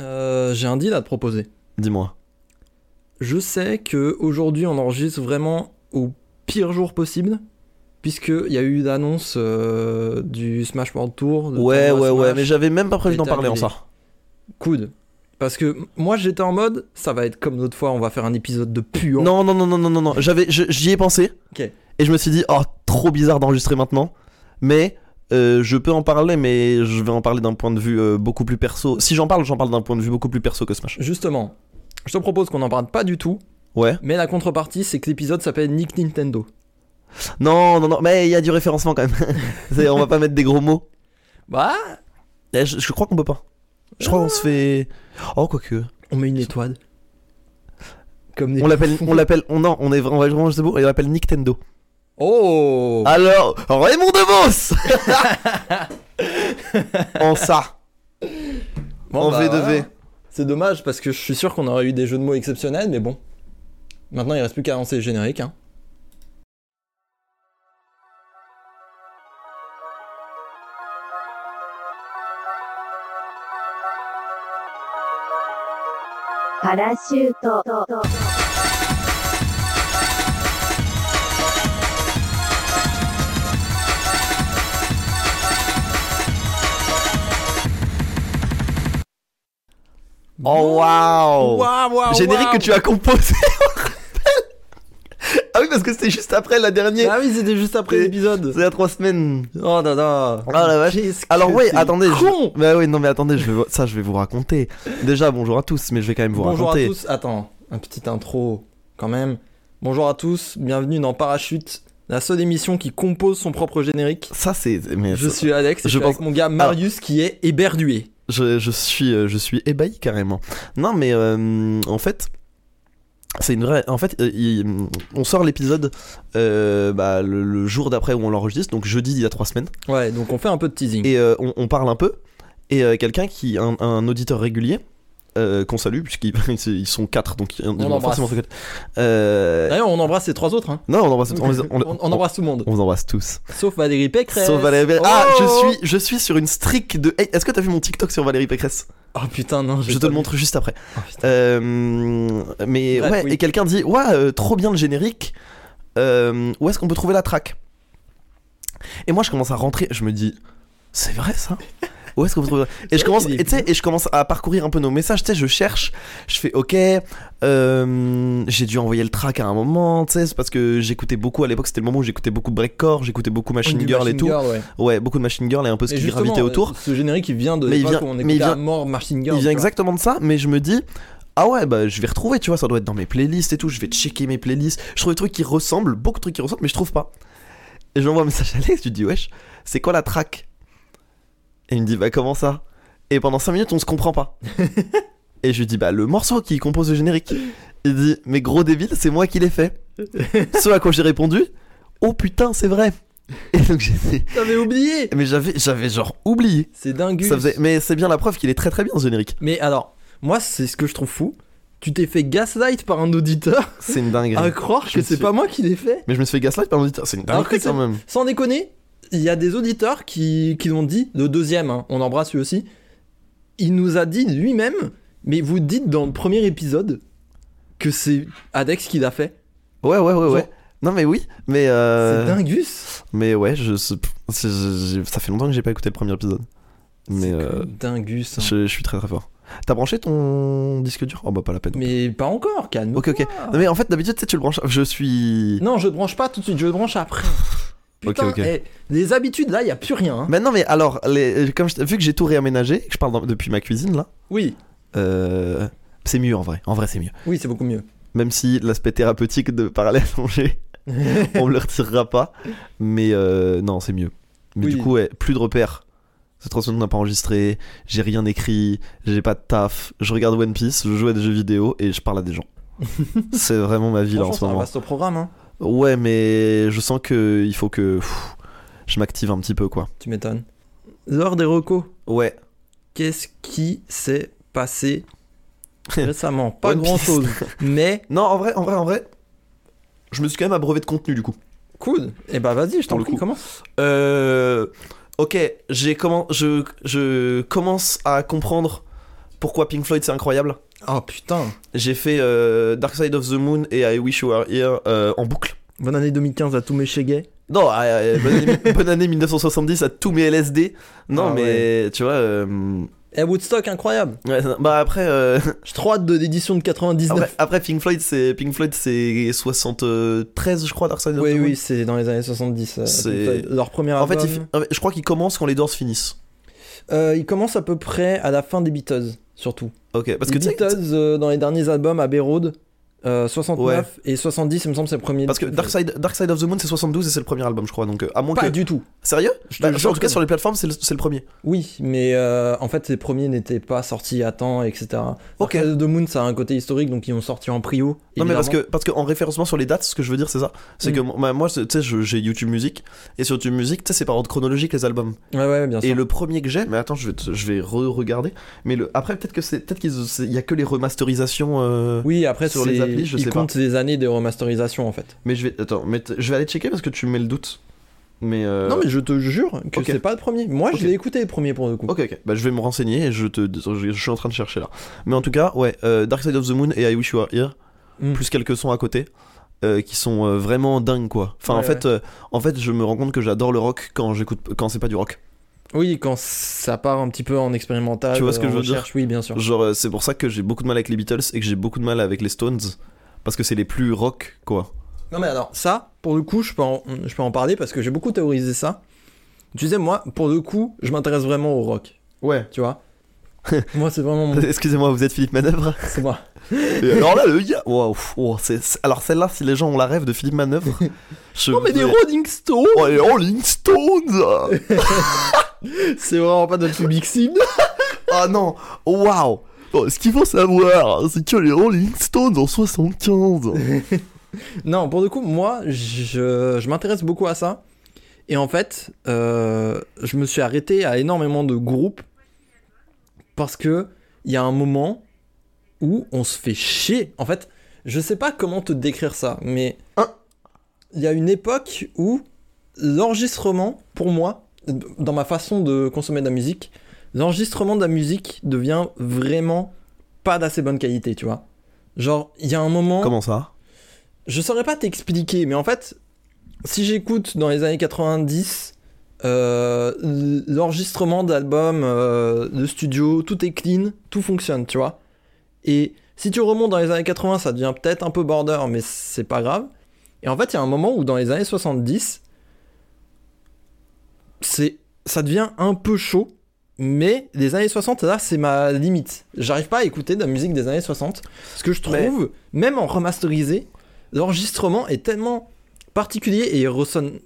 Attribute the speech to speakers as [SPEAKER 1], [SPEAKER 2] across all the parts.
[SPEAKER 1] euh, j'ai un deal à te proposer.
[SPEAKER 2] Dis-moi.
[SPEAKER 1] Je sais que aujourd'hui on enregistre vraiment au pire jour possible, puisqu'il y a eu l'annonce euh, du Smash World Tour. de
[SPEAKER 2] Ouais,
[SPEAKER 1] tournoi
[SPEAKER 2] ouais, ouais,
[SPEAKER 1] Smash.
[SPEAKER 2] mais j'avais même pas prévu d'en
[SPEAKER 1] État
[SPEAKER 2] parler en
[SPEAKER 1] annulé.
[SPEAKER 2] ça.
[SPEAKER 1] Coude. Parce que moi j'étais en mode, ça va être comme l'autre fois, on va faire un épisode de puant.
[SPEAKER 2] Non, non, non, non, non, non, non. J'avais, je- j'y ai pensé.
[SPEAKER 1] Ok.
[SPEAKER 2] Et je me suis dit, oh, trop bizarre d'enregistrer maintenant. Mais euh, je peux en parler, mais je vais en parler d'un point de vue euh, beaucoup plus perso. Si j'en parle, j'en parle d'un point de vue beaucoup plus perso que Smash.
[SPEAKER 1] Justement, je te propose qu'on n'en parle pas du tout,
[SPEAKER 2] Ouais.
[SPEAKER 1] mais la contrepartie c'est que l'épisode s'appelle Nick Nintendo.
[SPEAKER 2] Non, non, non, mais il y a du référencement quand même. C'est- on va pas mettre des gros mots.
[SPEAKER 1] Bah,
[SPEAKER 2] Eh, Je, je crois qu'on peut pas. Je crois qu'on
[SPEAKER 1] Ah.
[SPEAKER 2] se fait. Oh, quoique.
[SPEAKER 1] on met une étoile. Comme des
[SPEAKER 2] On l'appelle,
[SPEAKER 1] bouffons.
[SPEAKER 2] on l'appelle, on, non, on est vraiment, on va- c'est beau, on l'appelle Nintendo.
[SPEAKER 1] Oh
[SPEAKER 2] Alors, Raymond DeVos En ça,
[SPEAKER 1] Bon,
[SPEAKER 2] en
[SPEAKER 1] bah,
[SPEAKER 2] V de
[SPEAKER 1] voilà.
[SPEAKER 2] V.
[SPEAKER 1] C'est dommage parce que je suis sûr qu'on aurait eu des jeux de mots exceptionnels, mais bon. Maintenant, il reste plus qu'à lancer le générique. Hein.
[SPEAKER 3] 「パラシュート」
[SPEAKER 2] Oh waouh
[SPEAKER 1] Waouh, waouh,
[SPEAKER 2] Générique
[SPEAKER 1] waouh.
[SPEAKER 2] que tu as composé, on rappelle. Ah oui, parce que c'était juste après la dernière.
[SPEAKER 1] Ah oui, c'était juste après
[SPEAKER 2] Et-
[SPEAKER 1] l'épisode.
[SPEAKER 2] C'est il y a trois semaines.
[SPEAKER 1] Oh dada.
[SPEAKER 2] Ah la vache. Alors oui, attendez. je- Bah oui, non mais attendez, je vais... ça je vais vous raconter. Déjà bonjour à tous, mais je vais quand même vous
[SPEAKER 1] Bonjour
[SPEAKER 2] raconter.
[SPEAKER 1] à tous. Attends, un petit intro quand même. Bonjour à tous, bienvenue dans Parachute, la seule émission qui compose son propre générique.
[SPEAKER 2] Ça c'est, mais
[SPEAKER 1] Je
[SPEAKER 2] ça-
[SPEAKER 1] suis Alex, et je, suis
[SPEAKER 2] je pense- Ah.
[SPEAKER 1] avec mon gars Marius qui est héberdué.
[SPEAKER 2] Je, je suis euh, je suis ébahi carrément. Non mais euh, en fait c'est une vraie en fait euh, il- on sort l'épisode euh, bah, le, le jour d'après où on l'enregistre donc jeudi il y a trois semaines
[SPEAKER 1] Ouais, donc on fait un peu de teasing.
[SPEAKER 2] et euh, on, on parle un peu et euh, quelqu'un qui un, un auditeur régulier euh, qu'on salue puisqu'ils ils sont quatre donc ils ils vont
[SPEAKER 1] l'embrasse.
[SPEAKER 2] forcément faire quatre. Euh,
[SPEAKER 1] D'ailleurs, on embrasse les trois autres. Hein.
[SPEAKER 2] non on embrasse on, les- on-
[SPEAKER 1] On- on embrasse tout le monde.
[SPEAKER 2] on vous embrasse tous
[SPEAKER 1] Sauf Valérie Pécresse.
[SPEAKER 2] Sauf Valérie Pécresse. Ah,
[SPEAKER 1] Oh
[SPEAKER 2] je suis, je suis sur une streak de. Hey, Est-ce que t'as vu mon TikTok sur Valérie Pécresse
[SPEAKER 1] Oh putain, non, Oh,
[SPEAKER 2] Je te le montre juste après. Euh, mais
[SPEAKER 1] Bref,
[SPEAKER 2] ouais,
[SPEAKER 1] oui.
[SPEAKER 2] et quelqu'un dit Ouais, euh, trop bien le générique. Euh, où est-ce qu'on peut trouver la track Et moi, je commence à rentrer. Je me dis C'est vrai ça Où est-ce qu'on peut trouver la- Et je commence,
[SPEAKER 1] Il est
[SPEAKER 2] et, tu sais, et je commence à parcourir un peu nos messages. Tu sais, je cherche. Je fais Ok. euh, j'ai dû envoyer le track à un moment. Tu sais, c'est parce que j'écoutais beaucoup à l'époque. C'était le moment où j'écoutais beaucoup Breakcore, j'écoutais beaucoup Machine Girl euh, et tout. Ouais, beaucoup de Machine Girl et un peu ce qui gravitait autour.
[SPEAKER 1] Ce générique, il vient de
[SPEAKER 2] Mais il
[SPEAKER 1] l'époque
[SPEAKER 2] vient-
[SPEAKER 1] où on
[SPEAKER 2] mais
[SPEAKER 1] écoutait
[SPEAKER 2] il vient-
[SPEAKER 1] à mort Martin Girl.
[SPEAKER 2] Il vient
[SPEAKER 1] tu vois.
[SPEAKER 2] exactement de ça, mais je me dis, ah ouais, bah je vais retrouver, tu vois, ça doit être dans mes playlists et tout, je vais checker mes playlists. Je trouve des trucs qui ressemblent, beaucoup de trucs qui ressemblent, mais je trouve pas. Et j'envoie un message à Alex, je lui dis, wesh, c'est quoi la track Et il me dit, bah comment ça Et pendant 5 minutes, on se comprend pas. et je lui dis, bah le morceau qui compose le générique. Il dit, mais gros débile, c'est moi qui l'ai fait. Ce à quoi j'ai répondu, oh putain, c'est vrai. Et donc j'ai-
[SPEAKER 1] T'avais oublié
[SPEAKER 2] Mais j'avais, j'avais genre oublié.
[SPEAKER 1] C'est dingue.
[SPEAKER 2] Ça faisait- Mais c'est bien la preuve qu'il est très très bien ce générique.
[SPEAKER 1] Mais alors, moi, c'est ce que je trouve fou. Tu t'es fait gaslight par un auditeur
[SPEAKER 2] C'est une dinguerie.
[SPEAKER 1] à croire
[SPEAKER 2] Je
[SPEAKER 1] que
[SPEAKER 2] me
[SPEAKER 1] c'est
[SPEAKER 2] suis-
[SPEAKER 1] pas moi qui l'ai fait.
[SPEAKER 2] Mais je me suis fait gaslight par mon auditeur. C'est une
[SPEAKER 1] Alors
[SPEAKER 2] dinguerie
[SPEAKER 1] que c'est-
[SPEAKER 2] quand même.
[SPEAKER 1] Sans déconner, il y a des auditeurs qui, qui l'ont dit, le deuxième, hein, on embrasse lui aussi. Il nous a dit lui-même, mais vous dites dans le premier épisode que c'est Adex qui l'a fait.
[SPEAKER 2] Ouais, ouais, ouais, ouais.
[SPEAKER 1] Genre-
[SPEAKER 2] Non, mais oui. Mais euh,
[SPEAKER 1] C'est dingus.
[SPEAKER 2] Mais ouais, je, c'est- pff, c'est- je- je- ça fait longtemps que j'ai pas écouté le premier épisode. Mais
[SPEAKER 1] C'est
[SPEAKER 2] euh,
[SPEAKER 1] quand même dingus. hein.
[SPEAKER 2] je, je suis très très fort. T'as branché ton disque dur Oh bah pas la peine.
[SPEAKER 1] Mais pas encore, calme.
[SPEAKER 2] Ok, ok. Non, mais en fait, d'habitude, tu sais, tu le branches. Je suis.
[SPEAKER 1] Non, je branche pas tout de suite, je branche après. Putain,
[SPEAKER 2] ok.
[SPEAKER 1] eh, les habitudes là, y a plus rien. hein.
[SPEAKER 2] Mais non, mais alors, les... comme je- vu que j'ai tout réaménagé, que je parle dans- depuis ma cuisine là,
[SPEAKER 1] Oui,
[SPEAKER 2] euh, c'est mieux en vrai. En vrai, c'est mieux.
[SPEAKER 1] oui, c'est beaucoup mieux.
[SPEAKER 2] Même si l'aspect thérapeutique de parler à l'allongé, on me le retirera pas. Mais euh, non, c'est mieux. Mais
[SPEAKER 1] Oui.
[SPEAKER 2] du coup, ouais, plus de repères. C'est trois semaines qu'on n'a pas enregistré, j'ai rien écrit, j'ai pas de taf, je regarde One Piece, je joue à des jeux vidéo et je parle à des gens. c'est vraiment ma vie là
[SPEAKER 1] Franchement,
[SPEAKER 2] en ce
[SPEAKER 1] ça
[SPEAKER 2] moment.
[SPEAKER 1] reste au programme. hein.
[SPEAKER 2] Ouais, mais je sens que il faut que pff, je m'active un petit peu quoi.
[SPEAKER 1] Tu m'étonnes. L'heure des recos.
[SPEAKER 2] Ouais.
[SPEAKER 1] Qu'est-ce qui s'est passé récemment Pas
[SPEAKER 2] One
[SPEAKER 1] grand
[SPEAKER 2] Piece.
[SPEAKER 1] chose. Mais
[SPEAKER 2] Non, en vrai, en vrai, en vrai, je me suis quand même abreuvé de contenu du coup.
[SPEAKER 1] cool. Et bah vas-y, je
[SPEAKER 2] Pour
[SPEAKER 1] t'en
[SPEAKER 2] le
[SPEAKER 1] prie,
[SPEAKER 2] coup.
[SPEAKER 1] commence.
[SPEAKER 2] Euh, ok, j'ai comment je, je commence à comprendre Pourquoi Pink Floyd c'est incroyable
[SPEAKER 1] Oh putain.
[SPEAKER 2] J'ai fait euh, Dark Side of the Moon et I Wish You Were Here euh, en boucle.
[SPEAKER 1] Bonne année 2015 à tous mes chéguets.
[SPEAKER 2] Non, ah, ah, bonne, année, bonne année 1970 à tous mes LSD. Non,
[SPEAKER 1] Ah
[SPEAKER 2] mais tu vois. euh,
[SPEAKER 1] Et Eh, Woodstock, incroyable.
[SPEAKER 2] ouais, ça- bah après, euh,
[SPEAKER 1] J'ai trop hâte de l'édition de 99.
[SPEAKER 2] après, après Pink Floyd, c'est Pink Floyd, c'est 73, je crois, Dark Side of
[SPEAKER 1] oui,
[SPEAKER 2] the Moon.
[SPEAKER 1] oui, c'est dans les années 70. euh,
[SPEAKER 2] C'est-
[SPEAKER 1] Pink Floyd. Leur premier
[SPEAKER 2] En
[SPEAKER 1] album.
[SPEAKER 2] fait, il fi- en fait, je crois qu'il commence quand les Doors finissent.
[SPEAKER 1] Euh, il commence à peu près à la fin des Beatles, surtout.
[SPEAKER 2] Ok, parce que
[SPEAKER 1] les
[SPEAKER 2] tu sais-
[SPEAKER 1] Beatles, euh, dans les derniers albums, à Road, euh, 69 et 70, il me semble, c'est le premier.
[SPEAKER 2] Parce que Dark Side, Dark Side of the Moon c'est 72 et c'est le premier album je crois donc euh, à moins
[SPEAKER 1] Pas
[SPEAKER 2] que
[SPEAKER 1] du tout.
[SPEAKER 2] sérieux
[SPEAKER 1] Je te
[SPEAKER 2] Bah,
[SPEAKER 1] jure
[SPEAKER 2] En tout
[SPEAKER 1] que
[SPEAKER 2] cas sur les plateformes c'est le, c'est le premier.
[SPEAKER 1] Oui, mais euh, en fait, les premiers n'étaient pas sortis à temps, etc.
[SPEAKER 2] Ok.
[SPEAKER 1] Ok. The Moon, ça a un côté historique, donc ils ont sorti en prio.
[SPEAKER 2] Non mais parce
[SPEAKER 1] évidemment.
[SPEAKER 2] que parce que en référencement sur les dates ce que je veux dire c'est ça c'est
[SPEAKER 1] Mm.
[SPEAKER 2] que moi- moi c'est- tu sais je- j'ai YouTube Music et sur YouTube Music tu sais c'est par ordre chronologique les albums
[SPEAKER 1] Ouais, ouais, bien
[SPEAKER 2] et
[SPEAKER 1] sûr.
[SPEAKER 2] le premier que j'ai mais attends je vais te- je vais re-regarder mais le après peut-être que c'est peut-être qu'il y a que les remasterisations euh,
[SPEAKER 1] Oui, après,
[SPEAKER 2] sur les
[SPEAKER 1] c'est-
[SPEAKER 2] applis, je
[SPEAKER 1] ils
[SPEAKER 2] sais pas.
[SPEAKER 1] comptent les années de remasterisation, en fait.
[SPEAKER 2] mais je vais attends mais t- je vais aller checker parce que tu me mets le doute mais euh,
[SPEAKER 1] Non, mais je te jure que
[SPEAKER 2] ok.
[SPEAKER 1] c'est pas le premier. Moi,
[SPEAKER 2] Ok.
[SPEAKER 1] je l'ai écouté le premier pour le coup.
[SPEAKER 2] Ok, ok, bah, je vais me renseigner et je, te, je, je suis en train de chercher là. Mais en tout cas, ouais, euh, Dark Side of the Moon et I Wish You Were Here,
[SPEAKER 1] Mm.
[SPEAKER 2] plus quelques sons à côté, euh, qui sont euh, vraiment dingues quoi. Enfin, en,
[SPEAKER 1] Ouais,
[SPEAKER 2] fait, euh, en fait, je me rends compte que j'adore le rock quand, j'écoute, quand c'est pas du rock.
[SPEAKER 1] Oui, quand ça part un petit peu en expérimental.
[SPEAKER 2] Tu vois ce que
[SPEAKER 1] en
[SPEAKER 2] je veux dire
[SPEAKER 1] recherche, Oui, bien sûr.
[SPEAKER 2] Genre, euh, c'est pour ça que j'ai beaucoup de mal avec les Beatles et que j'ai beaucoup de mal avec les Stones, parce que c'est les plus rock quoi.
[SPEAKER 1] Non mais alors ça, pour le coup, je peux en, je peux en parler parce que j'ai beaucoup théorisé ça. Tu sais, moi, pour le coup, je m'intéresse vraiment au rock,
[SPEAKER 2] Ouais.
[SPEAKER 1] tu vois. moi, c'est vraiment mon...
[SPEAKER 2] Excusez-moi, vous êtes Philippe Manœuvre
[SPEAKER 1] C'est moi.
[SPEAKER 2] Et alors là, le gars. Waouh, waouh, c'est- c'est- alors celle-là, si les gens ont la rêve de Philippe Manœuvre. je
[SPEAKER 1] Non mais des
[SPEAKER 2] vais-
[SPEAKER 1] Rolling Stones
[SPEAKER 2] Oh, les Rolling Stones
[SPEAKER 1] C'est vraiment pas notre public cible.
[SPEAKER 2] Ah non, waouh Oh, Ce qu'il faut savoir, c'est que les Rolling Stones en 75.
[SPEAKER 1] Non, pour le coup, moi, je, je m'intéresse beaucoup à ça. Et en fait, euh, je me suis arrêté à énormément de groupes parce que il y a un moment où on se fait chier. En fait, je sais pas comment te décrire ça, mais
[SPEAKER 2] Hein
[SPEAKER 1] il y a une époque où l'enregistrement, pour moi, dans ma façon de consommer de la musique, l'enregistrement de la musique devient vraiment pas d'assez bonne qualité, tu vois. Genre, il y a un moment.
[SPEAKER 2] Comment ça
[SPEAKER 1] Je saurais pas t'expliquer, mais en fait, si j'écoute dans les années 90, euh, l- l'enregistrement d'albums, euh, de studio, tout est clean, tout fonctionne, tu vois. Et si tu remontes dans les années 80, ça devient peut-être un peu border, mais c'est pas grave. Et en fait, il y a un moment où dans les années 70, c'est, ça devient un peu chaud, mais les années 60, là, c'est ma limite. J'arrive pas à écouter de la musique des années 60, parce que je trouve,
[SPEAKER 2] Mais-
[SPEAKER 1] même en remasterisé, l'enregistrement est tellement particulier et il ressonne.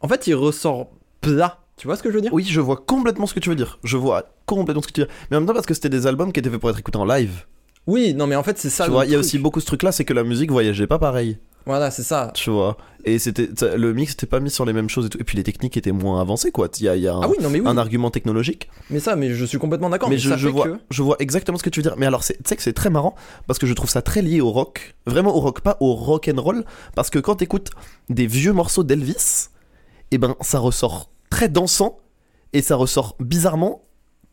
[SPEAKER 1] En fait, il ressort plat. Tu vois ce que je veux dire
[SPEAKER 2] Oui, je vois complètement ce que tu veux dire. Je vois complètement ce que tu veux dire. Mais en même temps, parce que c'était des albums qui étaient faits pour être écoutés en live.
[SPEAKER 1] Oui, non, mais en fait, c'est ça. Ah,
[SPEAKER 2] tu
[SPEAKER 1] le
[SPEAKER 2] vois, il y a
[SPEAKER 1] truc.
[SPEAKER 2] aussi beaucoup ce truc-là, c'est que la musique voyageait pas pareil.
[SPEAKER 1] Voilà, c'est ça.
[SPEAKER 2] Tu vois. Et c'était ça- le mix était pas mis sur les mêmes choses et tout. Et puis les techniques étaient moins avancées, quoi. Il y a, il y a un,
[SPEAKER 1] Ah oui, non, mais oui.
[SPEAKER 2] un argument technologique.
[SPEAKER 1] Mais ça, mais je suis complètement d'accord.
[SPEAKER 2] mais
[SPEAKER 1] Mais,
[SPEAKER 2] je,
[SPEAKER 1] ça
[SPEAKER 2] je
[SPEAKER 1] fait
[SPEAKER 2] vois,
[SPEAKER 1] que-
[SPEAKER 2] je vois exactement ce que tu veux dire. Mais alors, c'est- tu sais que c'est très marrant parce que je trouve ça très lié au rock, vraiment au rock, pas au rock and roll, parce que quand t'écoutes des vieux morceaux d'Elvis, et ben ça ressort très dansant et ça ressort bizarrement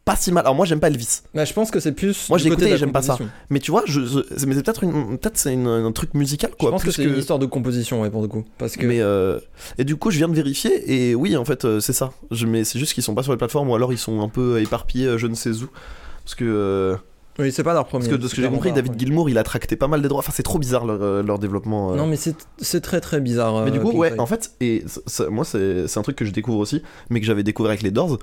[SPEAKER 2] pas si mal. Alors moi j'aime pas Elvis,
[SPEAKER 1] Bah, je pense que c'est plus.
[SPEAKER 2] Moi,
[SPEAKER 1] du
[SPEAKER 2] j'ai
[SPEAKER 1] côté de
[SPEAKER 2] écouté,
[SPEAKER 1] la
[SPEAKER 2] j'aime pas ça.
[SPEAKER 1] composition.
[SPEAKER 2] mais tu vois, je, je- mais c'est peut-être une, peut-être c'est une- un truc musical quoi.
[SPEAKER 1] je pense que
[SPEAKER 2] plus
[SPEAKER 1] c'est une histoire de composition, ouais, pour le coup. Parce que.
[SPEAKER 2] Mais euh, et du coup, je viens de vérifier et oui, en fait, euh, c'est ça. Je, mais c'est juste qu'ils sont pas sur les plateformes ou alors ils sont un peu éparpillés, euh, je ne sais où. Parce que euh,
[SPEAKER 1] Oui, c'est pas leur premier.
[SPEAKER 2] Parce que de ce
[SPEAKER 1] c'est
[SPEAKER 2] que j'ai
[SPEAKER 1] clairement
[SPEAKER 2] compris,
[SPEAKER 1] pas leur
[SPEAKER 2] David
[SPEAKER 1] premier.
[SPEAKER 2] Gilmour, il a tracté pas mal des droits. Enfin, c'est trop bizarre leur, euh, leur développement. euh.
[SPEAKER 1] Non, mais c'est c'est très très bizarre.
[SPEAKER 2] Mais du
[SPEAKER 1] euh,
[SPEAKER 2] coup,
[SPEAKER 1] Pink
[SPEAKER 2] ouais,
[SPEAKER 1] Floyd.
[SPEAKER 2] en fait, et ça- ça- moi, c'est c'est un truc que je découvre aussi, mais que j'avais découvert avec les Doors.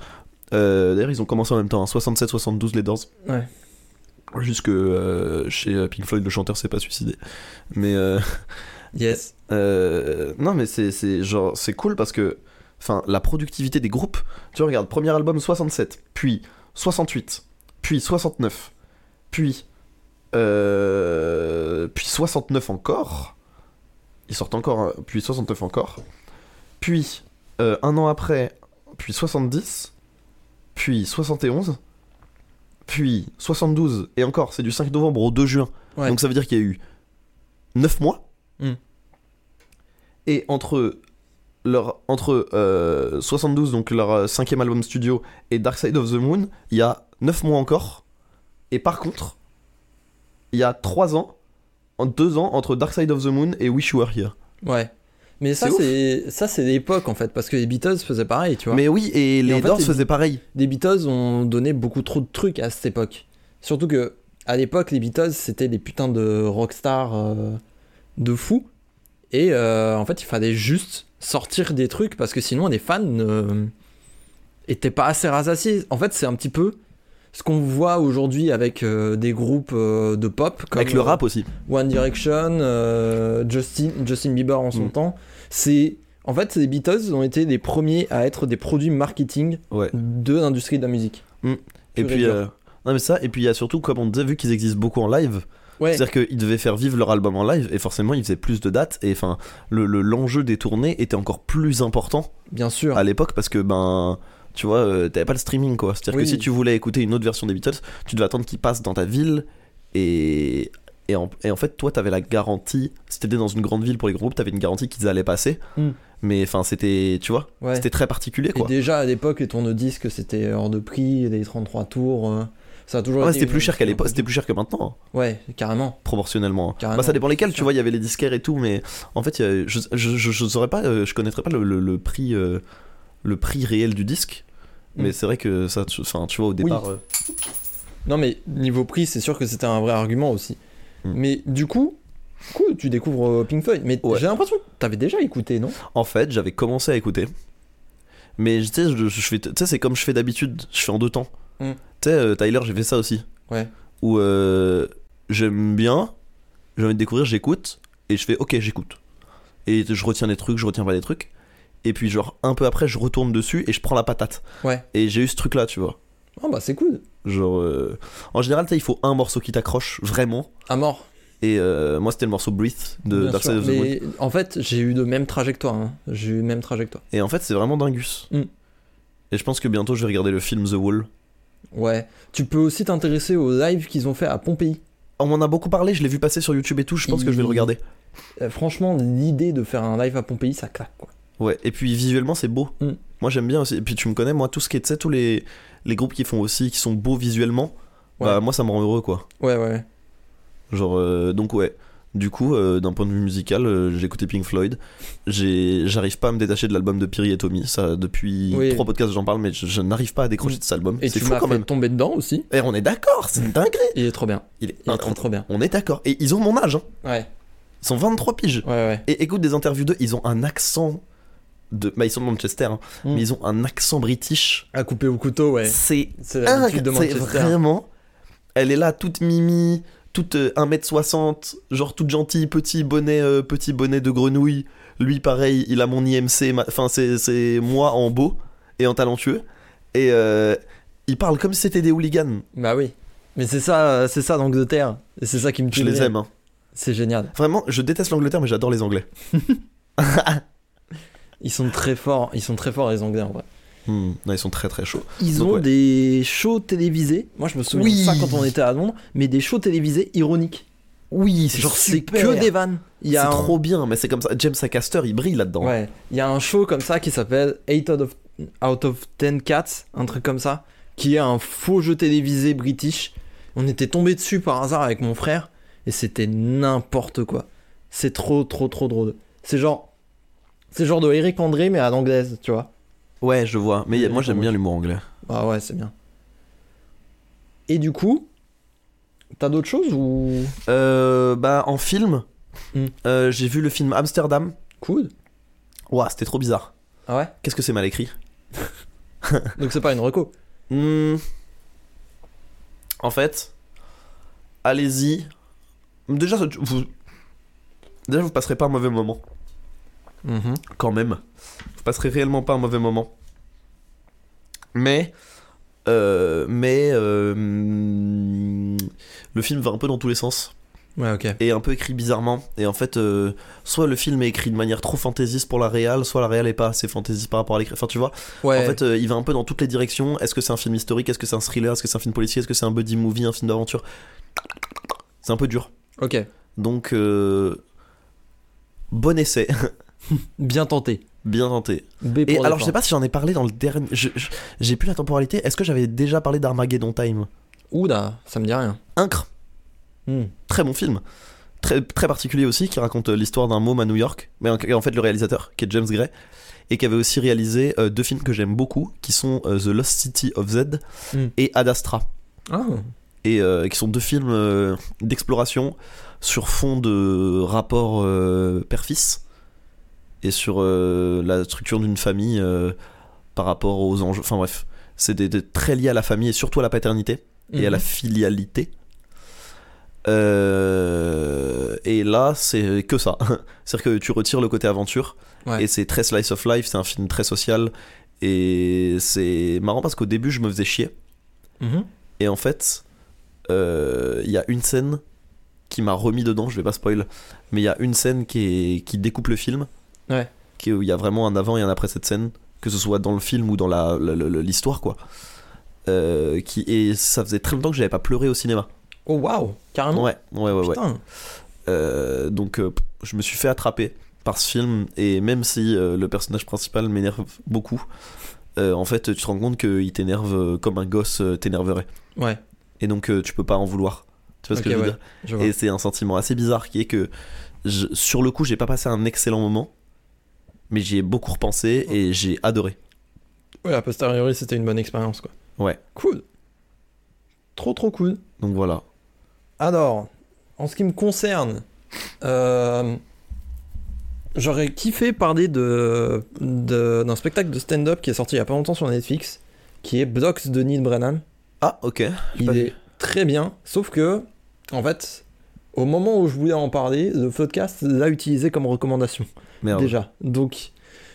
[SPEAKER 2] Euh, D'ailleurs, ils ont commencé en même temps, hein, 67-72, les Doors.
[SPEAKER 1] Ouais.
[SPEAKER 2] Jusque euh, chez euh, Pink Floyd, le chanteur s'est pas suicidé. Mais euh,
[SPEAKER 1] Yes.
[SPEAKER 2] euh, non, mais c'est- c'est genre, c'est cool parce que, enfin, la productivité des groupes. Tu vois, regarde, premier album 67, puis 68, puis 69, puis euh, puis 69 encore. Ils sortent encore, euh, puis 69 encore, puis euh, un an après, puis 70, puis 71. Puis 72, et encore, c'est du 5 novembre au 2 juin.
[SPEAKER 1] Ouais.
[SPEAKER 2] Donc ça veut dire qu'il y a eu 9 mois.
[SPEAKER 1] Mm.
[SPEAKER 2] Et entre, leur, entre euh, 72, donc leur euh, cinquième album studio, et Dark Side of the Moon, il y a 9 mois encore Et par contre, il y a 3 ans, en 2 ans, entre Dark Side of the Moon et Wish You Were Here.
[SPEAKER 1] Ouais. Mais ça,
[SPEAKER 2] C'est ouf.
[SPEAKER 1] c'est ça, c'est l'époque en fait, parce que les Beatles faisaient pareil, tu vois.
[SPEAKER 2] Mais oui, et
[SPEAKER 1] en
[SPEAKER 2] les
[SPEAKER 1] fait,
[SPEAKER 2] Doors
[SPEAKER 1] c'est-
[SPEAKER 2] faisaient pareil.
[SPEAKER 1] les Beatles ont donné beaucoup trop de trucs à cette époque. Surtout que à l'époque, les Beatles c'était des putains de rockstars euh, de fous. Et euh, en fait, il fallait juste sortir des trucs parce que sinon les fans n'étaient pas assez rassasiés. En fait, c'est un petit peu ce qu'on voit aujourd'hui avec euh, des groupes euh, de pop comme
[SPEAKER 2] Avec le
[SPEAKER 1] euh,
[SPEAKER 2] rap aussi.
[SPEAKER 1] One Direction, euh, Justin, Justin Bieber en son
[SPEAKER 2] Mm.
[SPEAKER 1] temps. C'est en fait, les Beatles ont été les premiers à être des produits marketing
[SPEAKER 2] Ouais.
[SPEAKER 1] de l'industrie de la musique.
[SPEAKER 2] Et
[SPEAKER 1] pur et
[SPEAKER 2] puis.
[SPEAKER 1] dur.
[SPEAKER 2] euh, Non mais ça, et puis il y a surtout, comme on disait, vu qu'ils existent beaucoup en live,
[SPEAKER 1] Ouais,
[SPEAKER 2] c'est-à-dire qu'ils devaient faire vivre leur album en live, et forcément ils faisaient plus de dates, et enfin, le- le- l'enjeu des tournées était encore plus important
[SPEAKER 1] bien sûr.
[SPEAKER 2] à l'époque parce que ben tu vois euh, t'avais pas le streaming quoi c'est à dire
[SPEAKER 1] Oui.
[SPEAKER 2] que si tu voulais écouter une autre version des Beatles tu devais attendre qu'ils passent dans ta ville et et en, et en fait toi t'avais la garantie si t'étais dans une grande ville pour les groupes t'avais une garantie qu'ils allaient passer
[SPEAKER 1] Mm.
[SPEAKER 2] mais enfin c'était tu vois
[SPEAKER 1] Ouais.
[SPEAKER 2] c'était très particulier
[SPEAKER 1] Et
[SPEAKER 2] quoi
[SPEAKER 1] déjà à l'époque, les tourne-disques c'était hors de prix, les 33 tours. euh, ça a toujours
[SPEAKER 2] Ah Ouais,
[SPEAKER 1] été
[SPEAKER 2] c'était
[SPEAKER 1] une-
[SPEAKER 2] plus cher qu'à l'époque c'était plus cher que maintenant hein,
[SPEAKER 1] Ouais, carrément.
[SPEAKER 2] proportionnellement hein.
[SPEAKER 1] Carrément,
[SPEAKER 2] bah ça dépend lesquels
[SPEAKER 1] c'est
[SPEAKER 2] tu
[SPEAKER 1] sûr.
[SPEAKER 2] vois il y avait les disquaires et tout mais en fait il y a- je je, je, je saurais pas euh, je connaîtrais pas le, le- le prix euh, le prix réel du disque
[SPEAKER 1] Mm.
[SPEAKER 2] mais c'est vrai que ça tu, enfin, tu vois au départ euh,
[SPEAKER 1] Non, mais niveau prix, c'est sûr que c'était un vrai argument aussi.
[SPEAKER 2] Mm.
[SPEAKER 1] Mais du coup, cool, tu découvres euh, Pink Floyd. Mais
[SPEAKER 2] Ouais.
[SPEAKER 1] j'ai l'impression que t'avais déjà écouté, non
[SPEAKER 2] En fait, j'avais commencé à écouter. Mais tu sais, je, je fais- tu sais, c'est comme je fais d'habitude, je fais en deux temps.
[SPEAKER 1] Mm.
[SPEAKER 2] Tu sais, euh, Tyler, j'ai fait ça aussi.
[SPEAKER 1] Ouais.
[SPEAKER 2] Où euh, j'aime bien, j'ai envie de découvrir, j'écoute, et je fais ok, j'écoute. Et je retiens des trucs, je retiens pas des trucs. Et puis, genre, un peu après, je retourne dessus et je prends la patate.
[SPEAKER 1] Ouais.
[SPEAKER 2] Et j'ai eu ce truc là, tu vois.
[SPEAKER 1] Oh bah c'est cool.
[SPEAKER 2] Genre, euh, en général, tu sais, il faut un morceau qui t'accroche vraiment.
[SPEAKER 1] À mort.
[SPEAKER 2] Et euh, moi, c'était le morceau Breathe de
[SPEAKER 1] bien
[SPEAKER 2] Dark
[SPEAKER 1] sûr.
[SPEAKER 2] Side of the Moon.
[SPEAKER 1] mais en fait, j'ai eu de même trajectoire. hein. J'ai eu le même trajectoire.
[SPEAKER 2] Et en fait, c'est vraiment dingus.
[SPEAKER 1] Mm.
[SPEAKER 2] Et je pense que bientôt je vais regarder le film The Wall.
[SPEAKER 1] Ouais. Tu peux aussi t'intéresser aux lives qu'ils ont fait à Pompéi.
[SPEAKER 2] On m'en a beaucoup parlé, je l'ai vu passer sur YouTube et tout, je pense que je vais le
[SPEAKER 1] Il-
[SPEAKER 2] regarder.
[SPEAKER 1] Euh, franchement, l'idée de faire un live à Pompéi, ça claque quoi.
[SPEAKER 2] Ouais, et puis visuellement c'est beau.
[SPEAKER 1] Mm.
[SPEAKER 2] Moi j'aime bien aussi. Et puis tu me connais, moi tout ce qui est, tu sais, tous les, les groupes qui font aussi, qui sont beaux visuellement,
[SPEAKER 1] Ouais.
[SPEAKER 2] bah moi ça me rend heureux quoi.
[SPEAKER 1] Ouais, ouais.
[SPEAKER 2] Genre, euh, donc ouais. Du coup, euh, d'un point de vue musical, euh, j'ai écouté Pink Floyd. J'ai- J'arrive pas à me détacher de l'album de Piri et Tommy. Ça, depuis
[SPEAKER 1] Oui.
[SPEAKER 2] trois podcasts j'en parle, mais je, je n'arrive pas à décrocher
[SPEAKER 1] Mm.
[SPEAKER 2] de cet album.
[SPEAKER 1] Et
[SPEAKER 2] C'est
[SPEAKER 1] tu
[SPEAKER 2] fou
[SPEAKER 1] m'as
[SPEAKER 2] quand
[SPEAKER 1] fait
[SPEAKER 2] même.
[SPEAKER 1] tomber dedans aussi.
[SPEAKER 2] Et on est d'accord, c'est une dinguerie.
[SPEAKER 1] Il est trop bien.
[SPEAKER 2] Il est
[SPEAKER 1] Il est
[SPEAKER 2] on-
[SPEAKER 1] trop trop bien.
[SPEAKER 2] On est d'accord. Et ils ont mon âge, hein.
[SPEAKER 1] Ouais,
[SPEAKER 2] Ils sont 23 piges.
[SPEAKER 1] ouais, ouais.
[SPEAKER 2] Et écoute des interviews d'eux, ils ont un accent de. Bah, ils sont de Manchester, hein,
[SPEAKER 1] Mm.
[SPEAKER 2] mais ils ont un accent british.
[SPEAKER 1] À couper au couteau, ouais.
[SPEAKER 2] C'est
[SPEAKER 1] C'est
[SPEAKER 2] incroyable.
[SPEAKER 1] l'habitude de
[SPEAKER 2] Ah, C'est
[SPEAKER 1] Manchester.
[SPEAKER 2] vraiment. Elle est là, toute mimi, toute euh, 1m60, genre toute gentille, petit bonnet, euh, petit bonnet de grenouille. Lui, pareil, il a mon IMC, ma- enfin, c'est- c'est moi en beau et en talentueux. Et euh, il parle comme si c'était des hooligans.
[SPEAKER 1] Bah oui. Mais c'est ça, euh, c'est ça l'Angleterre. Et c'est ça qui me tue.
[SPEAKER 2] Je
[SPEAKER 1] de
[SPEAKER 2] les
[SPEAKER 1] rire.
[SPEAKER 2] aime. hein.
[SPEAKER 1] C'est génial.
[SPEAKER 2] Vraiment, je déteste l'Angleterre, mais j'adore les Anglais.
[SPEAKER 1] Ils sont très forts. Ils sont très forts les Anglais en vrai.
[SPEAKER 2] Hmm, non, ils sont très très chauds.
[SPEAKER 1] Ils
[SPEAKER 2] Donc,
[SPEAKER 1] ont
[SPEAKER 2] ouais.
[SPEAKER 1] des shows télévisés. Moi, je me souviens
[SPEAKER 2] Oui.
[SPEAKER 1] de ça quand on était à Londres, mais des shows télévisés ironiques.
[SPEAKER 2] Oui,
[SPEAKER 1] Genre, c'est que des vannes. Il y a
[SPEAKER 2] c'est
[SPEAKER 1] un...
[SPEAKER 2] trop bien, mais c'est comme ça. James Acaster, il brille là-dedans.
[SPEAKER 1] Ouais, il y a un show comme ça qui s'appelle 8 out of, out of 10 Cats, un truc comme ça, qui est un faux jeu télévisé british. On était tombé dessus par hasard avec mon frère et c'était n'importe quoi. C'est trop, trop, trop drôle. C'est genre. C'est genre de Eric André mais à l'anglaise, tu vois.
[SPEAKER 2] Ouais, je vois. Mais y a-
[SPEAKER 1] Ouais,
[SPEAKER 2] moi, j'aime
[SPEAKER 1] ouais.
[SPEAKER 2] bien l'humour anglais.
[SPEAKER 1] Ah ouais, c'est bien. Et du coup, t'as d'autres choses ou.
[SPEAKER 2] Euh, bah, en film,
[SPEAKER 1] Hmm.
[SPEAKER 2] euh, j'ai vu le film Amsterdam.
[SPEAKER 1] Cool.
[SPEAKER 2] Ouah, c'était trop bizarre.
[SPEAKER 1] Ah ouais
[SPEAKER 2] Qu'est-ce que c'est mal écrit
[SPEAKER 1] Donc c'est pas une reco.
[SPEAKER 2] Hmm. En fait, allez-y. Déjà, ça- vous... Déjà, vous passerez pas un mauvais moment. quand même. Vous passerez réellement pas un mauvais moment. Mais. euh, mais. euh, mm, le film va un peu dans tous les sens.
[SPEAKER 1] Ouais, ok.
[SPEAKER 2] Et un peu écrit bizarrement. Et en fait, euh, soit le film est écrit de manière trop fantaisiste pour la réal, soit la réal est pas assez fantaisiste par rapport à l'écrit. Enfin, tu vois,
[SPEAKER 1] Ouais.
[SPEAKER 2] en fait, euh, il va un peu dans toutes les directions. Est-ce que c'est un film historique Est-ce que c'est un thriller Est-ce que c'est un film policier Est-ce que c'est un buddy movie Un film d'aventure C'est un peu dur.
[SPEAKER 1] Ok.
[SPEAKER 2] Donc. euh, bon essai.
[SPEAKER 1] Bien tenté.
[SPEAKER 2] Bien tenté.
[SPEAKER 1] B pour
[SPEAKER 2] Et alors,
[SPEAKER 1] défendre.
[SPEAKER 2] je sais pas si j'en ai parlé dans le dernier. je- je- J'ai plus la temporalité. Est-ce que j'avais déjà parlé d'Armageddon Time
[SPEAKER 1] Oula, ça me dit rien.
[SPEAKER 2] Incre,
[SPEAKER 1] Hmm.
[SPEAKER 2] très bon film. Très, très particulier aussi, qui raconte euh, l'histoire d'un môme à New York, mais en, en fait le réalisateur, qui est James Gray, et qui avait aussi réalisé euh, deux films que j'aime beaucoup, qui sont euh, The Lost City of Z
[SPEAKER 1] Mm.
[SPEAKER 2] et Ad Astra.
[SPEAKER 1] Ah,
[SPEAKER 2] et euh, qui sont deux films euh, d'exploration sur fond de rapport euh, père-fils et sur euh, la structure d'une famille euh, par rapport aux enjeux. Enfin bref, c'est des, des- très lié à la famille et surtout à la paternité et à la
[SPEAKER 1] Mhm.
[SPEAKER 2] filialité. Euh, et là, c'est que ça. C'est-à-dire que tu retires le côté aventure
[SPEAKER 1] Ouais.
[SPEAKER 2] et c'est très slice of life, c'est un film très social et c'est marrant parce qu'au début, je me faisais chier.
[SPEAKER 1] Mhm.
[SPEAKER 2] Et en fait, euh, il y a une scène qui m'a remis dedans, je vais pas spoil, mais il y a une scène qui, est- qui découpe le film.
[SPEAKER 1] Ouais.
[SPEAKER 2] Qui, où il y a vraiment un avant et un après cette scène, que ce soit dans le film ou dans la- la- la- la- l'histoire, quoi. Euh, qui, et ça faisait très longtemps que j'avais pas pleuré au cinéma.
[SPEAKER 1] Oh waouh, carrément.
[SPEAKER 2] ouais, ouais, ouais. ouais.
[SPEAKER 1] Putain.
[SPEAKER 2] Euh, donc euh, je me suis fait attraper par ce film et même si euh, le personnage principal m'énerve beaucoup, euh, en fait tu te rends compte qu'il t'énerve euh, comme un gosse euh, t'énerverait
[SPEAKER 1] Ouais,
[SPEAKER 2] et donc euh, tu peux pas en vouloir. Tu vois ce que
[SPEAKER 1] Ok,
[SPEAKER 2] je veux
[SPEAKER 1] ouais,
[SPEAKER 2] dire
[SPEAKER 1] je vois.
[SPEAKER 2] Et c'est un sentiment assez bizarre qui est que je- sur le coup j'ai pas passé un excellent moment, mais j'y ai beaucoup repensé et j'ai adoré.
[SPEAKER 1] Ouais, a posteriori, c'était une bonne expérience, quoi.
[SPEAKER 2] Ouais.
[SPEAKER 1] Cool. Trop, trop cool.
[SPEAKER 2] Donc voilà.
[SPEAKER 1] Alors, en ce qui me concerne, euh, j'aurais kiffé parler de, de- d'un spectacle de stand-up qui est sorti il y a pas longtemps sur Netflix, qui est Blocks de Neil Brennan.
[SPEAKER 2] Ah ok.
[SPEAKER 1] Il
[SPEAKER 2] pas
[SPEAKER 1] est très bien, sauf que, en fait, au moment où je voulais en parler, le podcast l'a utilisé comme recommandation
[SPEAKER 2] Merde.
[SPEAKER 1] déjà. Donc,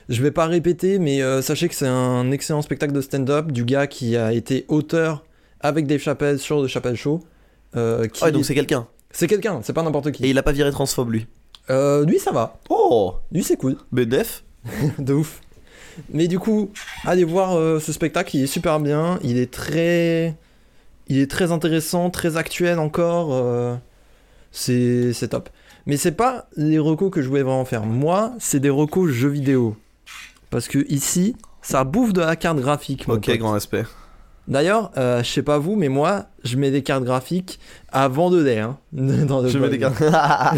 [SPEAKER 1] je vais pas répéter, mais euh, sachez que c'est un excellent spectacle de stand-up du gars qui a été auteur avec Dave Chappelle sur The Chappelle Show. euh, qui
[SPEAKER 2] Ah ouais, donc c'est quelqu'un.
[SPEAKER 1] c'est quelqu'un, c'est pas n'importe qui.
[SPEAKER 2] Et il a pas viré transphobe lui.
[SPEAKER 1] Euh, lui, ça va.
[SPEAKER 2] Oh
[SPEAKER 1] Lui, c'est cool.
[SPEAKER 2] BDF
[SPEAKER 1] de ouf. Mais du coup, allez voir euh, ce spectacle, il est super bien. Il est très. Il est très intéressant, très actuel encore. euh, C'est c'est top. Mais c'est pas les recos que je voulais vraiment faire. Moi, c'est des recos jeux vidéo. Parce que ici, ça bouffe de la carte graphique. mon
[SPEAKER 2] Ok,
[SPEAKER 1] pote.
[SPEAKER 2] grand respect.
[SPEAKER 1] D'ailleurs, euh, je sais pas vous, mais moi, je mets des cartes graphiques avant de lait. Hein, dans le
[SPEAKER 2] Je me
[SPEAKER 1] bol.
[SPEAKER 2] dégage.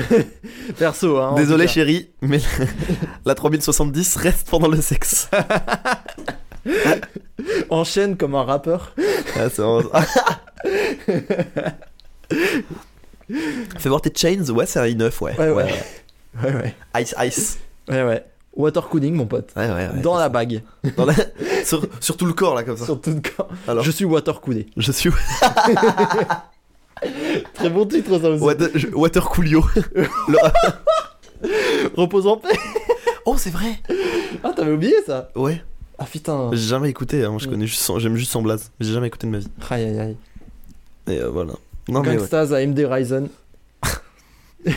[SPEAKER 1] Perso, hein, en
[SPEAKER 2] Désolé
[SPEAKER 1] tout cas.
[SPEAKER 2] chérie, mais la 3070 reste pendant le sexe.
[SPEAKER 1] Enchaîne comme un rappeur.
[SPEAKER 2] Ah, c'est vraiment- Fais voir tes chains, ouais c'est un i9 ouais.
[SPEAKER 1] Ouais, ouais. Ouais, ouais.
[SPEAKER 2] Ice Ice.
[SPEAKER 1] Ouais, ouais. Water cooling, mon pote.
[SPEAKER 2] Ouais ouais ouais.
[SPEAKER 1] dans la bague,
[SPEAKER 2] Dans la- sur, sur tout le corps là comme ça.
[SPEAKER 1] sur tout le corps.
[SPEAKER 2] Alors
[SPEAKER 1] Je
[SPEAKER 2] je,
[SPEAKER 1] suis water coolé.
[SPEAKER 2] suis
[SPEAKER 1] Très bon titre, ça aussi.
[SPEAKER 2] Water, je- Water Coolio. Le-
[SPEAKER 1] Repose en paix.
[SPEAKER 2] oh c'est vrai.
[SPEAKER 1] Ah, t'avais oublié ça
[SPEAKER 2] Ouais.
[SPEAKER 1] Ah putain.
[SPEAKER 2] J'ai jamais écouté. hein, Moi je connais juste son- j'aime juste son blaze. mais J'ai jamais écouté de ma vie.
[SPEAKER 1] Aïe aïe aïe.
[SPEAKER 2] Et euh, voilà. Non mais ouais.
[SPEAKER 1] Gangstas AMD Ryzen.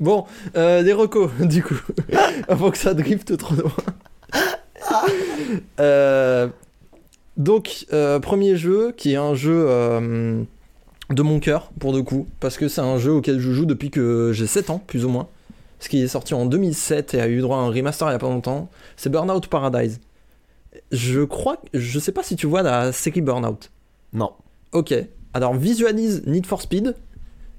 [SPEAKER 1] bon, euh, des recos, du coup. Avant que ça drifte trop loin. Euh, donc, euh, premier jeu, qui est un jeu euh, de mon cœur, pour le coup, parce que c'est un jeu auquel je joue depuis que j'ai 7 ans, plus ou moins. Ce qui est sorti en 2007 et a eu droit à un remaster il y a pas longtemps, c'est Burnout Paradise. Je crois, je sais pas si tu vois la série Burnout.
[SPEAKER 2] Non.
[SPEAKER 1] Ok. Alors visualise Need for Speed,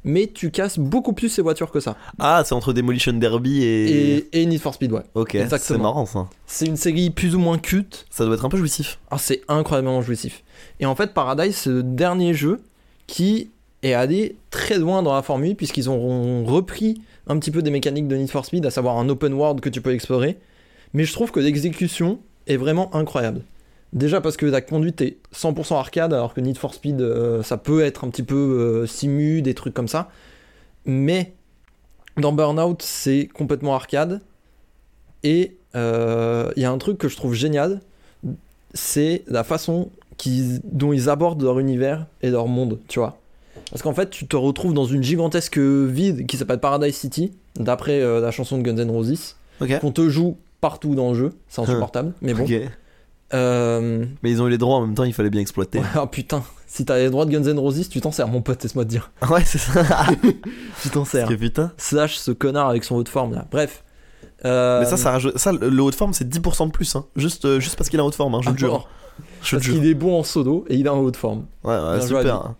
[SPEAKER 1] mais tu casses beaucoup plus ces voitures que ça.
[SPEAKER 2] Ah c'est entre Demolition Derby et.
[SPEAKER 1] Et, et Need for Speed, ouais.
[SPEAKER 2] Ok. C'est
[SPEAKER 1] Exactement.
[SPEAKER 2] marrant ça.
[SPEAKER 1] C'est une série plus ou moins culte.
[SPEAKER 2] Ça doit être un peu jouissif.
[SPEAKER 1] Ah, c'est incroyablement jouissif. Et en fait, Paradise, c'est le dernier jeu qui est allé très loin dans la formule, puisqu'ils ont repris un petit peu des mécaniques de Need for Speed, à savoir un open world que tu peux explorer. Mais je trouve que l'exécution est vraiment incroyable. Déjà parce que la conduite est 100% arcade, alors que Need for Speed, euh, ça peut être un petit peu euh, simu, des trucs comme ça. Mais dans Burnout, c'est complètement arcade. Et euh, il y a un truc que je trouve génial, c'est la façon qu'ils- dont ils abordent leur univers et leur monde, tu vois. Parce qu'en fait, tu te retrouves dans une gigantesque ville qui s'appelle Paradise City, d'après euh, la chanson de Guns N' Roses,
[SPEAKER 2] Ok.
[SPEAKER 1] qu'on te joue partout dans le jeu. C'est insupportable, mais bon.
[SPEAKER 2] Ok.
[SPEAKER 1] Euh,
[SPEAKER 2] Mais ils ont eu les droits en même temps, il fallait bien exploiter.
[SPEAKER 1] Ouais, oh putain, si t'as les droits de Guns N' Roses, tu t'en sers, mon pote, laisse-moi te dire.
[SPEAKER 2] Ouais, c'est ça.
[SPEAKER 1] Tu t'en
[SPEAKER 2] Parce
[SPEAKER 1] sers.
[SPEAKER 2] que putain.
[SPEAKER 1] Slash ce connard avec son haut de forme là. Bref. Euh,
[SPEAKER 2] Mais ça, ça, rajoute- ça, le le haut de forme, c'est 10% de plus. hein. Juste, euh, juste parce qu'il est en haut de forme, hein, je
[SPEAKER 1] ah,
[SPEAKER 2] le jure.
[SPEAKER 1] bon,
[SPEAKER 2] Je le
[SPEAKER 1] Parce
[SPEAKER 2] jure.
[SPEAKER 1] qu'il est bon en solo et il a un haut de forme.
[SPEAKER 2] Ouais, ouais,
[SPEAKER 1] Bien joué à
[SPEAKER 2] super.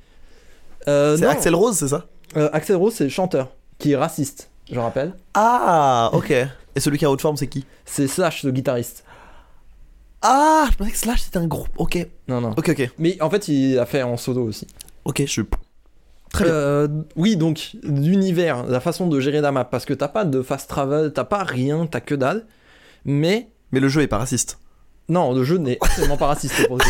[SPEAKER 1] Euh,
[SPEAKER 2] C'est
[SPEAKER 1] non,
[SPEAKER 2] Axel Rose, c'est ça
[SPEAKER 1] euh, Axel Rose, c'est le chanteur qui est raciste, je rappelle.
[SPEAKER 2] Ah, ok. Et celui qui est en haute forme, c'est qui
[SPEAKER 1] C'est Slash, le guitariste.
[SPEAKER 2] Ah, je pensais que Slash c'était un groupe. Ok,
[SPEAKER 1] Non, non.
[SPEAKER 2] ok, ok.
[SPEAKER 1] Mais en fait, il a fait en solo aussi.
[SPEAKER 2] Ok, je suis. Très bien.
[SPEAKER 1] Euh, oui, donc l'univers, la façon de gérer la map, parce que t'as pas de fast travel, t'as pas rien, t'as que dalle. Mais
[SPEAKER 2] Mais le jeu est pas raciste.
[SPEAKER 1] non, le jeu n'est absolument pas raciste. pour le coup.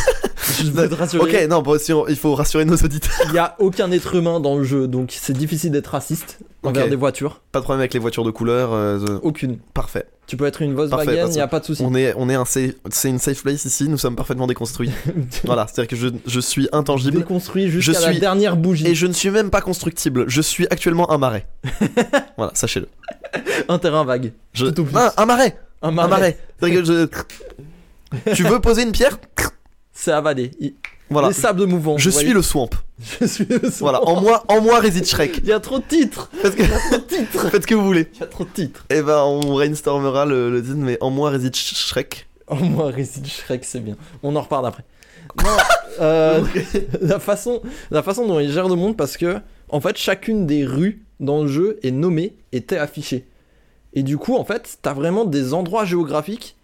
[SPEAKER 1] Je veux te rassurer,
[SPEAKER 2] Ok, non, bon, si on- il faut rassurer nos auditeurs.
[SPEAKER 1] il y a aucun être humain dans le jeu, donc c'est difficile d'être raciste envers
[SPEAKER 2] Ok.
[SPEAKER 1] des voitures.
[SPEAKER 2] Pas de problème avec les voitures de couleur. euh, euh,
[SPEAKER 1] Aucune.
[SPEAKER 2] Parfait.
[SPEAKER 1] Tu peux être une
[SPEAKER 2] Parfait,
[SPEAKER 1] Volkswagen,
[SPEAKER 2] parfait.
[SPEAKER 1] il y a pas de souci.
[SPEAKER 2] On est, on est un, safe- c'est une safe place ici. Nous sommes parfaitement déconstruits. voilà, c'est-à-dire que je, je suis intangible
[SPEAKER 1] Déconstruit jusqu'à la
[SPEAKER 2] suis-
[SPEAKER 1] dernière bougie.
[SPEAKER 2] et je ne suis même pas constructible. Je suis actuellement un marais. voilà, sachez-le.
[SPEAKER 1] Un terrain vague.
[SPEAKER 2] Je...
[SPEAKER 1] Tout au plus.
[SPEAKER 2] Ah, un marais,
[SPEAKER 1] Un
[SPEAKER 2] un
[SPEAKER 1] marais.
[SPEAKER 2] marais. C'est-à-dire que je- tu veux poser une pierre
[SPEAKER 1] C'est avalé. Il-
[SPEAKER 2] Voilà.
[SPEAKER 1] Les sables mouvants.
[SPEAKER 2] Je
[SPEAKER 1] vous
[SPEAKER 2] suis
[SPEAKER 1] voyez.
[SPEAKER 2] le swamp.
[SPEAKER 1] Je suis le son.
[SPEAKER 2] Voilà, en moi, en moi réside Shrek.
[SPEAKER 1] Il y a trop de titres.
[SPEAKER 2] Parce que faites ce que vous voulez.
[SPEAKER 1] Il y a trop de titres.
[SPEAKER 2] Et ben, on brainstormera le, le titre, mais en moi réside Sh- Shrek.
[SPEAKER 1] Au moins, Oh, Resident Shrek, c'est bien. On en reparle après. Non, euh, la, façon, la façon dont il gère le monde, parce que, en fait, chacune des rues dans le jeu est nommée et t'es affichée. Et du coup, en fait, t'as vraiment des endroits géographiques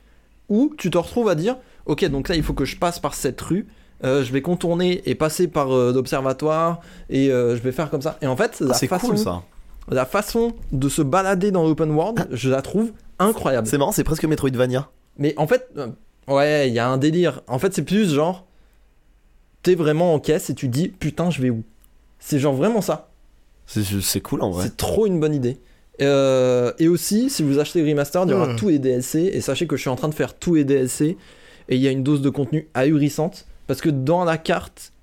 [SPEAKER 1] où tu te retrouves à dire Ok, donc là, il faut que je passe par cette rue. euh, je vais contourner et passer par euh, l'observatoire et euh, je vais faire comme ça. Et en fait, la,
[SPEAKER 2] Ah, C'est
[SPEAKER 1] façon,
[SPEAKER 2] cool ça.
[SPEAKER 1] la façon de se balader dans l'open world, je la trouve incroyable.
[SPEAKER 2] C'est marrant, c'est presque Metroidvania.
[SPEAKER 1] Mais en fait, euh, ouais, il y a un délire. En fait, c'est plus genre, t'es vraiment en caisse et tu dis, putain, je vais où C'est genre vraiment ça.
[SPEAKER 2] C'est- C'est cool en vrai.
[SPEAKER 1] C'est trop une bonne idée. Euh, et aussi, si vous achetez le remaster, il y aura
[SPEAKER 2] Ouais.
[SPEAKER 1] tous les DLC. Et sachez que je suis en train de faire tous les DLC. Et il y a une dose de contenu ahurissante. Parce que dans la carte,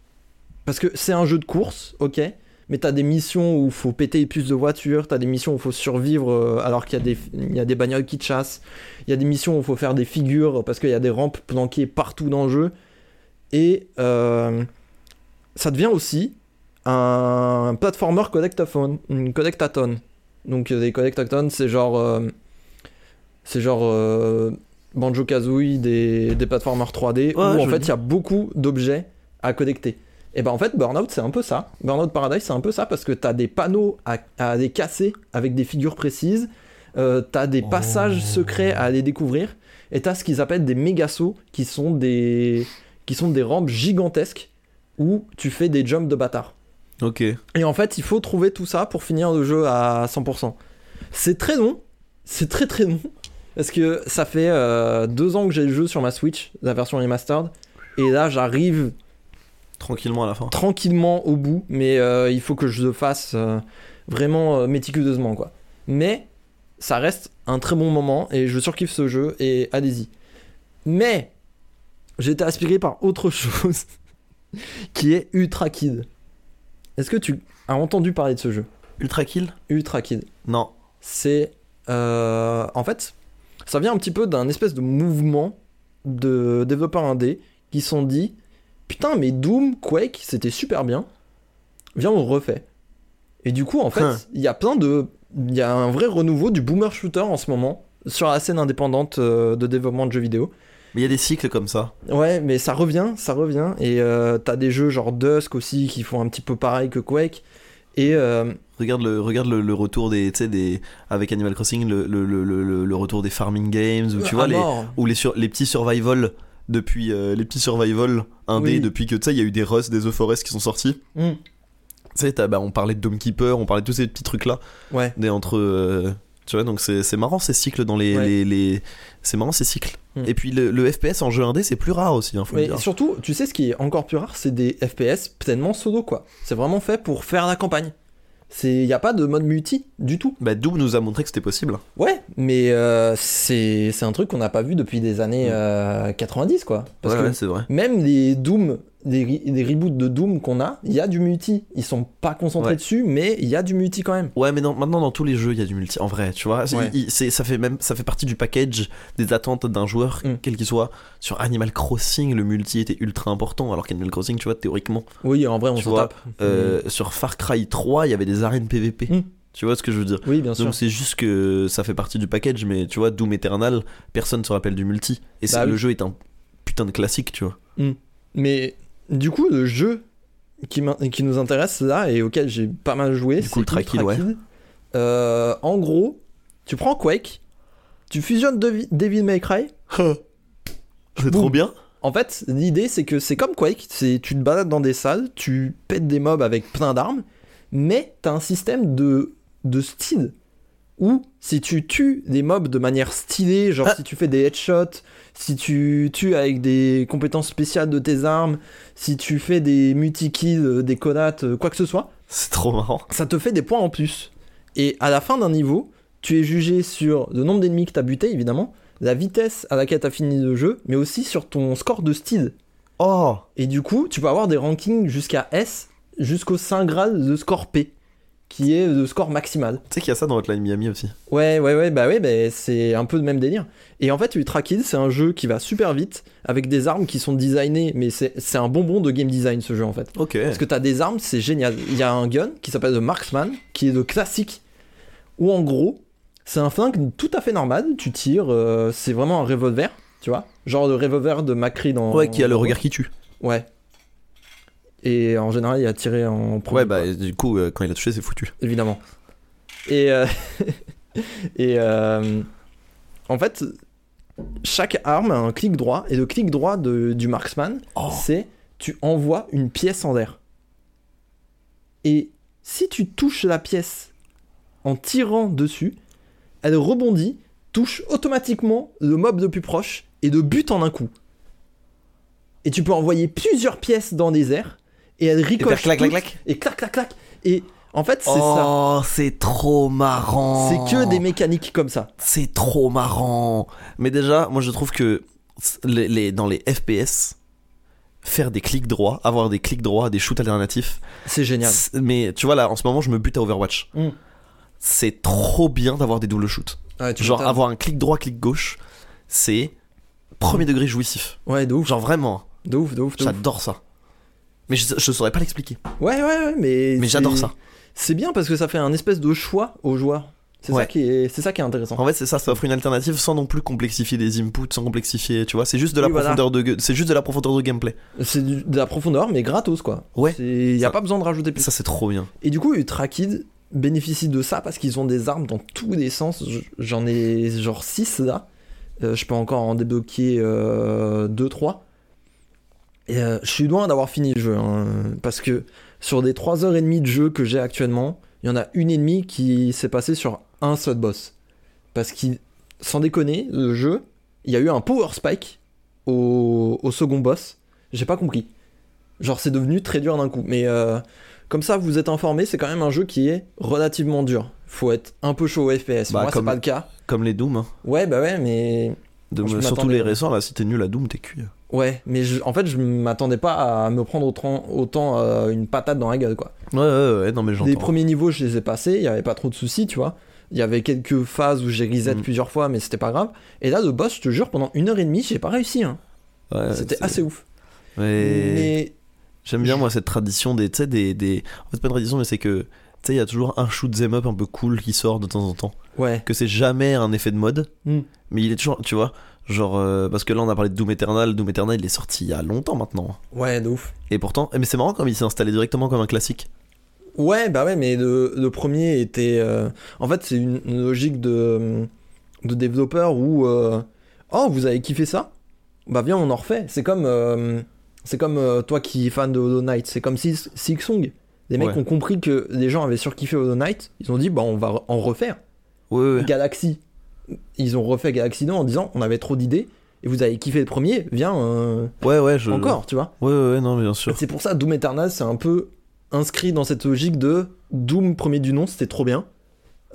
[SPEAKER 1] parce que c'est un jeu de course, ok. Mais t'as des missions où faut péter les puces de voiture, t'as des missions où faut survivre euh, alors qu'il y, a des- il y a des bagnoles qui te chassent, il y a des missions où faut faire des figures parce qu'il y a des rampes planquées partout dans le jeu. Et euh, ça devient aussi un platformer collectaphone, une collectathon. Donc euh, des collectathons, c'est genre, euh, c'est genre euh, Banjo Kazooie, des, des platformers 3D
[SPEAKER 2] Ouais,
[SPEAKER 1] où en
[SPEAKER 2] je
[SPEAKER 1] fait
[SPEAKER 2] dis.
[SPEAKER 1] il y a beaucoup d'objets à collecter. Et ben en fait Burnout c'est un peu ça. Burnout Paradise c'est un peu ça parce que t'as des panneaux à, à aller casser avec des figures précises, euh, t'as des passages
[SPEAKER 2] Oh.
[SPEAKER 1] secrets à aller découvrir et t'as ce qu'ils appellent des méga sauts qui sont des qui sont des rampes gigantesques où tu fais des jumps de bâtard.
[SPEAKER 2] Ok.
[SPEAKER 1] Et en fait, il faut trouver tout ça pour finir le jeu à 100%. C'est très long, c'est très très long, parce que ça fait euh, deux ans que j'ai le jeu sur ma Switch, la version remastered, et là j'arrive
[SPEAKER 2] Tranquillement à la fin.
[SPEAKER 1] tranquillement au bout, mais euh, il faut que je le fasse euh, vraiment euh, méticuleusement quoi. Mais ça reste un très bon moment et je surkiffe ce jeu et allez-y. Mais j'ai été aspiré par autre chose qui est Ultra Kid. Est-ce que tu as entendu parler de ce jeu
[SPEAKER 2] Ultra kill
[SPEAKER 1] Ultra Kid,
[SPEAKER 2] Non.
[SPEAKER 1] c'est euh, en fait ça vient un petit peu d'un espèce de mouvement de développeurs indés qui se sont dit putain mais Doom Quake c'était super bien viens on le refait et du coup en
[SPEAKER 2] Hein.
[SPEAKER 1] fait il y a plein de il y a un vrai renouveau du boomer shooter en ce moment sur la scène indépendante euh, de développement de jeux vidéo
[SPEAKER 2] Mais il y a des cycles comme ça.
[SPEAKER 1] Ouais, mais ça revient, ça revient. Et euh, t'as des jeux genre Dusk aussi qui font un petit peu pareil que Quake. Et euh,
[SPEAKER 2] Regarde le, regarde le, le retour des, tu sais, des, avec Animal Crossing, le, le, le, le, le retour des farming games, où tu vois
[SPEAKER 1] à
[SPEAKER 2] les,
[SPEAKER 1] mort.
[SPEAKER 2] ou les, sur, les petits survival depuis euh, les petits survival indés
[SPEAKER 1] Oui.
[SPEAKER 2] depuis que tu sais, il y a eu des Rust, des The Forest qui sont sortis.
[SPEAKER 1] Mm.
[SPEAKER 2] Tu sais, t'as- bah, on parlait de Dome Keeper, on parlait de tous ces petits trucs là,
[SPEAKER 1] Ouais.
[SPEAKER 2] des entre, euh, tu vois, donc c'est c'est marrant ces cycles dans les,
[SPEAKER 1] Ouais.
[SPEAKER 2] les, les- c'est marrant ces cycles.
[SPEAKER 1] Mm.
[SPEAKER 2] Et puis le, le FPS en jeu indé, c'est plus rare aussi, hein, faut le
[SPEAKER 1] Mais
[SPEAKER 2] dire.
[SPEAKER 1] surtout, tu sais ce qui est encore plus rare, c'est des FPS pleinement solo quoi. C'est vraiment fait pour faire la campagne. C'est y a pas de mode multi du tout.
[SPEAKER 2] Bah, Doom nous a montré que c'était possible.
[SPEAKER 1] Ouais, mais euh, c'est c'est un truc qu'on n'a pas vu depuis des années euh, 90 quoi. Parce
[SPEAKER 2] Ouais,
[SPEAKER 1] que
[SPEAKER 2] ouais, c'est vrai.
[SPEAKER 1] même les Doom, les, re- les reboots de Doom qu'on a, il y a du multi. Ils sont pas concentrés
[SPEAKER 2] Ouais.
[SPEAKER 1] dessus, mais il y a du multi quand même.
[SPEAKER 2] Ouais, mais non, maintenant dans tous les jeux, il y a du multi. En vrai, tu vois, c'est-
[SPEAKER 1] Ouais.
[SPEAKER 2] il- c'est- ça fait même, ça fait partie du package des attentes d'un joueur,
[SPEAKER 1] Mm.
[SPEAKER 2] quel qu'il soit. Sur Animal Crossing, le multi était ultra important, alors qu'Animal Crossing, tu vois, théoriquement,
[SPEAKER 1] Oui, en vrai, on
[SPEAKER 2] Tu
[SPEAKER 1] s'en
[SPEAKER 2] vois,
[SPEAKER 1] tape.
[SPEAKER 2] euh,
[SPEAKER 1] Hmm.
[SPEAKER 2] sur Far Cry 3, il y avait des arènes PVP.
[SPEAKER 1] Mm.
[SPEAKER 2] Tu vois ce que je veux dire
[SPEAKER 1] Oui, bien sûr.
[SPEAKER 2] Donc c'est juste que ça fait partie du package, mais tu vois, Doom Eternal, personne se rappelle du multi. Et c'est-
[SPEAKER 1] Bah oui.
[SPEAKER 2] le jeu est un putain de classique, tu vois.
[SPEAKER 1] Mais du coup, le jeu qui, m'in- qui nous intéresse là et auquel j'ai pas mal joué.
[SPEAKER 2] Du coup,
[SPEAKER 1] c'est
[SPEAKER 2] le Trackkill,
[SPEAKER 1] Ultra
[SPEAKER 2] ouais.
[SPEAKER 1] Kill. Euh, en gros, tu prends Quake, tu fusionnes Devi- Devil May Cry.
[SPEAKER 2] C'est trop bien.
[SPEAKER 1] En fait, l'idée c'est que c'est comme Quake, c'est tu te balades dans des salles, tu pètes des mobs avec plein d'armes, mais t'as un système de de style où si tu tues des mobs de manière stylée, genre
[SPEAKER 2] Ah.
[SPEAKER 1] si tu fais des headshots, si tu tues avec des compétences spéciales de tes armes, si tu fais des multi-kills, euh, des connates, euh, quoi que ce soit,
[SPEAKER 2] C'est trop marrant.
[SPEAKER 1] ça te fait des points en plus. Et à la fin d'un niveau, tu es jugé sur le nombre d'ennemis que tu as buté, évidemment, la vitesse à laquelle tu as fini le jeu, mais aussi sur ton score de style.
[SPEAKER 2] Oh,
[SPEAKER 1] Et du coup, tu peux avoir des rankings jusqu'à S, jusqu'au Saint Graal de score P, qui est le score maximal.
[SPEAKER 2] tu sais qu'il y a ça dans Hotline Miami aussi.
[SPEAKER 1] Ouais, ouais, ouais, bah ouais, bah c'est un peu le même délire. Et en fait, Ultra Kill, c'est un jeu qui va super vite, avec des armes qui sont designées, mais c'est c'est un bonbon de game design ce jeu en fait.
[SPEAKER 2] Ok.
[SPEAKER 1] Parce que t'as des armes, c'est génial. Il y a un gun qui s'appelle le Marksman, qui est le classique, où en gros, c'est un flingue tout à fait normal. Tu tires, euh, c'est vraiment un revolver, tu vois. Genre le revolver de Macri dans.
[SPEAKER 2] Ouais, qui a le regard qui tue.
[SPEAKER 1] Ouais. Et en général, il a tiré en premier.
[SPEAKER 2] Ouais, bah du coup, euh, quand il a touché, c'est foutu.
[SPEAKER 1] Évidemment. Et. euh, et. euh, En fait, chaque arme a un clic droit, et le clic droit de- du marksman,
[SPEAKER 2] Oh.
[SPEAKER 1] c'est tu envoies une pièce en l'air. Et si tu touches la pièce en tirant dessus, elle rebondit, touche automatiquement le mob le plus proche et le bute en un coup. Et tu peux envoyer plusieurs pièces dans les airs et elle ricoche
[SPEAKER 2] clac, clac,
[SPEAKER 1] toutes,
[SPEAKER 2] clac.
[SPEAKER 1] et clac clac clac et en fait c'est ça.
[SPEAKER 2] Oh, c'est trop marrant.
[SPEAKER 1] C'est que des mécaniques comme ça.
[SPEAKER 2] C'est trop marrant. Mais déjà, moi je trouve que les, les- dans les FPS, faire des clics droits, avoir des clics droits, des shoots alternatifs.
[SPEAKER 1] C'est génial.
[SPEAKER 2] c'est- Mais tu vois là, en ce moment, je me bute à Overwatch.
[SPEAKER 1] Mm.
[SPEAKER 2] C'est trop bien d'avoir des doubles shoots. Genre avoir un clic droit, clic gauche, c'est premier degré jouissif.
[SPEAKER 1] Ouais, de ouf,
[SPEAKER 2] Genre vraiment,
[SPEAKER 1] de ouf, de ouf, de ouf.
[SPEAKER 2] j'adore ça. Mais je, je saurais pas l'expliquer.
[SPEAKER 1] Ouais, ouais, ouais, mais.
[SPEAKER 2] Mais
[SPEAKER 1] c'est-
[SPEAKER 2] j'adore ça.
[SPEAKER 1] C'est bien parce que ça fait un espèce de choix aux joueurs. C'est
[SPEAKER 2] Ouais.
[SPEAKER 1] ça qui est, c'est ça qui est intéressant.
[SPEAKER 2] En fait, c'est ça, ça offre une alternative sans non plus complexifier des inputs, sans complexifier, tu vois, c'est juste de la
[SPEAKER 1] Oui, voilà.
[SPEAKER 2] profondeur de gue- c'est juste de la profondeur de gameplay.
[SPEAKER 1] C'est du- de la profondeur, mais gratos quoi.
[SPEAKER 2] Ouais.
[SPEAKER 1] Il n'y a
[SPEAKER 2] Ça-
[SPEAKER 1] pas besoin de rajouter plus.
[SPEAKER 2] Ça c'est trop bien.
[SPEAKER 1] Et du coup, Ultra Kid bénéficie de ça parce qu'ils ont des armes dans tous les sens. Je- J'en ai genre 6 là. Euh, je peux encore en débloquer 2-3. Et euh, je suis loin d'avoir fini le jeu. hein, parce que sur des 3h30 de jeu que j'ai actuellement, il y en a une et demie qui s'est passée sur un seul boss. Parce qu'il, sans déconner, le jeu, il y a eu un power spike au, au second boss. J'ai pas compris. Genre, c'est devenu très dur d'un coup. Mais. euh, comme ça, vous êtes informé, c'est quand même un jeu qui est relativement dur. Faut être un peu chaud au FPS.
[SPEAKER 2] Bah,
[SPEAKER 1] Moi, c'est
[SPEAKER 2] comme-
[SPEAKER 1] pas le cas.
[SPEAKER 2] Comme les Doom, hein.
[SPEAKER 1] Ouais, bah ouais, mais.
[SPEAKER 2] De-
[SPEAKER 1] Moi, je m'y
[SPEAKER 2] surtout
[SPEAKER 1] attendais,
[SPEAKER 2] les
[SPEAKER 1] ouais.
[SPEAKER 2] récents, là, si t'es nul à Doom, t'es cuit.
[SPEAKER 1] Ouais, mais je- en fait, je m'attendais pas à me prendre autant, autant euh, une patate dans la gueule, quoi.
[SPEAKER 2] Ouais, ouais, ouais, non, mais
[SPEAKER 1] Les
[SPEAKER 2] j'entends.
[SPEAKER 1] premiers niveaux, je les ai passés, il y avait pas trop de soucis, tu vois. Il y avait quelques phases où j'ai reset
[SPEAKER 2] Mm.
[SPEAKER 1] plusieurs fois, mais c'était pas grave. Et là, le boss, je te jure, pendant une heure et demie, j'ai pas réussi. Hein.
[SPEAKER 2] Ouais,
[SPEAKER 1] c'était
[SPEAKER 2] Euh, c'est-
[SPEAKER 1] assez ouf.
[SPEAKER 2] Ouais.
[SPEAKER 1] Mais
[SPEAKER 2] J'aime bien, moi, cette tradition des. Tu sais, des, des. En fait, c'est pas une tradition, mais c'est que. Tu sais, il y a toujours un shoot them up un peu cool qui sort de temps en temps.
[SPEAKER 1] ouais,
[SPEAKER 2] Que c'est jamais un effet de mode,
[SPEAKER 1] Mm.
[SPEAKER 2] mais il est toujours. Tu vois Genre. euh, parce que là, on a parlé de Doom Eternal. Doom Eternal, il est sorti il y a longtemps maintenant.
[SPEAKER 1] ouais, de ouf.
[SPEAKER 2] Et pourtant. eh, Mais c'est marrant comme il s'est installé directement comme un classique.
[SPEAKER 1] Ouais, bah ouais, mais le, le premier était. euh, En fait, c'est une, une logique de, euh, de développeur où. euh, Oh, vous avez kiffé ça Bah viens, on en refait. C'est comme. euh, C'est comme euh, toi qui es fan de Hollow Knight. C'est comme Six, Six Song. Les mecs
[SPEAKER 2] Ouais.
[SPEAKER 1] ont compris que les gens avaient surkiffé Hollow Knight. Ils ont dit, bah on va re- en refaire.
[SPEAKER 2] Ouais, ouais, ouais.
[SPEAKER 1] Galaxy. Ils ont refait Galaxy 2 en disant, on avait trop d'idées. Et vous avez kiffé le premier, viens euh,
[SPEAKER 2] Ouais, ouais, je.
[SPEAKER 1] encore, tu vois.
[SPEAKER 2] Ouais, ouais, ouais, non, mais bien sûr.
[SPEAKER 1] C'est pour ça Doom Eternal, c'est un peu inscrit dans cette logique de Doom premier du nom, c'était trop bien.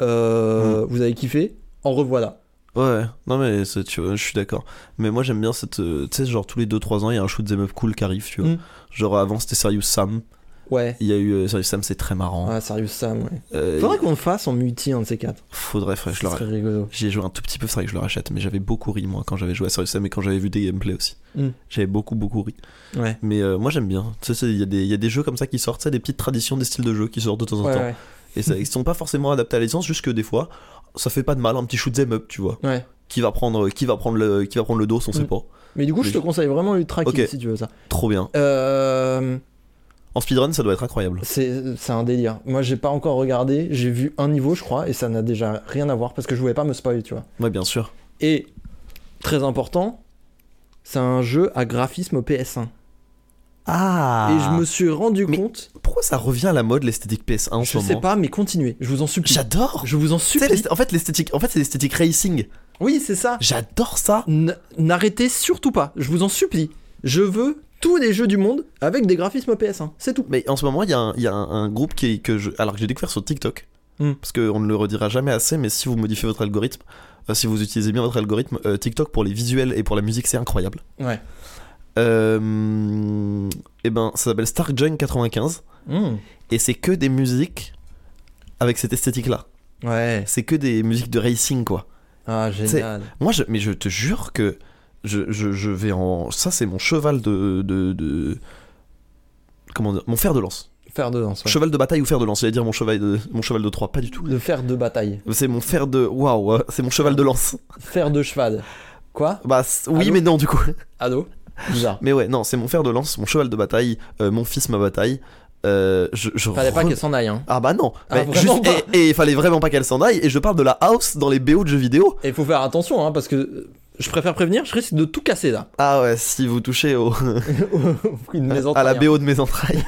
[SPEAKER 1] Euh, Vous avez kiffé, en revoilà.
[SPEAKER 2] Ouais, non, mais c'est- tu vois, je suis d'accord. Mais moi, j'aime bien cette. euh, Tu sais, genre, tous les 2-3 ans, il y a un shoot them up cool qui arrive, tu vois.
[SPEAKER 1] Mm.
[SPEAKER 2] Genre, avant, c'était Serious Sam.
[SPEAKER 1] Ouais.
[SPEAKER 2] Il y a eu euh, Serious Sam, c'est très marrant.
[SPEAKER 1] Ah, sérieux Sam, ouais.
[SPEAKER 2] Euh,
[SPEAKER 1] Faudrait qu'on le fasse en multi, un de ces quatre.
[SPEAKER 2] Faudrait, faudrait que je
[SPEAKER 1] Ce
[SPEAKER 2] le
[SPEAKER 1] serait
[SPEAKER 2] rachète.
[SPEAKER 1] rigolo.
[SPEAKER 2] J'y ai joué un tout petit peu, c'est vrai que je le rachète, mais j'avais beaucoup ri moi quand j'avais joué à Serious Sam et quand j'avais vu des gameplays aussi.
[SPEAKER 1] Mm.
[SPEAKER 2] J'avais beaucoup, beaucoup ri.
[SPEAKER 1] Ouais.
[SPEAKER 2] Mais euh, moi j'aime bien. Tu sais, c'est- il y, a des- il y a des jeux comme ça qui sortent, tu sais, des petites traditions, des styles de jeu qui sortent de temps en
[SPEAKER 1] Ouais,
[SPEAKER 2] temps.
[SPEAKER 1] ouais.
[SPEAKER 2] Et ça, ils sont pas forcément adaptés à la licence, juste que des fois, ça fait pas de mal, un petit shoot them up, tu vois.
[SPEAKER 1] Ouais.
[SPEAKER 2] Qui va prendre, qui va prendre, le, qui va prendre le dos, on sait
[SPEAKER 1] Mm.
[SPEAKER 2] pas.
[SPEAKER 1] Mais du coup,
[SPEAKER 2] Mais
[SPEAKER 1] je te
[SPEAKER 2] je-
[SPEAKER 1] conseille vraiment Ultra Kill
[SPEAKER 2] Ok.
[SPEAKER 1] si tu veux ça.
[SPEAKER 2] Trop bien.
[SPEAKER 1] Euh,
[SPEAKER 2] En speedrun, ça doit être incroyable.
[SPEAKER 1] C'est c'est un délire. Moi, j'ai pas encore regardé. J'ai vu un niveau, je crois, et ça n'a déjà rien à voir parce que je voulais pas me spoiler, tu vois.
[SPEAKER 2] Ouais, bien sûr.
[SPEAKER 1] Et très important, c'est un jeu à graphisme PS1.
[SPEAKER 2] Ah
[SPEAKER 1] Et je me suis rendu
[SPEAKER 2] Mais-
[SPEAKER 1] compte.
[SPEAKER 2] Pourquoi ça revient à la mode l'esthétique PS1 en ce
[SPEAKER 1] Je
[SPEAKER 2] moment
[SPEAKER 1] sais pas, mais continuez. Je vous en supplie.
[SPEAKER 2] J'adore.
[SPEAKER 1] Je vous en
[SPEAKER 2] Tu sais,
[SPEAKER 1] supplie.
[SPEAKER 2] l'esthétique- En fait, l'esthétique, en fait, c'est l'esthétique racing.
[SPEAKER 1] Oui, c'est ça.
[SPEAKER 2] J'adore ça.
[SPEAKER 1] N- N'arrêtez surtout pas. Je vous en supplie. Je veux tous les jeux du monde avec des graphismes PS1. C'est tout.
[SPEAKER 2] Mais en ce moment, il y a un, il y a un- un groupe qui, est- que je, alors que j'ai découvert sur TikTok,
[SPEAKER 1] Hmm.
[SPEAKER 2] parce qu'on ne le redira jamais assez, mais si vous modifiez votre algorithme, euh, si vous utilisez bien votre algorithme, euh, TikTok pour les visuels et pour la musique, c'est incroyable.
[SPEAKER 1] Ouais.
[SPEAKER 2] Euh, et ben, ça s'appelle Starjunk 95, et c'est que des musiques avec cette esthétique-là.
[SPEAKER 1] Ouais.
[SPEAKER 2] C'est que des musiques de racing, quoi.
[SPEAKER 1] Ah, génial.
[SPEAKER 2] Moi, je, mais je te jure que je, je, je vais en. Ça, c'est mon cheval de, de, de- Comment dire Mon fer de lance.
[SPEAKER 1] Faire de danse. ouais.
[SPEAKER 2] Cheval de bataille ou fer de lance J'allais dire mon cheval de, mon cheval de 3, pas du tout.
[SPEAKER 1] De faire de bataille.
[SPEAKER 2] C'est mon fer de. Waouh, euh, c'est mon cheval de lance.
[SPEAKER 1] Faire de cheval. Quoi
[SPEAKER 2] Bah, c- oui,
[SPEAKER 1] Allô
[SPEAKER 2] mais non, du coup.
[SPEAKER 1] Ado Bizarre.
[SPEAKER 2] Mais ouais, non, c'est mon fer de lance, mon cheval de bataille, euh, mon fils, ma bataille. Euh, je, je
[SPEAKER 1] Fallait pas
[SPEAKER 2] re-
[SPEAKER 1] qu'elle s'en aille, hein.
[SPEAKER 2] Ah bah non,
[SPEAKER 1] Ah,
[SPEAKER 2] Mais
[SPEAKER 1] vraiment pas.
[SPEAKER 2] et- et il fallait vraiment pas qu'elle s'en aille. Et je parle de la house dans les BO de jeux vidéo.
[SPEAKER 1] Et il faut faire attention, hein, parce que euh, je préfère prévenir, je risque de tout casser là.
[SPEAKER 2] Ah ouais, si vous touchez au,
[SPEAKER 1] Au prix de mes
[SPEAKER 2] à la
[SPEAKER 1] entrailles, hein.
[SPEAKER 2] BO de mes entrailles.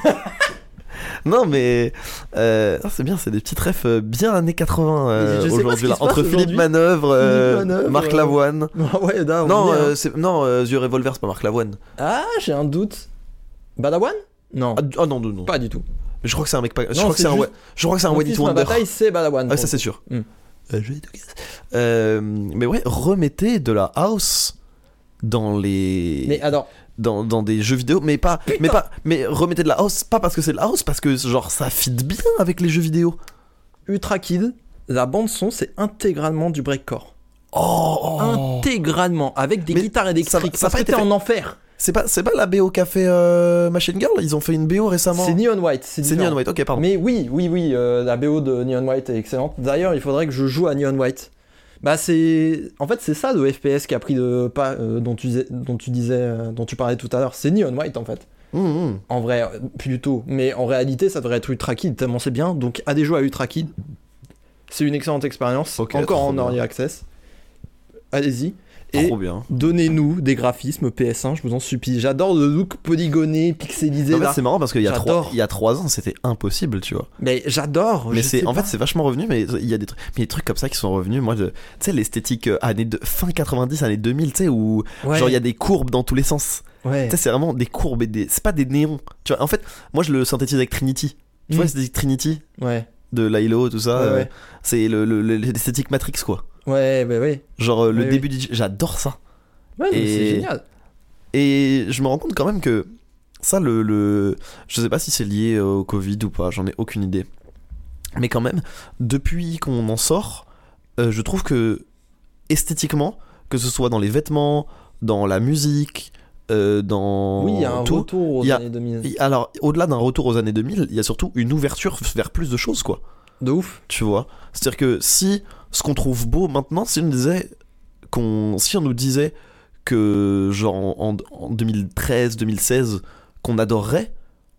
[SPEAKER 2] non mais euh, non, c'est bien, c'est des petites refs euh, bien années 80 euh,
[SPEAKER 1] Mais je sais pas ce
[SPEAKER 2] aujourd'hui
[SPEAKER 1] qui
[SPEAKER 2] là
[SPEAKER 1] se passe
[SPEAKER 2] entre Philippe
[SPEAKER 1] aujourd'hui.
[SPEAKER 2] Manœuvre, euh,
[SPEAKER 1] Philippe Manœuvre,
[SPEAKER 2] Marc
[SPEAKER 1] euh,
[SPEAKER 2] Lavoine.
[SPEAKER 1] ouais, là, on
[SPEAKER 2] Non,
[SPEAKER 1] est, hein.
[SPEAKER 2] euh, c'est- non, euh, The Revolver, c'est pas Marc Lavoine.
[SPEAKER 1] Ah, j'ai un doute. Badawan Non,
[SPEAKER 2] Ah, d- ah, non, non, non.
[SPEAKER 1] pas du tout.
[SPEAKER 2] Je crois que c'est un mec pas. Je
[SPEAKER 1] Non,
[SPEAKER 2] crois que
[SPEAKER 1] c'est
[SPEAKER 2] c'est un.
[SPEAKER 1] juste-
[SPEAKER 2] ouais- Je crois que c'est un
[SPEAKER 1] Mon
[SPEAKER 2] One Hit
[SPEAKER 1] fils, ma
[SPEAKER 2] Wonder.
[SPEAKER 1] bataille, c'est Badawan.
[SPEAKER 2] Ah oui,
[SPEAKER 1] pour
[SPEAKER 2] ça
[SPEAKER 1] le
[SPEAKER 2] c'est sûr.
[SPEAKER 1] Mm.
[SPEAKER 2] Euh, je vais tout casser. Euh, mais ouais, remettez de la house dans les
[SPEAKER 1] coup. Mais ah. alors,
[SPEAKER 2] dans, dans des jeux vidéo, mais pas mais pas mais remettez de la house pas parce que c'est de la house parce que genre ça fit bien avec les jeux vidéo.
[SPEAKER 1] Ultra Kid, la bande-son, c'est intégralement du breakcore.
[SPEAKER 2] Oh,
[SPEAKER 1] Ah. Intégralement, avec des
[SPEAKER 2] Mais
[SPEAKER 1] guitares
[SPEAKER 2] ça va-
[SPEAKER 1] électriques.
[SPEAKER 2] ça va
[SPEAKER 1] parce que
[SPEAKER 2] pas
[SPEAKER 1] t'es
[SPEAKER 2] été
[SPEAKER 1] en enfer.
[SPEAKER 2] c'est pas c'est pas la BO qu'a fait euh, Machine Girl, ils ont fait une BO récemment.
[SPEAKER 1] C'est Neon White.
[SPEAKER 2] C'est
[SPEAKER 1] différent.
[SPEAKER 2] Neon White. OK, pardon.
[SPEAKER 1] Mais oui, oui, oui, euh, la BO de Neon White est excellente. D'ailleurs, il faudrait que je joue à Neon White. Bah c'est, en fait, c'est ça le FPS qui a pris de pas euh, dont tu disais, dont tu disais, euh, dont tu parlais tout à l'heure. C'est Neon White en fait.
[SPEAKER 2] Mm, mm.
[SPEAKER 1] En vrai, euh, plutôt. Mais en réalité, ça devrait être Ultra Kid tellement c'est bien. Donc, à des jeux à Ultra Kid, c'est une excellente expérience.
[SPEAKER 2] Ok,
[SPEAKER 1] Encore
[SPEAKER 2] trop
[SPEAKER 1] en
[SPEAKER 2] bien.
[SPEAKER 1] early access. Allez-y. Et
[SPEAKER 2] Trop bien.
[SPEAKER 1] donnez-nous des graphismes PS1. Je vous en supplie. J'adore le look polygoné, pixelisé.
[SPEAKER 2] En fait,
[SPEAKER 1] là.
[SPEAKER 2] c'est marrant parce qu'il y a
[SPEAKER 1] J'adore.
[SPEAKER 2] trois il y a trois ans, c'était impossible, tu vois.
[SPEAKER 1] Mais j'adore.
[SPEAKER 2] Mais
[SPEAKER 1] je
[SPEAKER 2] c'est
[SPEAKER 1] sais
[SPEAKER 2] en
[SPEAKER 1] pas.
[SPEAKER 2] fait c'est vachement revenu mais il y a des trucs mais des trucs comme ça qui sont revenus moi je- tu sais l'esthétique euh, années de, fin 90 années 2000 tu sais où
[SPEAKER 1] Ouais,
[SPEAKER 2] genre il y a des courbes dans tous les sens
[SPEAKER 1] ouais.
[SPEAKER 2] tu sais c'est vraiment des courbes et des c'est pas des néons tu vois en fait moi je le synthétise avec Trinity tu
[SPEAKER 1] Mm.
[SPEAKER 2] vois l'esthétique Trinity
[SPEAKER 1] Ouais.
[SPEAKER 2] de Lilo tout ça
[SPEAKER 1] Ouais,
[SPEAKER 2] euh,
[SPEAKER 1] ouais.
[SPEAKER 2] c'est le- le- le- l'esthétique Matrix quoi
[SPEAKER 1] Ouais, ouais, ouais.
[SPEAKER 2] genre euh, le
[SPEAKER 1] Oui,
[SPEAKER 2] début du j'adore ça
[SPEAKER 1] Ouais, mais c'est
[SPEAKER 2] Et-
[SPEAKER 1] génial.
[SPEAKER 2] Et je me rends compte quand même que ça, le, le- je sais pas si c'est lié au Covid ou pas, j'en ai aucune idée. Mais quand même, depuis qu'on en sort, euh, je trouve que esthétiquement, que ce soit dans les vêtements, dans la musique, euh, dans
[SPEAKER 1] Oui, il y a un
[SPEAKER 2] tout.
[SPEAKER 1] retour aux
[SPEAKER 2] il y a-
[SPEAKER 1] années 2000.
[SPEAKER 2] Et Alors, au-delà d'un retour aux années 2000, il y a surtout une ouverture vers plus de choses, quoi.
[SPEAKER 1] De ouf.
[SPEAKER 2] Tu vois C'est-à-dire que si ce qu'on trouve beau maintenant, si on nous disait qu'on si on nous disait que genre en, en 2013, 2016 qu'on adorerait,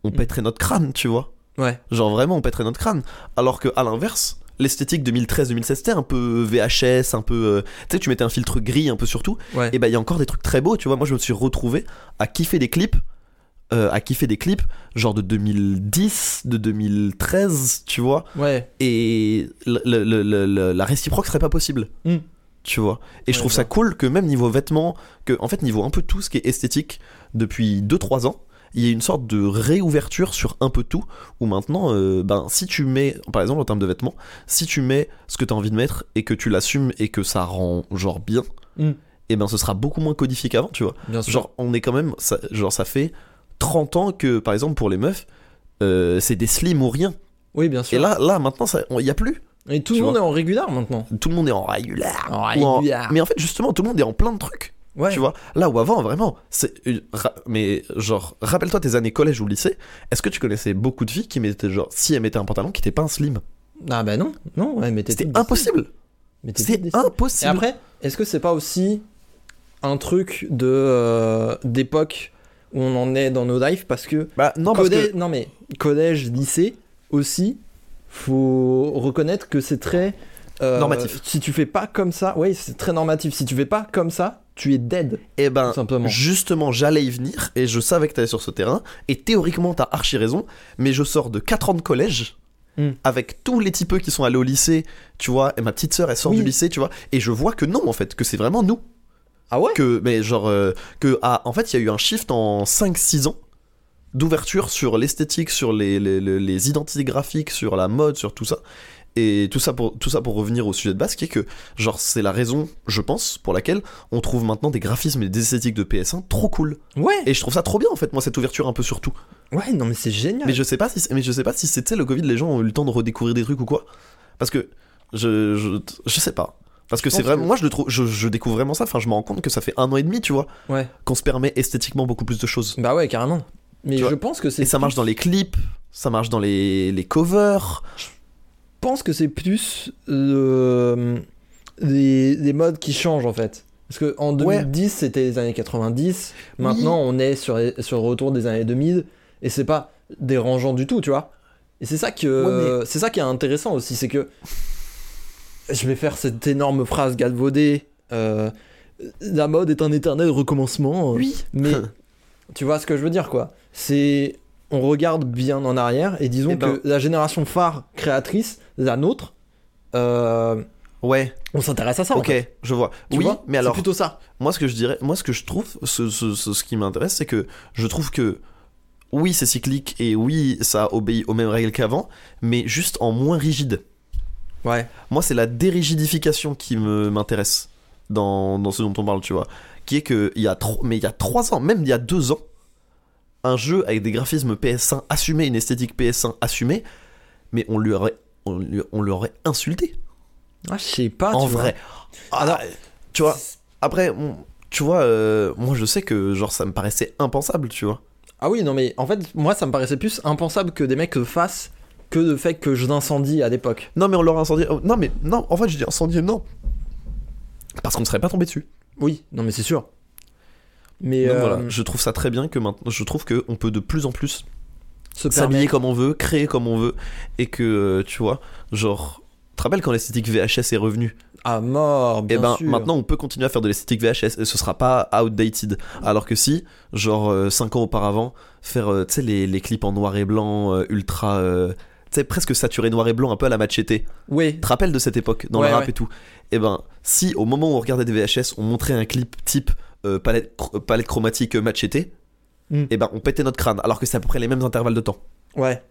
[SPEAKER 2] on
[SPEAKER 1] Mm.
[SPEAKER 2] pèterait notre crâne, tu vois.
[SPEAKER 1] Ouais.
[SPEAKER 2] Genre vraiment on pèterait notre crâne alors que à l'inverse L'esthétique 2013-2016, c'était un peu VHS, un peu. euh, tu sais, tu mettais un filtre gris un peu sur tout.
[SPEAKER 1] Ouais.
[SPEAKER 2] Et bah, il y a encore des trucs très beaux, tu vois. Moi, je me suis retrouvé à kiffer des clips, euh, à kiffer des clips, genre de 2010, de 2013, tu vois
[SPEAKER 1] Ouais.
[SPEAKER 2] et le- le- le- le- le- la réciproque serait pas possible.
[SPEAKER 1] Mm.
[SPEAKER 2] Tu vois. Et je
[SPEAKER 1] Ouais,
[SPEAKER 2] trouve
[SPEAKER 1] je
[SPEAKER 2] ça cool que même niveau vêtements, que en fait niveau un peu tout ce qui est esthétique depuis 2-3 ans, il y a une sorte de réouverture sur un peu tout où maintenant euh, ben si tu mets par exemple en termes de vêtements, si tu mets ce que tu as envie de mettre et que tu l'assumes et que ça rend genre bien,
[SPEAKER 1] Mm.
[SPEAKER 2] et ben ce sera beaucoup moins codifié qu'avant, tu vois.
[SPEAKER 1] Bien sûr.
[SPEAKER 2] Genre, on est quand même. Ça, genre, ça fait 30 ans que, par exemple, pour les meufs, euh, c'est des slims ou rien.
[SPEAKER 1] oui, bien
[SPEAKER 2] Et
[SPEAKER 1] sûr. Et,
[SPEAKER 2] là, là maintenant, il n'y a plus.
[SPEAKER 1] tout le
[SPEAKER 2] tu
[SPEAKER 1] monde est en régular maintenant.
[SPEAKER 2] Tout le monde est en régular.
[SPEAKER 1] En
[SPEAKER 2] Ou en-
[SPEAKER 1] régular.
[SPEAKER 2] Mais en fait, justement, tout le monde est en plein de trucs.
[SPEAKER 1] Ah. Ouais.
[SPEAKER 2] Tu vois, là où avant, vraiment, c'est. une- ra- Mais genre, rappelle-toi tes années collège ou lycée, est-ce que tu connaissais beaucoup de filles qui mettaient, genre, si elles mettaient un pantalon qui n'était pas un slim
[SPEAKER 1] Ah bah non. Non, ouais, mais t'es
[SPEAKER 2] C'était
[SPEAKER 1] toutes des
[SPEAKER 2] impossible
[SPEAKER 1] cibles. Mais t'es toutes des
[SPEAKER 2] C'est
[SPEAKER 1] cibles. Et
[SPEAKER 2] impossible
[SPEAKER 1] après, est-ce que c'est pas aussi un truc de euh, d'époque où on en est dans nos lives parce que
[SPEAKER 2] Bah, non, parce
[SPEAKER 1] collège,
[SPEAKER 2] que.
[SPEAKER 1] non mais collège, lycée aussi, faut reconnaître que c'est très euh,
[SPEAKER 2] Normatif.
[SPEAKER 1] Si tu fais pas comme ça, ouais, c'est très normatif. Si tu fais pas comme ça, tu es dead,
[SPEAKER 2] Eh ben,
[SPEAKER 1] tout simplement.
[SPEAKER 2] Justement, j'allais y venir et je savais que t'allais sur ce terrain. Et théoriquement, t'as archi raison. Mais je sors de 4 ans de collège
[SPEAKER 1] Mm.
[SPEAKER 2] avec tous les typeux qui sont allés au lycée, tu vois. Et ma petite sœur, elle sort
[SPEAKER 1] Oui.
[SPEAKER 2] du lycée, tu vois. Et je vois que non, en fait, que c'est vraiment nous.
[SPEAKER 1] Ah ouais
[SPEAKER 2] Que, mais genre, euh, que, ah, en fait, il y a eu un shift en 5-6 ans d'ouverture sur l'esthétique, sur les, les, les- les identités graphiques, sur la mode, sur tout ça. Et tout ça, pour, tout ça pour revenir au sujet de base, qui est que, genre, c'est la raison, je pense, pour laquelle on trouve maintenant des graphismes et des esthétiques de PS1 trop cool.
[SPEAKER 1] Ouais,
[SPEAKER 2] Et je trouve ça trop bien, en fait, moi, cette ouverture un peu sur tout.
[SPEAKER 1] ouais, non mais c'est génial.
[SPEAKER 2] Mais je sais pas si, c'est- mais je sais pas si c'est, tu sais, le Covid, les gens ont eu le temps de redécouvrir des trucs ou quoi. Parce que, je, je, je sais pas. Parce que
[SPEAKER 1] Je
[SPEAKER 2] c'est
[SPEAKER 1] pense
[SPEAKER 2] vraiment,
[SPEAKER 1] que-
[SPEAKER 2] moi, je le trouve, je, je découvre vraiment ça. Enfin, je me rends compte que ça fait un an et demi, tu vois,
[SPEAKER 1] Ouais.
[SPEAKER 2] qu'on se permet esthétiquement beaucoup plus de choses.
[SPEAKER 1] Bah ouais, carrément. Mais
[SPEAKER 2] Tu
[SPEAKER 1] je
[SPEAKER 2] vois,
[SPEAKER 1] pense que c'est.
[SPEAKER 2] Et ça marche dans les clips, ça marche dans les, les covers.
[SPEAKER 1] Je pense que c'est plus euh, les, les modes qui changent en fait. Parce que en
[SPEAKER 2] Ouais.
[SPEAKER 1] 2010 c'était les années 90, maintenant on est sur, les- sur le retour des années 2000 et c'est pas dérangeant du tout, tu vois. Et c'est ça que
[SPEAKER 2] Ouais,
[SPEAKER 1] c'est ça qui est intéressant aussi, c'est que je vais faire cette énorme phrase galvaudée. euh, la mode est un éternel recommencement. euh,
[SPEAKER 2] Oui.
[SPEAKER 1] mais tu vois ce que je veux dire, quoi. C'est. On regarde bien en arrière et disons
[SPEAKER 2] Eh ben.
[SPEAKER 1] que la génération phare créatrice, la nôtre, euh,
[SPEAKER 2] Ouais,
[SPEAKER 1] on s'intéresse à ça. en
[SPEAKER 2] ok,
[SPEAKER 1] fait.
[SPEAKER 2] je vois.
[SPEAKER 1] Tu
[SPEAKER 2] oui,
[SPEAKER 1] vois
[SPEAKER 2] mais alors,
[SPEAKER 1] C'est plutôt ça.
[SPEAKER 2] moi ce que je dirais, moi ce que je trouve, ce, ce- ce- ce qui m'intéresse, c'est que je trouve que oui, c'est cyclique et oui, ça obéit aux mêmes règles qu'avant, mais juste en moins rigide.
[SPEAKER 1] Ouais.
[SPEAKER 2] Moi, c'est la dérigidification qui me m'intéresse dans, dans ce dont on parle, tu vois. Qui est que il y a tro- mais il y a trois ans, même il y a deux ans, un jeu avec des graphismes PS1 assumés, une esthétique PS1 assumée, mais on lui aurait on lui- on l'aurait insulté
[SPEAKER 1] Ah, je sais pas.
[SPEAKER 2] en
[SPEAKER 1] tu vois.
[SPEAKER 2] vrai. Ah,
[SPEAKER 1] Alors-
[SPEAKER 2] tu vois. Après, on- tu vois, euh, moi je sais que genre ça me paraissait impensable, tu vois.
[SPEAKER 1] Ah oui, non, mais en fait, moi, ça me paraissait plus impensable que des mecs le fassent que le fait que je l'incendie à l'époque.
[SPEAKER 2] Non, mais on l'aurait incendié. oh, non, mais non, en fait, je dis incendié, non. Parce qu'on ne serait pas tombé dessus.
[SPEAKER 1] Oui, non, mais c'est sûr. Mais
[SPEAKER 2] Donc
[SPEAKER 1] euh,
[SPEAKER 2] voilà, je trouve ça très bien que maintenant, je trouve qu'on peut de plus en plus
[SPEAKER 1] se
[SPEAKER 2] s'habiller
[SPEAKER 1] permettre-
[SPEAKER 2] comme on veut, créer comme on veut, et que, euh, tu vois, genre. Tu te rappelles quand l'esthétique VHS est revenue
[SPEAKER 1] à mort, bien
[SPEAKER 2] Et ben
[SPEAKER 1] sûr.
[SPEAKER 2] maintenant on peut continuer à faire de l'esthétique VHS et ce sera pas outdated. Alors que si, genre 5 ans auparavant, faire euh, tu sais les, les clips en noir et blanc euh, ultra euh, tu sais presque saturé noir et blanc un peu à la machete.
[SPEAKER 1] Oui,
[SPEAKER 2] Tu te rappelles de cette époque dans
[SPEAKER 1] Ouais,
[SPEAKER 2] le rap
[SPEAKER 1] ouais.
[SPEAKER 2] et tout Et ben si au moment où on regardait des VHS, on montrait un clip type euh, palette chr- palette chromatique euh, machete,
[SPEAKER 1] Mm.
[SPEAKER 2] et ben on pétait notre crâne alors que c'est à peu près les mêmes intervalles de temps.
[SPEAKER 1] Ouais.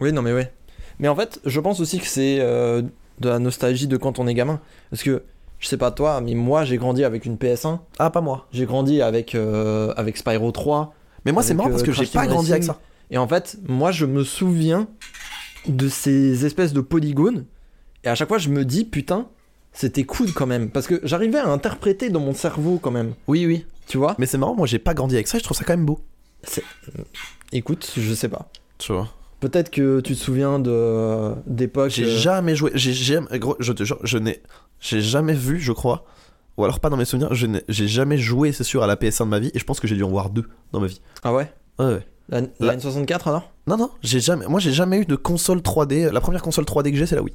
[SPEAKER 1] Oui, non, mais ouais. Mais en fait, je pense aussi que c'est euh, de la nostalgie de quand on est gamin. Parce que, je sais pas toi, mais moi, j'ai grandi avec une PS1.
[SPEAKER 2] Ah pas moi.
[SPEAKER 1] J'ai grandi avec, euh, avec Spyro 3.
[SPEAKER 2] Mais moi c'est
[SPEAKER 1] Avec,
[SPEAKER 2] marrant parce
[SPEAKER 1] euh,
[SPEAKER 2] que j'ai
[SPEAKER 1] Crash
[SPEAKER 2] pas
[SPEAKER 1] Team
[SPEAKER 2] grandi avec
[SPEAKER 1] Racing.
[SPEAKER 2] ça.
[SPEAKER 1] Et en fait, moi, je me souviens de ces espèces de polygones. Et à chaque fois, je me dis, putain, c'était cool quand même. Parce que j'arrivais à interpréter dans mon cerveau quand même.
[SPEAKER 2] Oui oui.
[SPEAKER 1] Tu vois
[SPEAKER 2] Mais c'est marrant, moi j'ai pas grandi avec ça, et je trouve ça quand même beau.
[SPEAKER 1] Écoute, je sais pas.
[SPEAKER 2] Tu vois.
[SPEAKER 1] Peut-être que tu te souviens de d'époque.
[SPEAKER 2] J'ai
[SPEAKER 1] euh,
[SPEAKER 2] jamais joué. J'ai jamais. Gros, je te jure, je n'ai. J'ai jamais vu, je crois. Ou alors pas dans mes souvenirs. Je n'ai- j'ai jamais joué, c'est sûr, à la PS1 de ma vie. Et je pense que j'ai dû en voir deux dans ma vie.
[SPEAKER 1] Ah ouais
[SPEAKER 2] Ouais, ouais.
[SPEAKER 1] La, la
[SPEAKER 2] La-
[SPEAKER 1] N64 alors
[SPEAKER 2] Non, non, j'ai jamais. Moi, j'ai jamais eu de console 3D. La première console 3D que j'ai, c'est la Wii.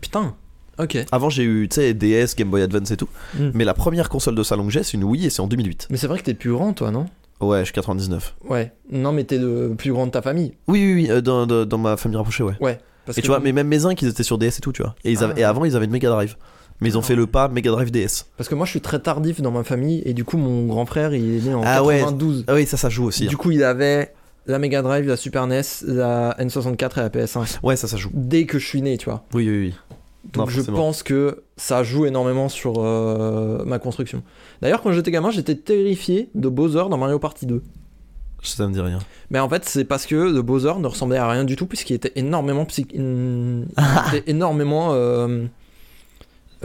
[SPEAKER 1] Putain. Ok.
[SPEAKER 2] Avant, j'ai eu, tu sais, DS, Game Boy Advance et tout.
[SPEAKER 1] Mm.
[SPEAKER 2] Mais la première console de salon que j'ai, c'est une Wii et c'est en 2008.
[SPEAKER 1] Mais c'est vrai que t'es plus grand, toi, non
[SPEAKER 2] Ouais, je suis 99.
[SPEAKER 1] Ouais. Non, mais t'es le plus grand de ta famille.
[SPEAKER 2] Oui, oui, oui, euh, dans, dans- dans ma famille rapprochée, ouais.
[SPEAKER 1] Parce
[SPEAKER 2] Et
[SPEAKER 1] que
[SPEAKER 2] tu vois, mais même mes uns qui étaient sur DS et tout, tu vois. Et, ils avaient-
[SPEAKER 1] Ah.
[SPEAKER 2] et avant, ils avaient une Mega Drive. Mais ils ont
[SPEAKER 1] Ah
[SPEAKER 2] fait le pas Mega Drive DS.
[SPEAKER 1] Parce que moi, je suis très tardif dans ma famille, et du coup, mon grand frère, il est né en
[SPEAKER 2] Ah ouais.
[SPEAKER 1] 92.
[SPEAKER 2] Ah oui, ça, ça joue aussi. hein.
[SPEAKER 1] Du coup, il avait la Mega Drive, la Super NES, la N64 et la PS1.
[SPEAKER 2] hein. Ouais, ça, ça joue.
[SPEAKER 1] Dès que je suis né, tu vois.
[SPEAKER 2] Oui, oui, oui.
[SPEAKER 1] Donc
[SPEAKER 2] Non,
[SPEAKER 1] je
[SPEAKER 2] forcément.
[SPEAKER 1] pense que ça joue énormément sur euh, ma construction. D'ailleurs, quand j'étais gamin, j'étais terrifié de Bowser dans Mario Party 2.
[SPEAKER 2] Ça me dit rien.
[SPEAKER 1] Mais en fait, c'est parce que le Bowser ne ressemblait à rien du tout, puisqu'il était énormément psy- hum, il était énormément euh,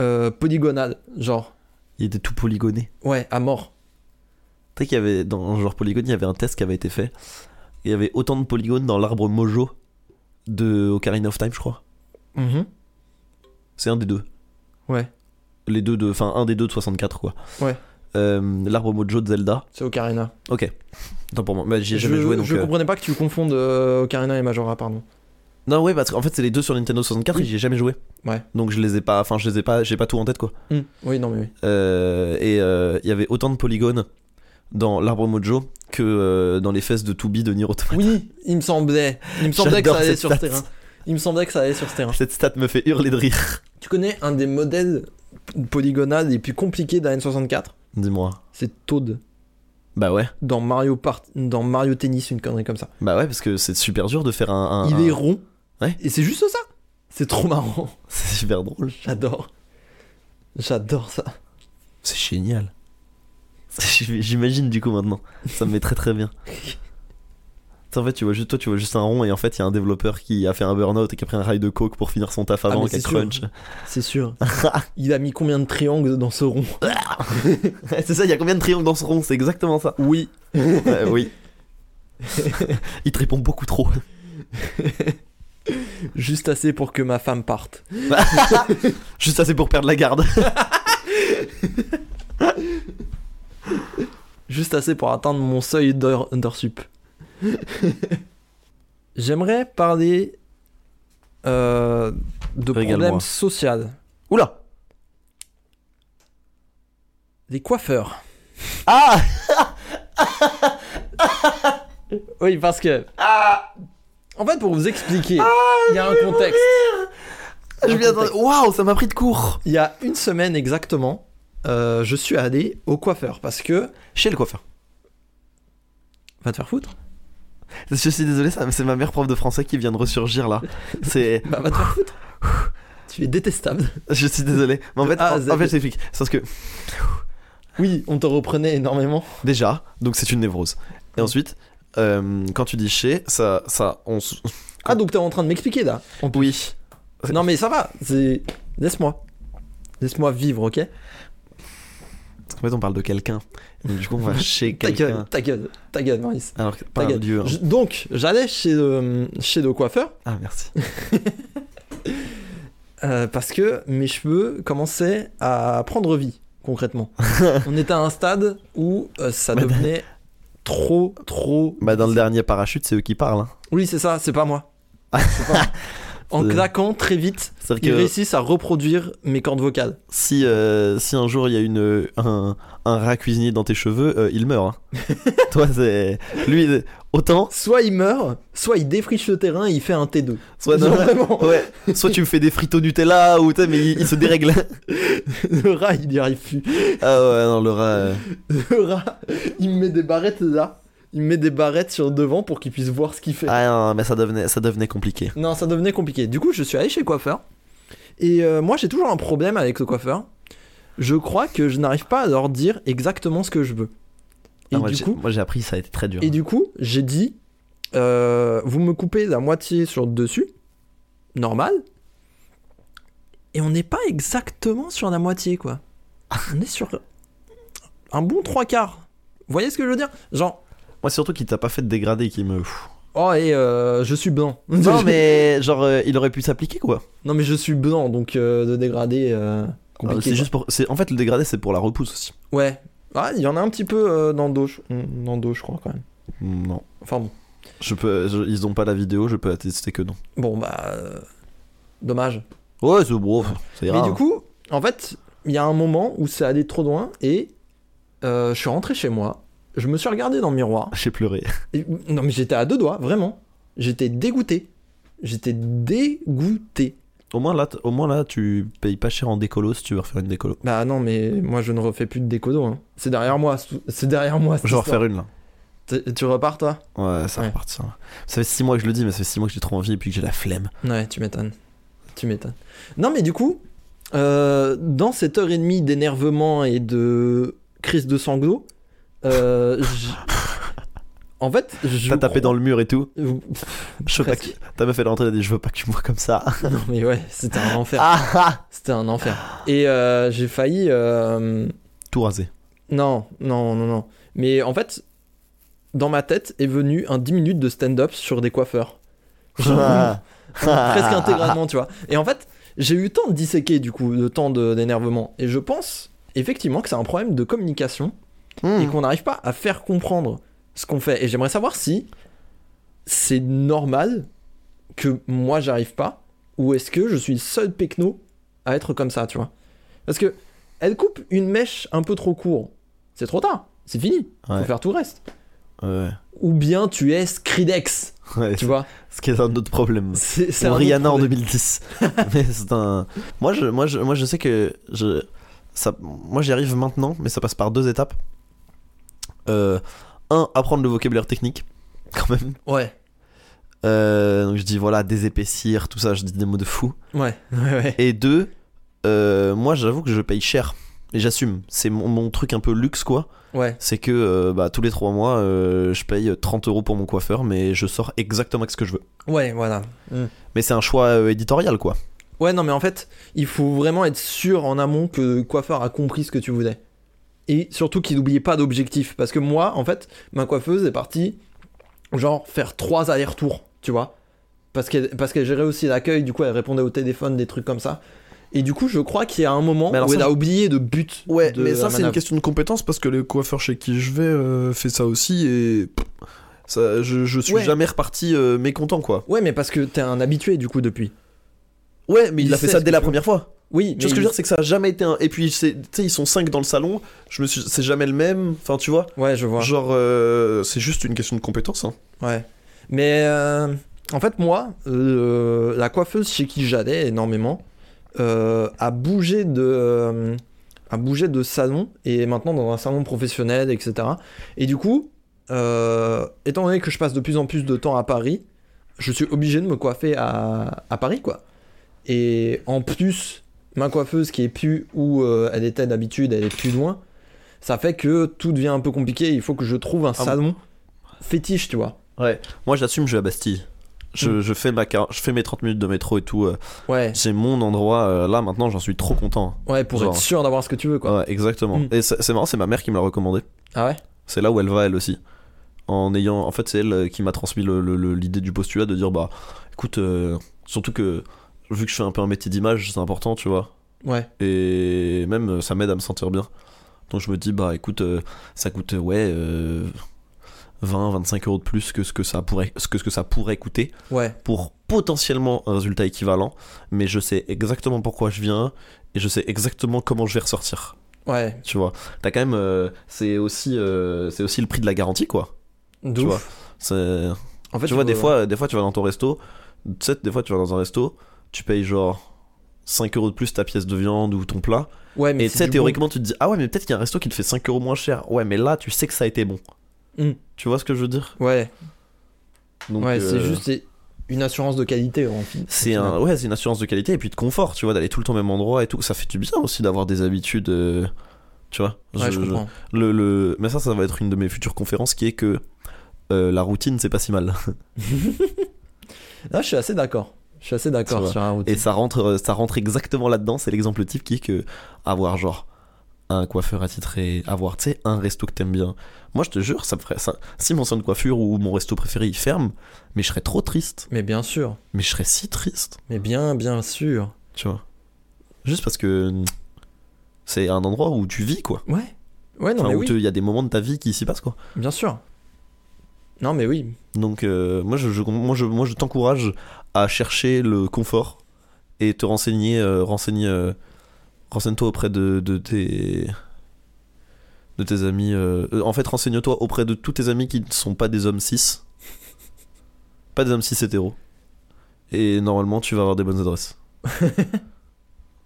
[SPEAKER 1] euh, polygonal, genre.
[SPEAKER 2] Il était tout polygoné.
[SPEAKER 1] Ouais, à mort.
[SPEAKER 2] Tu sais qu'il y avait, dans genre polygone, il y avait un test qui avait été fait. Il y avait autant de polygones dans l'arbre Mojo de Ocarina of Time, je crois.
[SPEAKER 1] Mhm.
[SPEAKER 2] C'est un des deux.
[SPEAKER 1] Ouais.
[SPEAKER 2] Les deux de. Enfin, un des deux de 64, quoi.
[SPEAKER 1] Ouais.
[SPEAKER 2] euh, l'arbre mojo de Zelda.
[SPEAKER 1] C'est Ocarina.
[SPEAKER 2] Ok. Tant pour moi. Bah, j'y ai jamais
[SPEAKER 1] je
[SPEAKER 2] joué donc.
[SPEAKER 1] je
[SPEAKER 2] euh,
[SPEAKER 1] comprenais pas que tu confondes euh, Ocarina et Majora, pardon.
[SPEAKER 2] Non, ouais, parce qu'en fait, c'est les deux sur Nintendo 64 et j'y ai jamais joué.
[SPEAKER 1] Ouais.
[SPEAKER 2] Donc je les ai pas. Enfin, je les ai pas. J'ai pas tout en tête quoi.
[SPEAKER 1] Hmm, Oui, non, mais oui.
[SPEAKER 2] Euh, et euh, il y avait autant de polygones dans l'arbre mojo que euh, dans les fesses de Toubi de Nier Automata.
[SPEAKER 1] Oui, il me semblait. Il me semblait que
[SPEAKER 2] J'adore
[SPEAKER 1] ça allait
[SPEAKER 2] cette
[SPEAKER 1] sur ce
[SPEAKER 2] stat.
[SPEAKER 1] terrain. Il me semblait que ça allait sur ce terrain.
[SPEAKER 2] Cette stat me fait hurler de rire.
[SPEAKER 1] Tu connais un des modèles polygonal les plus compliqués d'un N64
[SPEAKER 2] Dis-moi.
[SPEAKER 1] C'est Toad.
[SPEAKER 2] Bah ouais.
[SPEAKER 1] Dans Mario, Part... dans Mario Tennis, une connerie comme ça.
[SPEAKER 2] Bah ouais, parce que c'est super dur de faire un. un-
[SPEAKER 1] Il
[SPEAKER 2] un-
[SPEAKER 1] est rond.
[SPEAKER 2] Ouais.
[SPEAKER 1] Et c'est juste ça. C'est trop marrant.
[SPEAKER 2] C'est super drôle.
[SPEAKER 1] J'adore. J'adore ça.
[SPEAKER 2] C'est génial. J'imagine du coup maintenant. Ça me met très très bien. En fait, tu vois juste, toi, tu vois juste un rond et en fait, il y a un développeur qui a fait un burn-out et qui a pris un rail de coke pour finir son taf avant,
[SPEAKER 1] Ah, mais
[SPEAKER 2] qui a
[SPEAKER 1] c'est sûr.
[SPEAKER 2] crunch.
[SPEAKER 1] C'est sûr. Il a mis combien de triangles dans ce rond
[SPEAKER 2] c'est ça, il y a combien de triangles dans ce rond C'est exactement ça.
[SPEAKER 1] Oui.
[SPEAKER 2] Ouais, oui. il te répond beaucoup trop.
[SPEAKER 1] Juste assez pour que ma femme parte.
[SPEAKER 2] Juste assez pour perdre la garde.
[SPEAKER 1] Juste assez pour atteindre mon seuil d'heure- d'heure-sup. J'aimerais parler euh, de
[SPEAKER 2] Régale-moi.
[SPEAKER 1] problèmes sociaux.
[SPEAKER 2] Oula
[SPEAKER 1] Les coiffeurs.
[SPEAKER 2] Ah
[SPEAKER 1] Oui, parce que.
[SPEAKER 2] Ah!
[SPEAKER 1] En fait, pour vous expliquer, il y a un contexte.
[SPEAKER 2] Je viens d'entendre- Waouh, ça m'a pris de court
[SPEAKER 1] Il y a une semaine exactement, euh, je suis allé au coiffeur parce que.
[SPEAKER 2] Chez le coiffeur.
[SPEAKER 1] Va te faire foutre
[SPEAKER 2] Je suis désolé, ça- c'est ma mère prof de français qui vient de ressurgir là. C'est.
[SPEAKER 1] Bah, va te faire foutre Tu es détestable.
[SPEAKER 2] Je suis désolé. Mais en fait,
[SPEAKER 1] Ah,
[SPEAKER 2] en, en
[SPEAKER 1] Zed.
[SPEAKER 2] fait, je t'explique. C'est parce que
[SPEAKER 1] Oui, on te reprenait énormément.
[SPEAKER 2] déjà, donc c'est une névrose. Et
[SPEAKER 1] Mm.
[SPEAKER 2] ensuite, euh, quand tu dis chez, ça, ça, on. s-
[SPEAKER 1] Ah, donc t'es en train de m'expliquer là
[SPEAKER 2] Oui.
[SPEAKER 1] Non, mais ça va, c'est. Laisse-moi. Laisse-moi vivre, ok
[SPEAKER 2] En fait, on parle de quelqu'un. Donc, du coup, on va chez
[SPEAKER 1] Ta gueule,
[SPEAKER 2] quelqu'un.
[SPEAKER 1] ta gueule, ta gueule, Maurice.
[SPEAKER 2] Alors, que- pas
[SPEAKER 1] Ta
[SPEAKER 2] un
[SPEAKER 1] gueule.
[SPEAKER 2] lieu. hein.
[SPEAKER 1] Je- donc, j'allais chez, euh, chez le coiffeur
[SPEAKER 2] Ah merci.
[SPEAKER 1] euh, parce que mes cheveux commençaient à prendre vie, concrètement. on était à un stade où euh, ça
[SPEAKER 2] Madame.
[SPEAKER 1] devenait trop, trop
[SPEAKER 2] Bah dans le dernier parachute, c'est eux qui parlent. hein.
[SPEAKER 1] Oui, c'est ça, c'est pas moi.
[SPEAKER 2] Ah,
[SPEAKER 1] C'est pas moi. en
[SPEAKER 2] C'est- euh,
[SPEAKER 1] claquant très vite,
[SPEAKER 2] C'est-à-dire
[SPEAKER 1] ils
[SPEAKER 2] que
[SPEAKER 1] réussissent à reproduire mes cordes vocales.
[SPEAKER 2] si euh, si un jour il y a une un, un rat cuisinier dans tes cheveux, euh, il meurt. hein. Toi c'est lui il- autant
[SPEAKER 1] Soit il meurt, soit il défriche le terrain et il fait un T2.
[SPEAKER 2] soit
[SPEAKER 1] Genre,
[SPEAKER 2] non,
[SPEAKER 1] vraiment,
[SPEAKER 2] ouais, soit tu me fais des frites au Nutella ou tu sais, mais il, il se dérègle.
[SPEAKER 1] le rat, il y arrive plus.
[SPEAKER 2] ah ouais non le rat. euh,
[SPEAKER 1] Le rat, il me met des barrettes là. Il me met des barrettes sur le devant pour qu'il puisse voir ce qu'il fait.
[SPEAKER 2] Ah non mais ça devenait ça devenait compliqué.
[SPEAKER 1] Non, ça devenait compliqué. Du coup, je suis allé chez le coiffeur. Et euh, moi, j'ai toujours un problème avec le coiffeur. Je crois que je n'arrive pas à leur dire exactement ce que je veux. Et
[SPEAKER 2] Ah, moi,
[SPEAKER 1] du
[SPEAKER 2] j'ai-
[SPEAKER 1] coup,
[SPEAKER 2] moi j'ai appris ça a été très dur.
[SPEAKER 1] Et du coup, j'ai dit, euh, vous me coupez la moitié sur le dessus, normal. Et on n'est pas exactement sur la moitié, quoi. On est sur un bon trois quarts. Vous voyez ce que je veux dire Genre,
[SPEAKER 2] Moi surtout qu'il t'a pas fait de dégradé qui me.
[SPEAKER 1] oh, et euh, je suis blanc.
[SPEAKER 2] non mais genre euh, il aurait pu s'appliquer quoi.
[SPEAKER 1] Non, mais je suis blanc, donc euh, de dégrader, euh,
[SPEAKER 2] Euh,
[SPEAKER 1] compliqué.
[SPEAKER 2] C'est juste pour c'est en fait le dégradé c'est pour la repousse aussi.
[SPEAKER 1] quoi. Ouais. Ah, il y en a un petit peu euh, dans le dos, je- dans le dos, je crois, quand même.
[SPEAKER 2] Non.
[SPEAKER 1] Enfin bon.
[SPEAKER 2] Je peux, je- ils ont pas la vidéo, je peux attester que non.
[SPEAKER 1] Bon, bah... euh, dommage.
[SPEAKER 2] Ouais, c'est bon, ça ira.
[SPEAKER 1] Mais du coup, en fait, il y a un moment où c'est allé trop loin et euh, je suis rentré chez moi. Je me suis regardé dans le miroir.
[SPEAKER 2] j'ai pleuré.
[SPEAKER 1] Et- non, mais j'étais à deux doigts, vraiment. J'étais dégoûté. J'étais dégoûté.
[SPEAKER 2] Au moins là, t- au moins là, tu payes pas cher en décolo si tu veux refaire une décolo.
[SPEAKER 1] Bah non, mais moi je ne refais plus de décodo. hein. C'est derrière moi. C'est derrière moi. cette
[SPEAKER 2] Je vais
[SPEAKER 1] histoire.
[SPEAKER 2] refaire une là.
[SPEAKER 1] Tu- Tu repars toi
[SPEAKER 2] Ouais, ça
[SPEAKER 1] Ouais.
[SPEAKER 2] repart ça. Ça fait 6 mois que je le dis, mais ça fait 6 mois que j'ai trop envie et puis que j'ai la flemme.
[SPEAKER 1] Ouais, tu m'étonnes. Tu m'étonnes. Non, mais du coup, euh, dans cette heure et demie d'énervement et de crise de sanglots, euh, j'- en fait, je.
[SPEAKER 2] T'as tapé dans le mur et tout.
[SPEAKER 1] Euh,
[SPEAKER 2] Je veux pas que...
[SPEAKER 1] Presque.
[SPEAKER 2] Ta meuf elle est rentrée, elle a dit je veux pas que tu me vois comme ça.
[SPEAKER 1] Non, mais ouais, c'était un enfer.
[SPEAKER 2] Ah ah
[SPEAKER 1] C'était un enfer. Et euh, j'ai failli. euh,
[SPEAKER 2] Tout rasé.
[SPEAKER 1] Non, non, non, non. Mais en fait, dans ma tête est venu un 10 minutes de stand-up sur des coiffeurs. Genre, presque intégralement, tu vois. Et en fait, j'ai eu le temps de disséquer, du coup, le temps de- d'énervement. Et je pense effectivement que c'est un problème de communication
[SPEAKER 2] Hmm.
[SPEAKER 1] et qu'on n'arrive pas à faire comprendre ce qu'on fait. Et j'aimerais savoir si c'est normal que moi j'arrive pas, ou est-ce que je suis le seul pecno à être comme ça, tu vois. Parce que elle coupe une mèche un peu trop court, c'est trop tard, c'est fini,
[SPEAKER 2] Ouais.
[SPEAKER 1] faut faire tout le reste. Ah.
[SPEAKER 2] Ouais.
[SPEAKER 1] Ou bien tu es Scridex,
[SPEAKER 2] Ouais,
[SPEAKER 1] tu vois.
[SPEAKER 2] ce qui est un autre problème.
[SPEAKER 1] C'est c'est
[SPEAKER 2] Pour
[SPEAKER 1] un autre
[SPEAKER 2] Rihanna en
[SPEAKER 1] problème.
[SPEAKER 2] 2010. mais c'est un. Moi je, moi, je, moi, je sais que. Je, ça, moi, j'y arrive maintenant, mais ça passe par deux étapes. Euh, un, apprendre le vocabulaire technique, quand même.
[SPEAKER 1] Ouais,
[SPEAKER 2] Euh, donc, je dis voilà, désépaissir, tout ça, je dis des mots de fou.
[SPEAKER 1] ouais, ouais, ouais.
[SPEAKER 2] Et deux, euh, moi, j'avoue que je paye cher. Et j'assume. C'est mon, mon truc un peu luxe, quoi.
[SPEAKER 1] ouais.
[SPEAKER 2] C'est que euh, bah, tous les trois mois, euh, je paye 30 euros pour mon coiffeur, mais je sors exactement avec ce que je veux.
[SPEAKER 1] Ouais, voilà.
[SPEAKER 2] Mais c'est un choix euh, éditorial, quoi.
[SPEAKER 1] Ouais, non, mais en fait, il faut vraiment être sûr en amont que le coiffeur a compris ce que tu voulais. Et surtout qu'il n'oubliait pas d'objectif. Parce que moi, en fait, ma coiffeuse est partie, genre, faire trois allers-retours, tu vois. Parce qu'elle parce qu'elle gérait aussi l'accueil, du coup, elle répondait au téléphone, des trucs comme ça. Et du coup, je crois qu'il y a un moment
[SPEAKER 2] Mais alors
[SPEAKER 1] où
[SPEAKER 2] ça,
[SPEAKER 1] elle a oublié de but.
[SPEAKER 2] Ouais,
[SPEAKER 1] de
[SPEAKER 4] Mais
[SPEAKER 1] la
[SPEAKER 4] ça, c'est une
[SPEAKER 1] manœuvre.
[SPEAKER 4] question de compétence parce que le coiffeur chez qui je vais euh, fait ça aussi et pff, ça, je, je suis
[SPEAKER 1] Ouais.
[SPEAKER 4] jamais reparti euh, mécontent quoi.
[SPEAKER 1] Ouais, mais parce que t'es un habitué, du coup, depuis.
[SPEAKER 2] Ouais, mais il,
[SPEAKER 1] Il
[SPEAKER 2] a fait
[SPEAKER 1] sait
[SPEAKER 2] ça
[SPEAKER 1] ce
[SPEAKER 2] dès
[SPEAKER 1] que
[SPEAKER 2] la
[SPEAKER 1] tu veux.
[SPEAKER 2] première fois.
[SPEAKER 1] Oui,
[SPEAKER 2] Tu vois ce que je veux dire, c'est que ça a jamais été un. Et puis, c'est- tu sais, ils sont cinq dans le salon, je me suis... c'est jamais le même. Enfin, tu vois,
[SPEAKER 1] Ouais, je vois.
[SPEAKER 4] Genre, euh, c'est juste une question de compétence. Hein.
[SPEAKER 1] Ouais. Mais euh, en fait, moi, euh, la coiffeuse chez qui j'allais énormément euh, a bougé de euh, a bougé de salon et est maintenant dans un salon professionnel, etc. Et du coup, euh, étant donné que je passe de plus en plus de temps à Paris, je suis obligé de me coiffer à, à Paris, quoi. Et en plus, ma coiffeuse qui est plus où euh, elle était d'habitude, elle est plus loin. Ça fait que tout devient un peu compliqué. Il faut que je trouve un
[SPEAKER 2] bon.
[SPEAKER 1] salon fétiche, tu vois.
[SPEAKER 2] moi j'assume, je vais à Bastille. Je, je fais ma quar- je fais mes 30 minutes de métro et tout. euh,
[SPEAKER 1] Ouais,
[SPEAKER 2] C'est mon endroit. euh, là, maintenant, j'en suis trop content.
[SPEAKER 1] ouais, pour
[SPEAKER 2] Genre.
[SPEAKER 1] être sûr d'avoir ce que tu veux, quoi.
[SPEAKER 2] Ouais, exactement.
[SPEAKER 1] Mm.
[SPEAKER 2] Et c'est c'est marrant, c'est ma mère qui me l'a recommandé.
[SPEAKER 1] Ah ouais
[SPEAKER 2] C'est là où elle va elle aussi. En ayant, en fait, c'est elle euh, qui m'a transmis le- le- le- l'idée du postulat de dire bah, écoute, euh, surtout que vu que je fais un peu un métier d'image, c'est important, tu vois.
[SPEAKER 1] Ouais,
[SPEAKER 2] Et même euh, ça m'aide à me sentir bien. Donc je me dis bah, écoute, euh, ça coûte euh, ouais. euh, 20, 25 euros de plus que ce que ça pourrait, ce que, ce que ça pourrait coûter
[SPEAKER 1] ouais,
[SPEAKER 2] pour potentiellement un résultat équivalent, mais je sais exactement pourquoi je viens et je sais exactement comment je vais ressortir.
[SPEAKER 1] ouais.
[SPEAKER 2] Tu vois, t'as quand même, euh, c'est aussi, euh, c'est aussi le prix de la garantie quoi.
[SPEAKER 1] De
[SPEAKER 2] Tu
[SPEAKER 1] ouf.
[SPEAKER 2] vois, C'est-
[SPEAKER 1] En fait, euh,
[SPEAKER 2] tu vois,
[SPEAKER 1] faut-
[SPEAKER 2] des fois, euh, des fois, tu vas dans ton resto, tu sais, des fois, tu vas dans un resto, tu payes genre 5 euros de plus ta pièce de viande ou ton plat,
[SPEAKER 1] Ouais, mais
[SPEAKER 2] et tu
[SPEAKER 1] c'est
[SPEAKER 2] sais,
[SPEAKER 1] du
[SPEAKER 2] théoriquement, tu te dis, ah ouais, mais peut-être qu'il y a un resto qui te fait 5 euros moins cher. Ouais, mais là, tu sais que ça a été bon.
[SPEAKER 1] Mm.
[SPEAKER 2] Tu vois ce que je veux dire
[SPEAKER 1] bon. Ouais,
[SPEAKER 2] Donc,
[SPEAKER 1] ouais,
[SPEAKER 2] euh,
[SPEAKER 1] c'est juste c'est une assurance de qualité. En fait.
[SPEAKER 2] C'est un, ouais, c'est une assurance de qualité et puis de confort, tu vois, d'aller tout le temps au même endroit et tout. Ça fait du bien aussi d'avoir des habitudes, euh, tu vois.
[SPEAKER 1] Ouais, je, comprends.
[SPEAKER 2] le, le- Mais ça, ça va être une de mes futures conférences qui est que euh, la routine, c'est pas si mal. Ah,
[SPEAKER 1] Là, je suis assez d'accord. Je suis assez
[SPEAKER 2] Tu
[SPEAKER 1] d'accord
[SPEAKER 2] vois.
[SPEAKER 1] sur la route.
[SPEAKER 2] Et ça rentre, euh, ça rentre exactement là-dedans. C'est l'exemple type qui est que avoir genre un coiffeur attitré, avoir tu sais un resto que t'aimes bien. Moi, je te jure, ça me ferait ça. Si mon salon de coiffure ou mon resto préféré il ferme, mais je serais trop triste.
[SPEAKER 1] Mais bien sûr,
[SPEAKER 2] Mais je serais si triste,
[SPEAKER 1] mais bien, bien sûr.
[SPEAKER 2] tu vois. Juste parce que mm, c'est un endroit où tu vis quoi.
[SPEAKER 1] Ouais, ouais, non,
[SPEAKER 2] Enfin,
[SPEAKER 1] mais
[SPEAKER 2] où
[SPEAKER 1] oui,
[SPEAKER 2] te- il y a des moments de ta vie qui s'y passent quoi.
[SPEAKER 1] bien sûr. Non, mais oui,
[SPEAKER 2] Donc euh, moi, je, je- moi, je, moi, je t'encourage à chercher le confort et te renseigner, euh, renseigne, euh, renseigne-toi auprès de, de tes de tes amis. euh, euh, en fait, renseigne-toi auprès de tous tes amis qui ne sont pas des hommes cis, pas des hommes cis hétéros. Et normalement, tu vas avoir des bonnes adresses.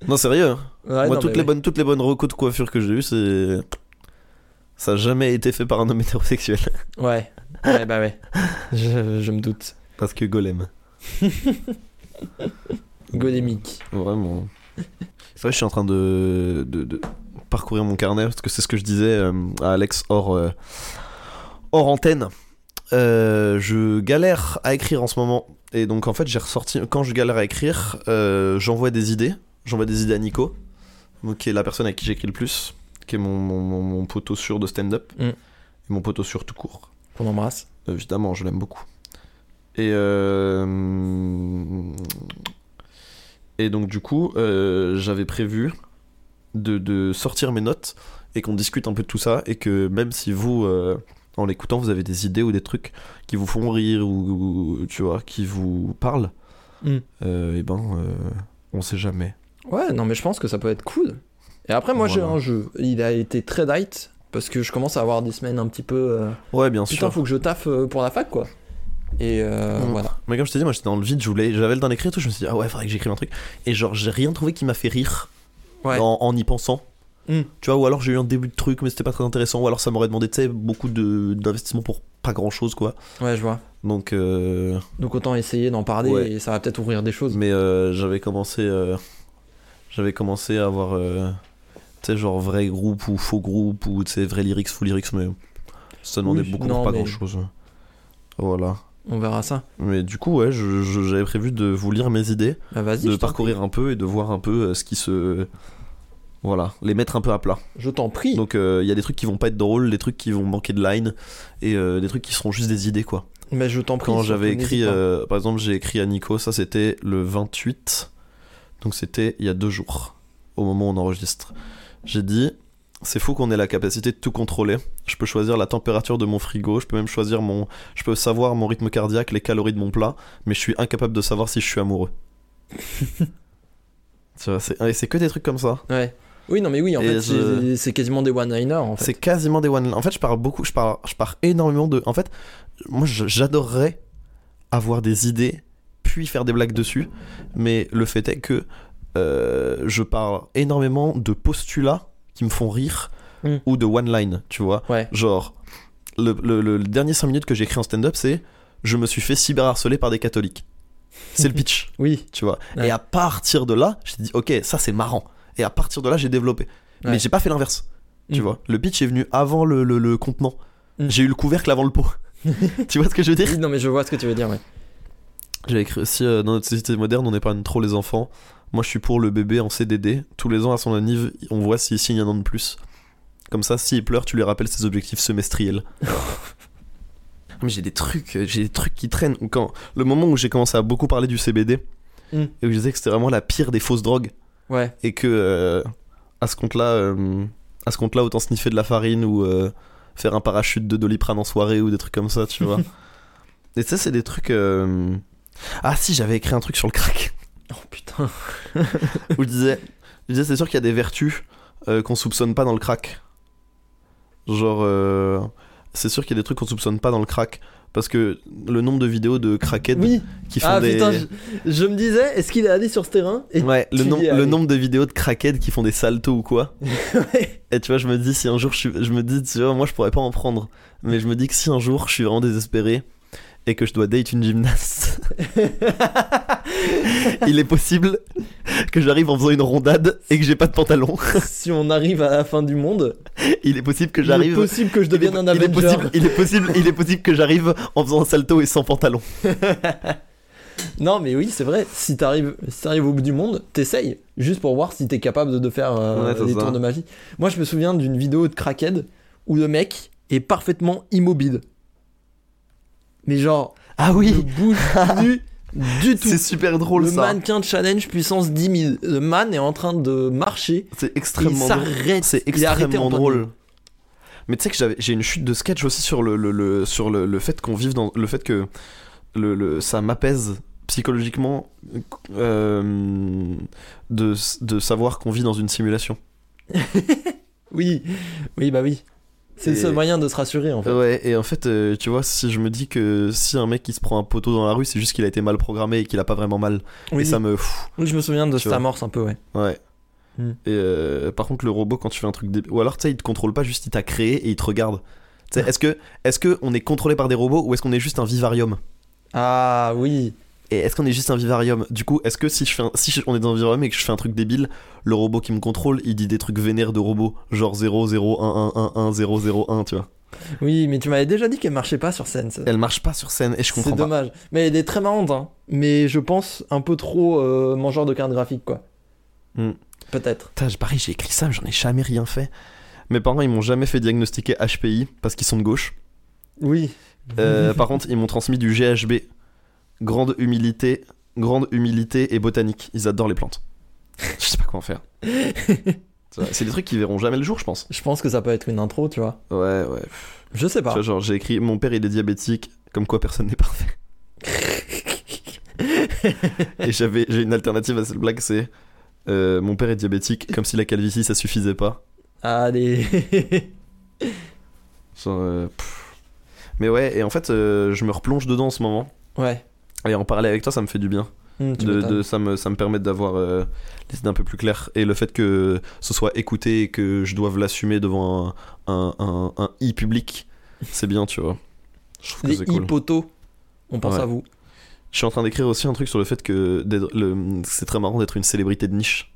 [SPEAKER 2] non, sérieux. hein.
[SPEAKER 1] Ouais, non,
[SPEAKER 2] moi, toutes
[SPEAKER 1] mais
[SPEAKER 2] les
[SPEAKER 1] oui.
[SPEAKER 2] bonnes, toutes les bonnes recos de coiffure que j'ai eues, c'est ça a jamais été fait par un homme hétérosexuel.
[SPEAKER 1] Ouais, ouais, bah ouais. je, je me doute.
[SPEAKER 2] Parce que golem.
[SPEAKER 1] Godémique.
[SPEAKER 2] Vraiment. C'est vrai, je suis en train de, de, de parcourir mon carnet parce que c'est ce que je disais euh, à Alex hors, euh, hors antenne. Euh, je galère à écrire en ce moment et donc en fait j'ai ressorti quand je galère à écrire euh, j'envoie des idées j'envoie des idées à Nico donc, qui est la personne à qui j'écris le plus qui est mon, mon, mon- mon poteau sûr de stand-up
[SPEAKER 1] Mm.
[SPEAKER 2] et mon poteau sûr tout court
[SPEAKER 1] On embrasse.
[SPEAKER 2] Euh, Évidemment, je l'aime beaucoup. Et, euh, et donc, du coup, euh, j'avais prévu de, de sortir mes notes et qu'on discute un peu de tout ça et que même si vous, euh, en l'écoutant, vous avez des idées ou des trucs qui vous font rire ou, ou, tu vois, qui vous parlent,
[SPEAKER 1] Mm.
[SPEAKER 2] euh, et ben, euh, on sait jamais.
[SPEAKER 1] Ouais, non, mais je pense que ça peut être cool. Et après, moi, j'ai
[SPEAKER 2] Voilà.
[SPEAKER 1] un jeu. Il a été très light parce que je commence à avoir des semaines un petit peu. euh,
[SPEAKER 2] Ouais, bien
[SPEAKER 1] Putain,
[SPEAKER 2] sûr.
[SPEAKER 1] faut que je taffe euh, pour la fac, quoi. Et euh,
[SPEAKER 2] Mm.
[SPEAKER 1] voilà.
[SPEAKER 2] Mais comme je t'ai dit, moi j'étais dans le vide, je voulais, j'avais le temps d'écrire et tout, je me suis dit, ah ouais, faudrait que j'écrive un truc. Et genre, j'ai rien trouvé qui m'a fait rire
[SPEAKER 1] Ouais.
[SPEAKER 2] en, en y pensant.
[SPEAKER 1] Mm.
[SPEAKER 2] Tu vois, ou alors j'ai eu un début de truc, mais c'était pas très intéressant, ou alors ça m'aurait demandé, tu sais, beaucoup de- d'investissement pour pas grand chose, quoi.
[SPEAKER 1] Ouais, je vois.
[SPEAKER 2] Donc, euh,
[SPEAKER 1] Donc autant essayer d'en parler
[SPEAKER 2] Ouais.
[SPEAKER 1] et ça va peut-être ouvrir des choses.
[SPEAKER 2] mais euh, j'avais commencé, euh, j'avais commencé à avoir, euh, tu sais, genre vrai groupe ou faux groupe, ou tu sais, vrai lyrics, faux lyrics, mais ça demandait
[SPEAKER 1] Oui,
[SPEAKER 2] beaucoup
[SPEAKER 1] non,
[SPEAKER 2] pour pas
[SPEAKER 1] mais-
[SPEAKER 2] grand chose. Voilà.
[SPEAKER 1] On verra ça.
[SPEAKER 2] Mais du coup, ouais, je- je- j'avais prévu de vous lire mes idées.
[SPEAKER 1] Bah, vas-y.
[SPEAKER 2] de
[SPEAKER 1] je t'en-
[SPEAKER 2] parcourir un peu et de voir un peu euh, ce qui se. Voilà, les mettre un peu à plat.
[SPEAKER 1] Je t'en prie.
[SPEAKER 2] Donc euh, il y a des trucs qui vont pas être drôles, des trucs qui vont manquer de line et euh, des trucs qui seront juste des idées quoi.
[SPEAKER 1] Mais je t'en prie.
[SPEAKER 2] Quand
[SPEAKER 1] surtout,
[SPEAKER 2] j'avais écrit,
[SPEAKER 1] n'hésite pas.
[SPEAKER 2] euh, par exemple, j'ai écrit à Nico, ça c'était le 28, donc c'était il y a deux jours, au moment où on enregistre. J'ai dit, c'est fou qu'on ait la capacité de tout contrôler. Je peux choisir la température de mon frigo, je peux même choisir mon, je peux savoir mon rythme cardiaque, les calories de mon plat, mais je suis incapable de savoir si je suis amoureux. Tu vois, c'est, ah, et c'est que des trucs comme ça.
[SPEAKER 1] Ouais. Oui, non, mais oui, en
[SPEAKER 2] euh, Et
[SPEAKER 1] fait,
[SPEAKER 2] je-
[SPEAKER 1] c'est- c'est quasiment des one-liners, en fait.
[SPEAKER 2] C'est quasiment des one. En fait, je parle beaucoup, je parle, je parle énormément de. En fait, moi, je- j'adorerais avoir des idées, puis faire des blagues dessus. Mais le fait est que euh, je parle énormément de postulats qui me font rire
[SPEAKER 1] Mm.
[SPEAKER 2] ou de one line, tu vois.
[SPEAKER 1] Ouais.
[SPEAKER 2] Genre, le, le- le- le dernier 5 minutes que j'ai écrit en stand-up, c'est Je me suis fait cyberharceler par des catholiques. C'est le pitch,
[SPEAKER 1] Oui.
[SPEAKER 2] tu vois.
[SPEAKER 1] Ouais.
[SPEAKER 2] Et à partir de là, je t'ai dit, ok, ça c'est marrant. Et à partir de là, j'ai développé.
[SPEAKER 1] Ouais.
[SPEAKER 2] Mais j'ai pas fait l'inverse. Tu
[SPEAKER 1] Mm.
[SPEAKER 2] vois, le pitch est venu avant le, le- le contenant.
[SPEAKER 1] Mm.
[SPEAKER 2] J'ai eu le couvercle avant le pot. tu vois ce que je veux dire
[SPEAKER 1] Oui, Non, mais je vois ce que tu veux dire, ouais.
[SPEAKER 2] J'ai écrit aussi euh, dans notre société moderne, on épargne trop les enfants. Moi, je suis pour le bébé en CDD. Tous les ans, à son anniv, on voit s'il signe un an de plus. Comme ça, s'il pleure, tu lui rappelles ses objectifs semestriels. Mais j'ai des trucs, euh, j'ai des trucs qui traînent. Quand le moment où j'ai commencé à beaucoup parler du CBD
[SPEAKER 1] Mm.
[SPEAKER 2] et où je disais que c'était vraiment la pire des fausses drogues
[SPEAKER 1] Ouais.
[SPEAKER 2] et que euh, à ce compte-là, euh, à ce compte-là, autant sniffer de la farine ou euh, faire un parachute de doliprane en soirée ou des trucs comme ça, tu vois. Et ça, c'est des trucs. euh, Ah si, j'avais écrit un truc sur le crack
[SPEAKER 1] Oh putain.
[SPEAKER 2] où je disais, je disais, c'est sûr qu'il y a des vertus euh, qu'on soupçonne pas dans le crack. Genre, euh, c'est sûr qu'il y a des trucs qu'on soupçonne pas dans le crack parce que le nombre de vidéos de crackheads
[SPEAKER 1] Oui.
[SPEAKER 2] qui font
[SPEAKER 1] Ah
[SPEAKER 2] des
[SPEAKER 1] putain, je, je me disais, est-ce qu'il est allé sur ce terrain et...
[SPEAKER 2] Ouais, le,
[SPEAKER 1] Tu
[SPEAKER 2] nom-
[SPEAKER 1] y es
[SPEAKER 2] le
[SPEAKER 1] allé.
[SPEAKER 2] nombre de vidéos de crackheads qui font des saltos ou quoi.
[SPEAKER 1] Ouais.
[SPEAKER 2] Et tu vois, je me dis, si un jour je, suis- je me dis, tu vois, moi je pourrais pas en prendre. Mais je me dis que si un jour je suis vraiment désespéré et que je dois date une gymnaste, il est possible que j'arrive en faisant une rondade et que j'ai pas de pantalon.
[SPEAKER 1] si on arrive à la fin du monde,
[SPEAKER 2] Il est possible que
[SPEAKER 1] il est
[SPEAKER 2] j'arrive.
[SPEAKER 1] possible que je
[SPEAKER 2] il est-
[SPEAKER 1] devienne un
[SPEAKER 2] il est
[SPEAKER 1] Avenger.
[SPEAKER 2] possible, il est possible, il est possible que j'arrive en faisant un salto et sans pantalon.
[SPEAKER 1] Non, mais oui, c'est vrai. Si t'arrives, si t'arrives au bout du monde, t'essayes juste pour voir si t'es capable de, de faire euh,
[SPEAKER 2] Ouais, c'est
[SPEAKER 1] des
[SPEAKER 2] ça.
[SPEAKER 1] tours de magie. Moi, je me souviens d'une vidéo de Crackhead où le mec est parfaitement immobile. Mais genre,
[SPEAKER 2] Ah
[SPEAKER 1] ne bouge plus du tout.
[SPEAKER 2] c'est super drôle
[SPEAKER 1] le
[SPEAKER 2] ça.
[SPEAKER 1] mannequin challenge puissance 10 000. Le man est en train de marcher.
[SPEAKER 2] C'est
[SPEAKER 1] et Il
[SPEAKER 2] extrêmement drôle.
[SPEAKER 1] s'arrête.
[SPEAKER 2] C'est
[SPEAKER 1] Il est arrêté en
[SPEAKER 2] extrêmement
[SPEAKER 1] plein
[SPEAKER 2] drôle. Mais tu sais que j'avais- j'ai une chute de sketch aussi sur le, le- le- sur le, le fait qu'on vive dans le fait que le, le- ça m'apaise psychologiquement euh, de, de savoir qu'on vit dans une simulation.
[SPEAKER 1] Oui, oui, bah oui. C'est le
[SPEAKER 2] Et-
[SPEAKER 1] seul moyen de se rassurer en fait.
[SPEAKER 2] Ouais, et en fait, euh, tu vois, si je me dis que si un mec qui se prend un poteau dans la rue, c'est juste qu'il a été mal programmé et qu'il a pas vraiment mal.
[SPEAKER 1] oui,
[SPEAKER 2] Et ça me. pff,
[SPEAKER 1] oui, je me souviens de
[SPEAKER 2] Tu
[SPEAKER 1] cette
[SPEAKER 2] vois.
[SPEAKER 1] amorce un peu, ouais.
[SPEAKER 2] ouais.
[SPEAKER 1] Hmm.
[SPEAKER 2] Et euh, par contre, le robot, quand tu fais un truc. dé- Ou alors, tu sais, il te contrôle pas, juste il t'a créé et il te regarde. Tu
[SPEAKER 1] Ah.
[SPEAKER 2] sais, Est-ce que, est que on est contrôlé par des robots ou est-ce qu'on est juste un vivarium
[SPEAKER 1] Ah oui.
[SPEAKER 2] Et est-ce qu'on est juste un vivarium Du coup, est-ce que si, je fais un- si je- on est dans un vivarium et que je fais un truc débile, le robot qui me contrôle, il dit des trucs vénères de robot, genre 0, 0, 1, 1, 1, 1, 0, 0, 1, tu vois.
[SPEAKER 1] Oui, mais tu m'avais déjà dit qu'elle marchait pas sur scène. ça.
[SPEAKER 2] Elle marche pas sur scène et je
[SPEAKER 1] C'est
[SPEAKER 2] comprends pas.
[SPEAKER 1] dommage. Mais elle est très marrante, hein. Mais je pense un peu trop euh, mangeur de cartes graphiques, quoi.
[SPEAKER 2] Hmm.
[SPEAKER 1] Peut-être.
[SPEAKER 2] Putain, j'ai- pareil, j'ai écrit ça, mais j'en ai jamais rien fait. Mes parents, ils m'ont jamais fait diagnostiquer HPI parce qu'ils sont de gauche.
[SPEAKER 1] Oui.
[SPEAKER 2] Euh, par contre, ils m'ont transmis du GHB. Grande humilité, grande humilité et botanique. Ils adorent les plantes. Je sais pas comment faire. Tu C'est des trucs qui verront jamais le jour, je pense.
[SPEAKER 1] Je pense que ça peut être une intro, tu vois.
[SPEAKER 2] Ouais, ouais.
[SPEAKER 1] Je sais
[SPEAKER 2] Tu
[SPEAKER 1] pas.
[SPEAKER 2] vois, genre, j'ai écrit Mon père, il est diabétique, comme quoi personne n'est parfait. Et j'avais, j'ai une alternative à cette blague, c'est euh, Mon père est diabétique, comme si la calvitie, ça suffisait pas.
[SPEAKER 1] Allez.
[SPEAKER 2] Genre, euh, pff. Mais ouais, et en fait, euh, je me replonge dedans en ce moment.
[SPEAKER 1] ouais.
[SPEAKER 2] Et en parler avec toi, ça me fait du bien.
[SPEAKER 1] Hum, tu
[SPEAKER 2] De,
[SPEAKER 1] m'étonnes.
[SPEAKER 2] de- ça, me, ça me permet d'avoir euh, les idées un peu plus claires. Et le fait que ce soit écouté et que je doive l'assumer devant un, un, un, un e-public, c'est bien, tu vois. Je trouve que
[SPEAKER 1] Les
[SPEAKER 2] c'est cool.
[SPEAKER 1] hippotos. On pense
[SPEAKER 2] Ouais.
[SPEAKER 1] à vous.
[SPEAKER 2] Je suis en train d'écrire aussi un truc sur le fait que d'être- le- c'est très marrant d'être une célébrité de niche.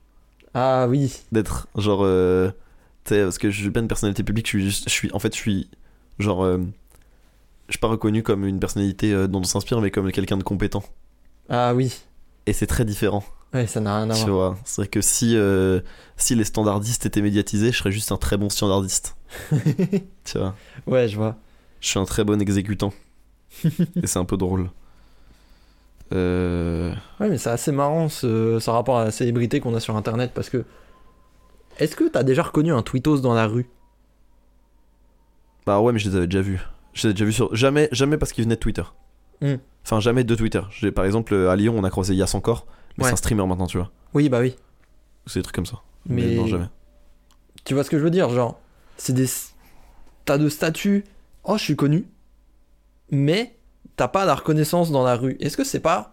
[SPEAKER 1] Ah oui.
[SPEAKER 2] D'être genre. euh, tu sais, parce que je suis pas une personnalité publique, je suis, juste- je suis en fait, je suis genre. euh, je suis pas reconnu comme une personnalité euh, dont on s'inspire, mais comme quelqu'un de compétent.
[SPEAKER 1] Ah oui.
[SPEAKER 2] Et c'est très différent.
[SPEAKER 1] Ouais, ça n'a rien à
[SPEAKER 2] Tu
[SPEAKER 1] voir.
[SPEAKER 2] vois, c'est vrai que si, euh, si les standardistes étaient médiatisés, je serais juste un très bon standardiste. tu vois,
[SPEAKER 1] Ouais, je vois.
[SPEAKER 2] je suis un très bon exécutant. Et c'est un peu drôle. Euh,
[SPEAKER 1] Ouais, mais c'est assez marrant ce, ce rapport à la célébrité qu'on a sur internet parce que. Est-ce que t'as déjà reconnu un tweetos dans la rue
[SPEAKER 2] Bah ouais, mais je les avais déjà vus. Je les avais déjà vus sur. Jamais, jamais parce qu'ils venaient de Twitter.
[SPEAKER 1] Hmm.
[SPEAKER 2] Enfin, jamais de Twitter. J'ai, par exemple, euh, à Lyon, on a croisé Yass encore, mais
[SPEAKER 1] Ouais.
[SPEAKER 2] c'est un streamer maintenant, tu vois.
[SPEAKER 1] Oui, bah oui.
[SPEAKER 2] C'est des trucs comme ça.
[SPEAKER 1] Mais,
[SPEAKER 2] non, jamais.
[SPEAKER 1] tu vois ce que je veux dire Genre, c'est des. T'as de statuts. Oh, je suis connu. Mais t'as pas la reconnaissance dans la rue. Est-ce que c'est pas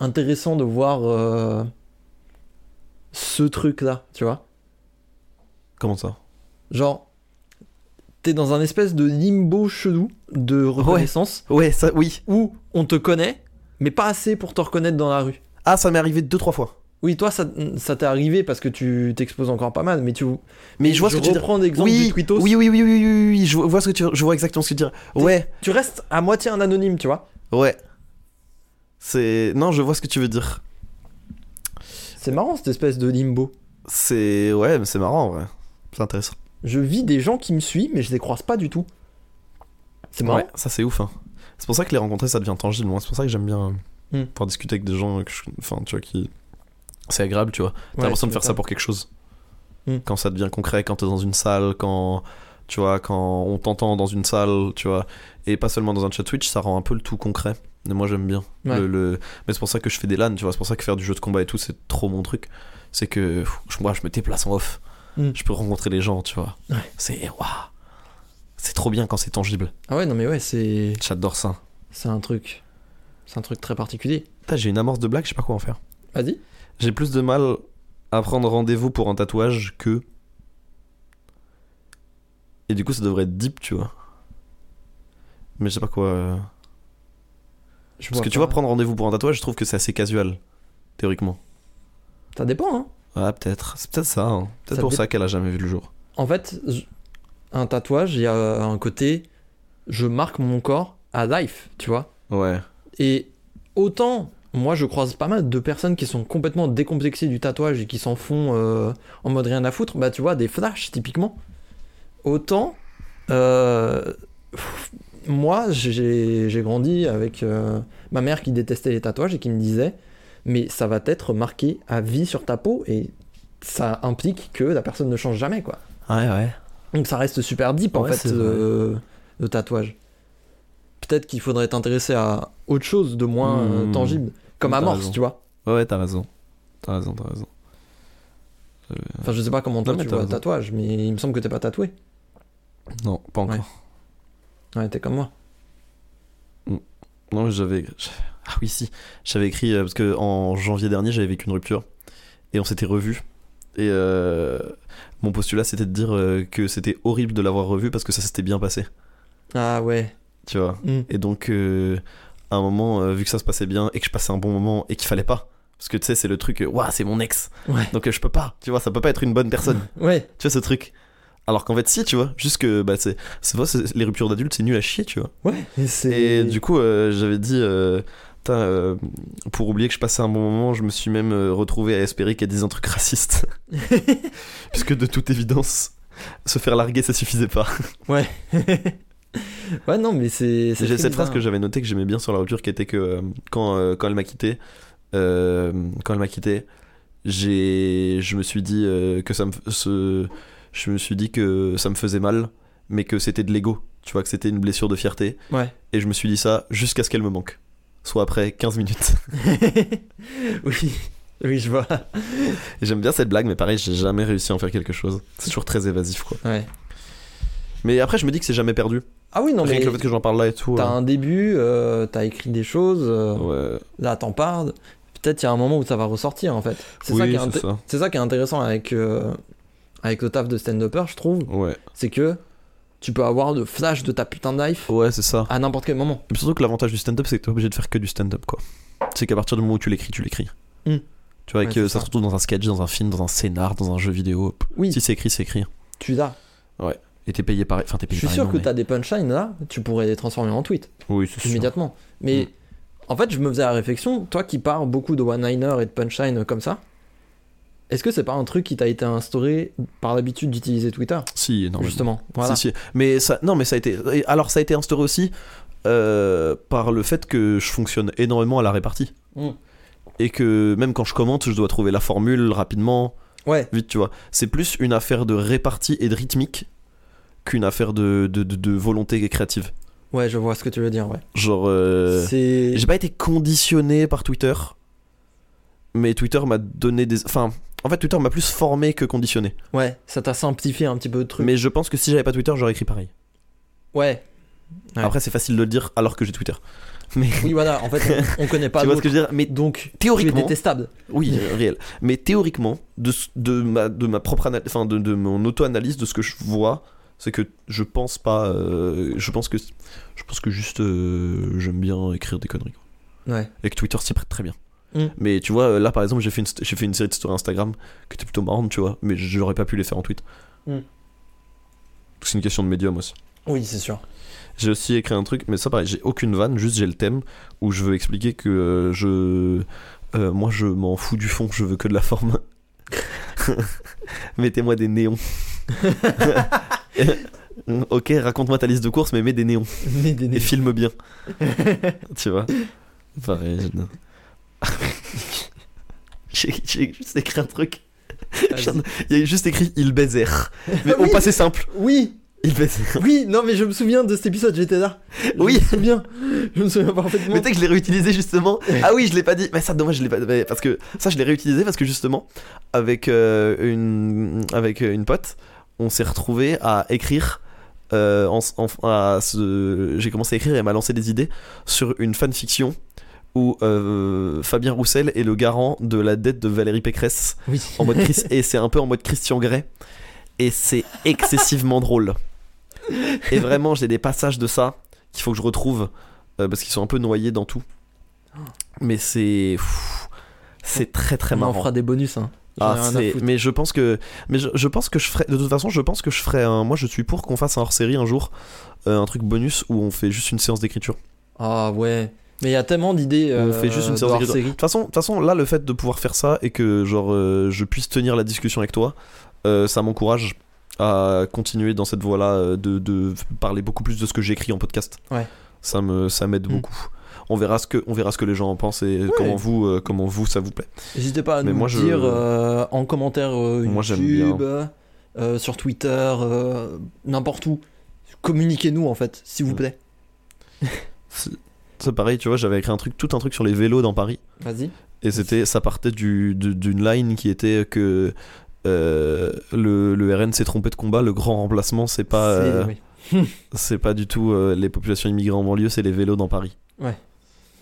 [SPEAKER 1] intéressant de voir euh, ce truc-là, tu vois
[SPEAKER 2] Comment ça
[SPEAKER 1] Genre, t'es dans un espèce de limbo chelou de reconnaissance
[SPEAKER 2] Ouais, ça, oui.
[SPEAKER 1] où on te connaît, mais pas assez pour te reconnaître dans la rue.
[SPEAKER 2] Ah, ça m'est arrivé deux, trois fois.
[SPEAKER 1] Oui, toi, ça, ça t'est arrivé parce que tu t'exposes encore pas mal, mais tu.
[SPEAKER 2] Mais je vois ce que tu veux dire.
[SPEAKER 1] reprends l'exemple
[SPEAKER 2] oui,
[SPEAKER 1] du Twittos.
[SPEAKER 2] oui, oui, oui, oui, oui, oui, oui, je vois ce que tu, je vois exactement ce que tu veux dire. Ouais,
[SPEAKER 1] Tu restes à moitié un anonyme, tu vois.
[SPEAKER 2] ouais. C'est, non, je vois ce que tu veux dire.
[SPEAKER 1] C'est marrant cette espèce de limbo.
[SPEAKER 2] C'est, ouais, mais c'est marrant, ouais. C'est intéressant.
[SPEAKER 1] Je vis des gens qui me suivent, mais je les croise pas du tout. C'est marrant.
[SPEAKER 2] Ouais, ça c'est ouf. hein. C'est pour ça que les rencontrer, ça devient tangible. Moi, c'est pour ça que j'aime bien euh,
[SPEAKER 1] Hmm.
[SPEAKER 2] pouvoir discuter avec des gens, que je- enfin, tu vois, qui. C'est agréable, tu vois. T'as l'impression de faire ça pour quelque chose.
[SPEAKER 1] Hmm.
[SPEAKER 2] Quand ça devient concret, quand t'es dans une salle, quand. Tu vois, quand on t'entend dans une salle, tu vois, et pas seulement dans un chat Twitch, ça rend un peu le tout concret. Mais moi, j'aime bien.
[SPEAKER 1] Ouais.
[SPEAKER 2] Le, le- Mais c'est pour ça que je fais des LAN, tu vois, c'est pour ça que faire du jeu de combat et tout, c'est trop mon truc. C'est que pff, je- moi, je me déplace en off.
[SPEAKER 1] Hmm.
[SPEAKER 2] Je peux rencontrer les gens, tu vois.
[SPEAKER 1] Ouais.
[SPEAKER 2] C'est. Waouh! C'est trop bien quand c'est tangible.
[SPEAKER 1] Ah ouais, non mais ouais, c'est
[SPEAKER 2] J'adore ça.
[SPEAKER 1] c'est un truc, c'est un truc très particulier.
[SPEAKER 2] Putain, j'ai une amorce de blague, je sais pas quoi en faire.
[SPEAKER 1] Vas-y.
[SPEAKER 2] J'ai plus de mal à prendre rendez-vous pour un tatouage que. Et du coup, ça devrait être deep, tu vois. Mais je sais pas quoi. euh,
[SPEAKER 1] Je
[SPEAKER 2] Parce
[SPEAKER 1] vois
[SPEAKER 2] que tu
[SPEAKER 1] pas.
[SPEAKER 2] vois, prendre rendez-vous pour un tatouage, je trouve que c'est assez casual, théoriquement.
[SPEAKER 1] Ça dépend. Hein.
[SPEAKER 2] Ah, peut-être. C'est peut-être ça. hein. Peut-être
[SPEAKER 1] Ça
[SPEAKER 2] pour
[SPEAKER 1] dé-
[SPEAKER 2] ça qu'elle a jamais vu le jour.
[SPEAKER 1] En fait, je- un tatouage, il y a un côté, je marque mon corps à life, tu vois.
[SPEAKER 2] Ouais.
[SPEAKER 1] Et autant, moi je croise pas mal de personnes qui sont complètement décomplexées du tatouage et qui s'en font euh, en mode rien à foutre, bah tu vois, des flashs typiquement. Autant, euh, pff, moi j'ai j'ai grandi avec euh, ma mère qui détestait les tatouages et qui me disait, mais ça va être marqué à vie sur ta peau et ça implique que la personne ne change jamais quoi.
[SPEAKER 2] Ouais, ouais.
[SPEAKER 1] Donc ça reste super deep en
[SPEAKER 2] Ouais,
[SPEAKER 1] fait
[SPEAKER 2] c'est vrai.
[SPEAKER 1] euh, le tatouage. Peut-être qu'il faudrait t'intéresser à autre chose de moins euh,
[SPEAKER 2] Mmh.
[SPEAKER 1] tangible, comme
[SPEAKER 2] T'as
[SPEAKER 1] amorce,
[SPEAKER 2] raison.
[SPEAKER 1] tu vois.
[SPEAKER 2] Ouais, t'as raison. T'as raison, t'as raison.
[SPEAKER 1] Enfin, je sais pas comment toi
[SPEAKER 2] mais
[SPEAKER 1] tu
[SPEAKER 2] t'as
[SPEAKER 1] vois
[SPEAKER 2] raison.
[SPEAKER 1] tatouage, mais il me semble que t'es pas tatoué.
[SPEAKER 2] Non, pas encore.
[SPEAKER 1] Ouais. Ouais, t'es comme moi.
[SPEAKER 2] Non, mais j'avais. j'avais- Ah oui, si. J'avais écrit. euh, Parce que en janvier dernier, j'avais vécu une rupture. Et on s'était revus. Et euh, mon postulat, c'était de dire euh, que c'était horrible de l'avoir revu parce que ça s'était bien passé.
[SPEAKER 1] Ah ouais.
[SPEAKER 2] Tu vois.
[SPEAKER 1] Mm.
[SPEAKER 2] Et donc, euh, à un moment, euh, vu que ça se passait bien et que je passais un bon moment et qu'il fallait pas. Parce que tu sais, c'est le truc. euh, Ouah, c'est mon ex.
[SPEAKER 1] Ouais.
[SPEAKER 2] Donc, euh, je peux pas. Tu vois, ça peut pas être une bonne personne.
[SPEAKER 1] Ouais.
[SPEAKER 2] tu vois, ce truc. Alors qu'en fait, si, tu vois. Juste que bah, c'est, c'est vrai, c'est- les ruptures d'adultes, c'est nul à chier, tu vois.
[SPEAKER 1] Ouais. Et c'est.
[SPEAKER 2] Et du coup, euh, j'avais dit, euh, Putain, euh, pour oublier que je passais un bon moment, je me suis même euh, retrouvé à espérer qu'elle dise un truc raciste. Puisque de toute évidence, se faire larguer, ça suffisait pas.
[SPEAKER 1] ouais, non, mais c'est. c'est
[SPEAKER 2] J'ai
[SPEAKER 1] très
[SPEAKER 2] cette phrase que
[SPEAKER 1] bizarre.
[SPEAKER 2] j'avais notée que j'aimais bien sur la rupture qui était que euh, quand, euh, quand elle m'a quitté, euh, quand elle m'a quitté, j'ai je me suis dit euh, que ça me f- ce- je me suis dit que ça me faisait mal mais que c'était de l'ego tu vois que c'était une blessure de fierté
[SPEAKER 1] Ouais.
[SPEAKER 2] et je me suis dit ça jusqu'à ce qu'elle me manque soit après 15 minutes
[SPEAKER 1] oui, oui, je vois.
[SPEAKER 2] Et j'aime bien cette blague mais pareil j'ai jamais réussi à en faire quelque chose c'est toujours très évasif quoi
[SPEAKER 1] Ouais.
[SPEAKER 2] mais après je me dis que c'est jamais perdu
[SPEAKER 1] Ah oui, non,
[SPEAKER 2] rien
[SPEAKER 1] mais
[SPEAKER 2] que le fait que j'en parle là et tout
[SPEAKER 1] t'as
[SPEAKER 2] euh,
[SPEAKER 1] un début, euh, t'as écrit des choses, euh,
[SPEAKER 2] ouais.
[SPEAKER 1] là t'en parles. Peut-être il y a un moment où ça va ressortir en fait. C'est ça,
[SPEAKER 2] oui
[SPEAKER 1] qui est
[SPEAKER 2] c'est
[SPEAKER 1] inté-
[SPEAKER 2] ça
[SPEAKER 1] c'est ça qui est intéressant avec, euh, avec le taf de stand-upper, je trouve.
[SPEAKER 2] ouais
[SPEAKER 1] C'est que tu peux avoir le flash de ta putain de life
[SPEAKER 2] ouais c'est ça
[SPEAKER 1] à n'importe quel moment.
[SPEAKER 2] Mais surtout que l'avantage du stand-up, c'est que t'es obligé de faire que du stand-up, quoi. C'est qu'à partir du moment où tu l'écris, tu l'écris.
[SPEAKER 1] Hmm.
[SPEAKER 2] Tu vois, et
[SPEAKER 1] Ouais,
[SPEAKER 2] que
[SPEAKER 1] c'est
[SPEAKER 2] ça se
[SPEAKER 1] ça.
[SPEAKER 2] retrouve dans un sketch, dans un film, dans un scénar, dans un jeu vidéo. P-
[SPEAKER 1] Oui.
[SPEAKER 2] Si c'est écrit, c'est écrit.
[SPEAKER 1] Tu l'as.
[SPEAKER 2] Et t'es payé pareil. Enfin, t'es
[SPEAKER 1] Je
[SPEAKER 2] payé
[SPEAKER 1] suis
[SPEAKER 2] pareil,
[SPEAKER 1] sûr
[SPEAKER 2] non,
[SPEAKER 1] que
[SPEAKER 2] mais-
[SPEAKER 1] t'as des punchlines là, tu pourrais les transformer en tweet
[SPEAKER 2] Oui, c'est sûr.
[SPEAKER 1] immédiatement. Mais
[SPEAKER 2] Mm.
[SPEAKER 1] en fait, je me faisais la réflexion, toi qui parles beaucoup de one-liner et de punchline comme ça, est-ce que c'est pas un truc qui t'a été instauré par l'habitude d'utiliser Twitter
[SPEAKER 2] Si, énormément.
[SPEAKER 1] Justement, voilà.
[SPEAKER 2] Si, si. Mais ça, non, mais ça a été. et Alors, ça a été instauré aussi euh, par le fait que je fonctionne énormément à la répartie.
[SPEAKER 1] Mm.
[SPEAKER 2] Et que même quand je commente, je dois trouver la formule rapidement,
[SPEAKER 1] Ouais,
[SPEAKER 2] vite, tu vois. C'est plus une affaire de répartie et de rythmique qu'une affaire de, de, de, de volonté créative.
[SPEAKER 1] ouais, je vois ce que tu veux dire, ouais.
[SPEAKER 2] Genre, euh,
[SPEAKER 1] c'est.
[SPEAKER 2] j'ai pas été conditionné par Twitter, mais Twitter m'a donné des. Enfin, en fait, Twitter m'a plus formé que conditionné.
[SPEAKER 1] Ouais, ça t'a simplifié un petit peu le truc.
[SPEAKER 2] Mais je pense que si j'avais pas Twitter, j'aurais écrit pareil.
[SPEAKER 1] Ouais, Ouais.
[SPEAKER 2] Après, c'est facile de le dire alors que j'ai Twitter. Mais
[SPEAKER 1] oui, voilà, en fait, on, on connaît pas
[SPEAKER 2] tu vois ce
[SPEAKER 1] d'autres.
[SPEAKER 2] que je veux dire Mais
[SPEAKER 1] Donc, tu es
[SPEAKER 2] théoriquement,
[SPEAKER 1] détestable.
[SPEAKER 2] oui, euh, réel. Mais théoriquement, de, s- de ma de ma propre ana- enfin de, de mon auto-analyse de ce que je vois, c'est que je pense pas. euh, je pense que je pense que juste euh, j'aime bien écrire des conneries.
[SPEAKER 1] Ouais.
[SPEAKER 2] et que Twitter s'y prête très bien.
[SPEAKER 1] Mm.
[SPEAKER 2] Mais tu vois, là par exemple, j'ai fait, une st- j'ai fait une série de stories Instagram qui était plutôt marrante, tu vois, mais j'aurais pas pu les faire en tweet.
[SPEAKER 1] Mm.
[SPEAKER 2] C'est une question de médium aussi.
[SPEAKER 1] Oui, c'est sûr.
[SPEAKER 2] J'ai aussi écrit un truc, mais ça pareil, j'ai aucune vanne, juste j'ai le thème où je veux expliquer que euh, je. euh, moi je m'en fous du fond, je veux que de la forme. Mettez-moi des néons. ok, raconte-moi ta liste de courses, mais mets des néons
[SPEAKER 1] Mais des-
[SPEAKER 2] et filme bien. tu vois Pareil, j'adore. J'ai j'ai juste écrit un truc.
[SPEAKER 1] Vas-y.
[SPEAKER 2] Il y a juste écrit il baiser. Mais au
[SPEAKER 1] Oui.
[SPEAKER 2] passé simple,
[SPEAKER 1] Oui,
[SPEAKER 2] il baiser.
[SPEAKER 1] oui, non, mais je me souviens de cet épisode, j'étais là. Je
[SPEAKER 2] Oui.
[SPEAKER 1] me souviens, je me souviens parfaitement.
[SPEAKER 2] Mais tu sais que je l'ai réutilisé justement. Ah oui, je l'ai pas dit. Mais ça, dommage, je l'ai pas. mais Parce que ça, je l'ai réutilisé parce que justement, avec euh, une avec euh, une pote, on s'est retrouvé à écrire. euh, en, en- à se- J'ai commencé à écrire et elle m'a lancé des idées sur une fanfiction où euh, Fabien Roussel est le garant de la dette de Valérie Pécresse
[SPEAKER 1] Oui.
[SPEAKER 2] en mode Chris- et c'est un peu en mode Christian Grey et c'est excessivement drôle. Et vraiment, j'ai des passages de ça qu'il faut que je retrouve euh, parce qu'ils sont un peu noyés dans tout. Mais c'est pff, c'est très très
[SPEAKER 1] On en
[SPEAKER 2] marrant.
[SPEAKER 1] fera des bonus, hein. J'en ai
[SPEAKER 2] Ah,
[SPEAKER 1] rien à
[SPEAKER 2] c'est-
[SPEAKER 1] foutre.
[SPEAKER 2] mais je pense que mais je, je pense que je ferai de toute façon je pense que je ferai un moi je suis pour qu'on fasse un hors-série un jour euh, un truc bonus où on fait juste une séance d'écriture.
[SPEAKER 1] Ah ouais. Mais il y a tellement d'idées.
[SPEAKER 2] On
[SPEAKER 1] euh,
[SPEAKER 2] fait juste une
[SPEAKER 1] de
[SPEAKER 2] séance
[SPEAKER 1] hors
[SPEAKER 2] d'écriture. De
[SPEAKER 1] série.
[SPEAKER 2] toute façon, de toute façon, là, le fait de pouvoir faire ça et que genre euh, je puisse tenir la discussion avec toi, euh, ça m'encourage à continuer dans cette voie-là euh, de, de parler beaucoup plus de ce que j'écris en podcast.
[SPEAKER 1] Ouais.
[SPEAKER 2] Ça me ça m'aide
[SPEAKER 1] Mm.
[SPEAKER 2] beaucoup. On verra ce que on verra ce que les gens en pensent et comment vous euh, comment vous ça vous plaît.
[SPEAKER 1] N'hésitez pas à
[SPEAKER 2] Mais
[SPEAKER 1] nous
[SPEAKER 2] moi, je-
[SPEAKER 1] dire euh, en commentaire euh,
[SPEAKER 2] Moi, j'aime
[SPEAKER 1] YouTube, euh, sur Twitter, euh, n'importe où. Communiquez-nous en fait, s'il vous
[SPEAKER 2] Mm.
[SPEAKER 1] plaît.
[SPEAKER 2] C'est c'est pareil, tu vois, j'avais écrit un truc tout un truc sur les vélos dans Paris.
[SPEAKER 1] Vas-y.
[SPEAKER 2] Et c'était, ça partait du- du- d'une line qui était que euh, le, le RN s'est trompé de combat, le grand remplacement, c'est pas,
[SPEAKER 1] C'est-
[SPEAKER 2] euh,
[SPEAKER 1] oui.
[SPEAKER 2] c'est pas du tout euh, les populations immigrées en banlieue, c'est les vélos dans Paris.
[SPEAKER 1] Ouais.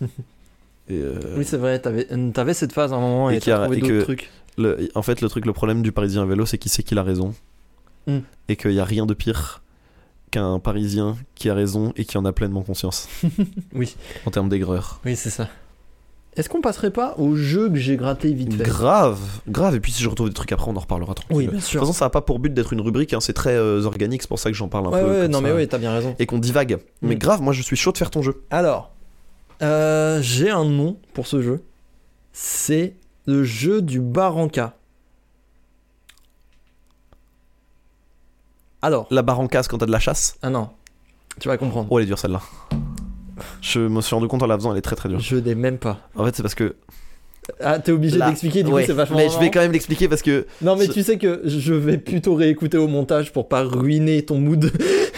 [SPEAKER 2] Et, euh,
[SPEAKER 1] Oui, c'est vrai, t'avais avais cette phase à un moment
[SPEAKER 2] et
[SPEAKER 1] et,
[SPEAKER 2] qu'il y a-
[SPEAKER 1] t'as trouvé
[SPEAKER 2] et que-
[SPEAKER 1] d'autres trucs.
[SPEAKER 2] le- en fait, le truc, le problème du Parisien à vélo, c'est qu'il sait qu'il a raison.
[SPEAKER 1] Mm.
[SPEAKER 2] Et qu'il n'y a rien de pire qu'un Parisien qui a raison et qui en a pleinement conscience.
[SPEAKER 1] Oui.
[SPEAKER 2] En termes d'aigreur.
[SPEAKER 1] Oui, c'est ça. Est-ce qu'on passerait pas au jeu que j'ai gratté vite fait
[SPEAKER 2] Grave, grave. Et puis si je retrouve des trucs après, on en reparlera tranquille.
[SPEAKER 1] Oui, bien
[SPEAKER 2] De
[SPEAKER 1] sûr.
[SPEAKER 2] toute façon, bah, ça n'a pas pour but d'être une rubrique, hein, c'est très euh, organique, c'est pour ça que j'en parle un
[SPEAKER 1] Ouais,
[SPEAKER 2] peu.
[SPEAKER 1] ouais,
[SPEAKER 2] comme
[SPEAKER 1] non,
[SPEAKER 2] ça.
[SPEAKER 1] mais oui, t'as bien raison.
[SPEAKER 2] Et qu'on divague. Mais
[SPEAKER 1] Mm.
[SPEAKER 2] grave, moi je suis chaud de faire ton jeu.
[SPEAKER 1] Alors, euh, j'ai un nom pour ce jeu. C'est le jeu du Baranka. Alors,
[SPEAKER 2] La barre en casse quand t'as de la chasse.
[SPEAKER 1] ah non, tu vas comprendre.
[SPEAKER 2] Oh, elle est dure celle-là. Je me suis rendu compte en la faisant, elle est très très dure.
[SPEAKER 1] Je n'ai même pas.
[SPEAKER 2] En fait, c'est parce que
[SPEAKER 1] Ah, t'es obligé
[SPEAKER 2] Là.
[SPEAKER 1] d'expliquer, du
[SPEAKER 2] Ouais.
[SPEAKER 1] coup, c'est vachement.
[SPEAKER 2] Mais je vais
[SPEAKER 1] marrant.
[SPEAKER 2] quand même l'expliquer parce que
[SPEAKER 1] Non, mais
[SPEAKER 2] je-
[SPEAKER 1] tu sais que je vais plutôt réécouter au montage pour pas ruiner ton mood.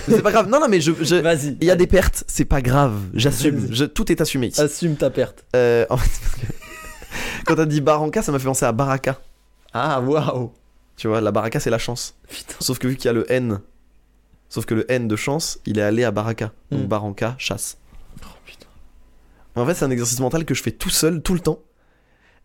[SPEAKER 2] c'est pas grave. Non, non, mais je. je-
[SPEAKER 1] Vas-y.
[SPEAKER 2] Il y a des pertes, c'est pas grave, j'assume, Je- tout est assumé ici.
[SPEAKER 1] Assume ta perte.
[SPEAKER 2] Euh, en fait, c'est parce que quand t'as dit Barranca, ça m'a fait penser à Baraka.
[SPEAKER 1] Ah, waouh.
[SPEAKER 2] Tu vois, la Baraka, c'est la chance.
[SPEAKER 1] Putain.
[SPEAKER 2] Sauf que vu qu'il y a le N, sauf que le N de chance, il est allé à Baraka. Donc
[SPEAKER 1] Mm.
[SPEAKER 2] Barranca, chasse.
[SPEAKER 1] Oh, putain.
[SPEAKER 2] En fait, c'est un exercice mental que je fais tout seul, tout le temps.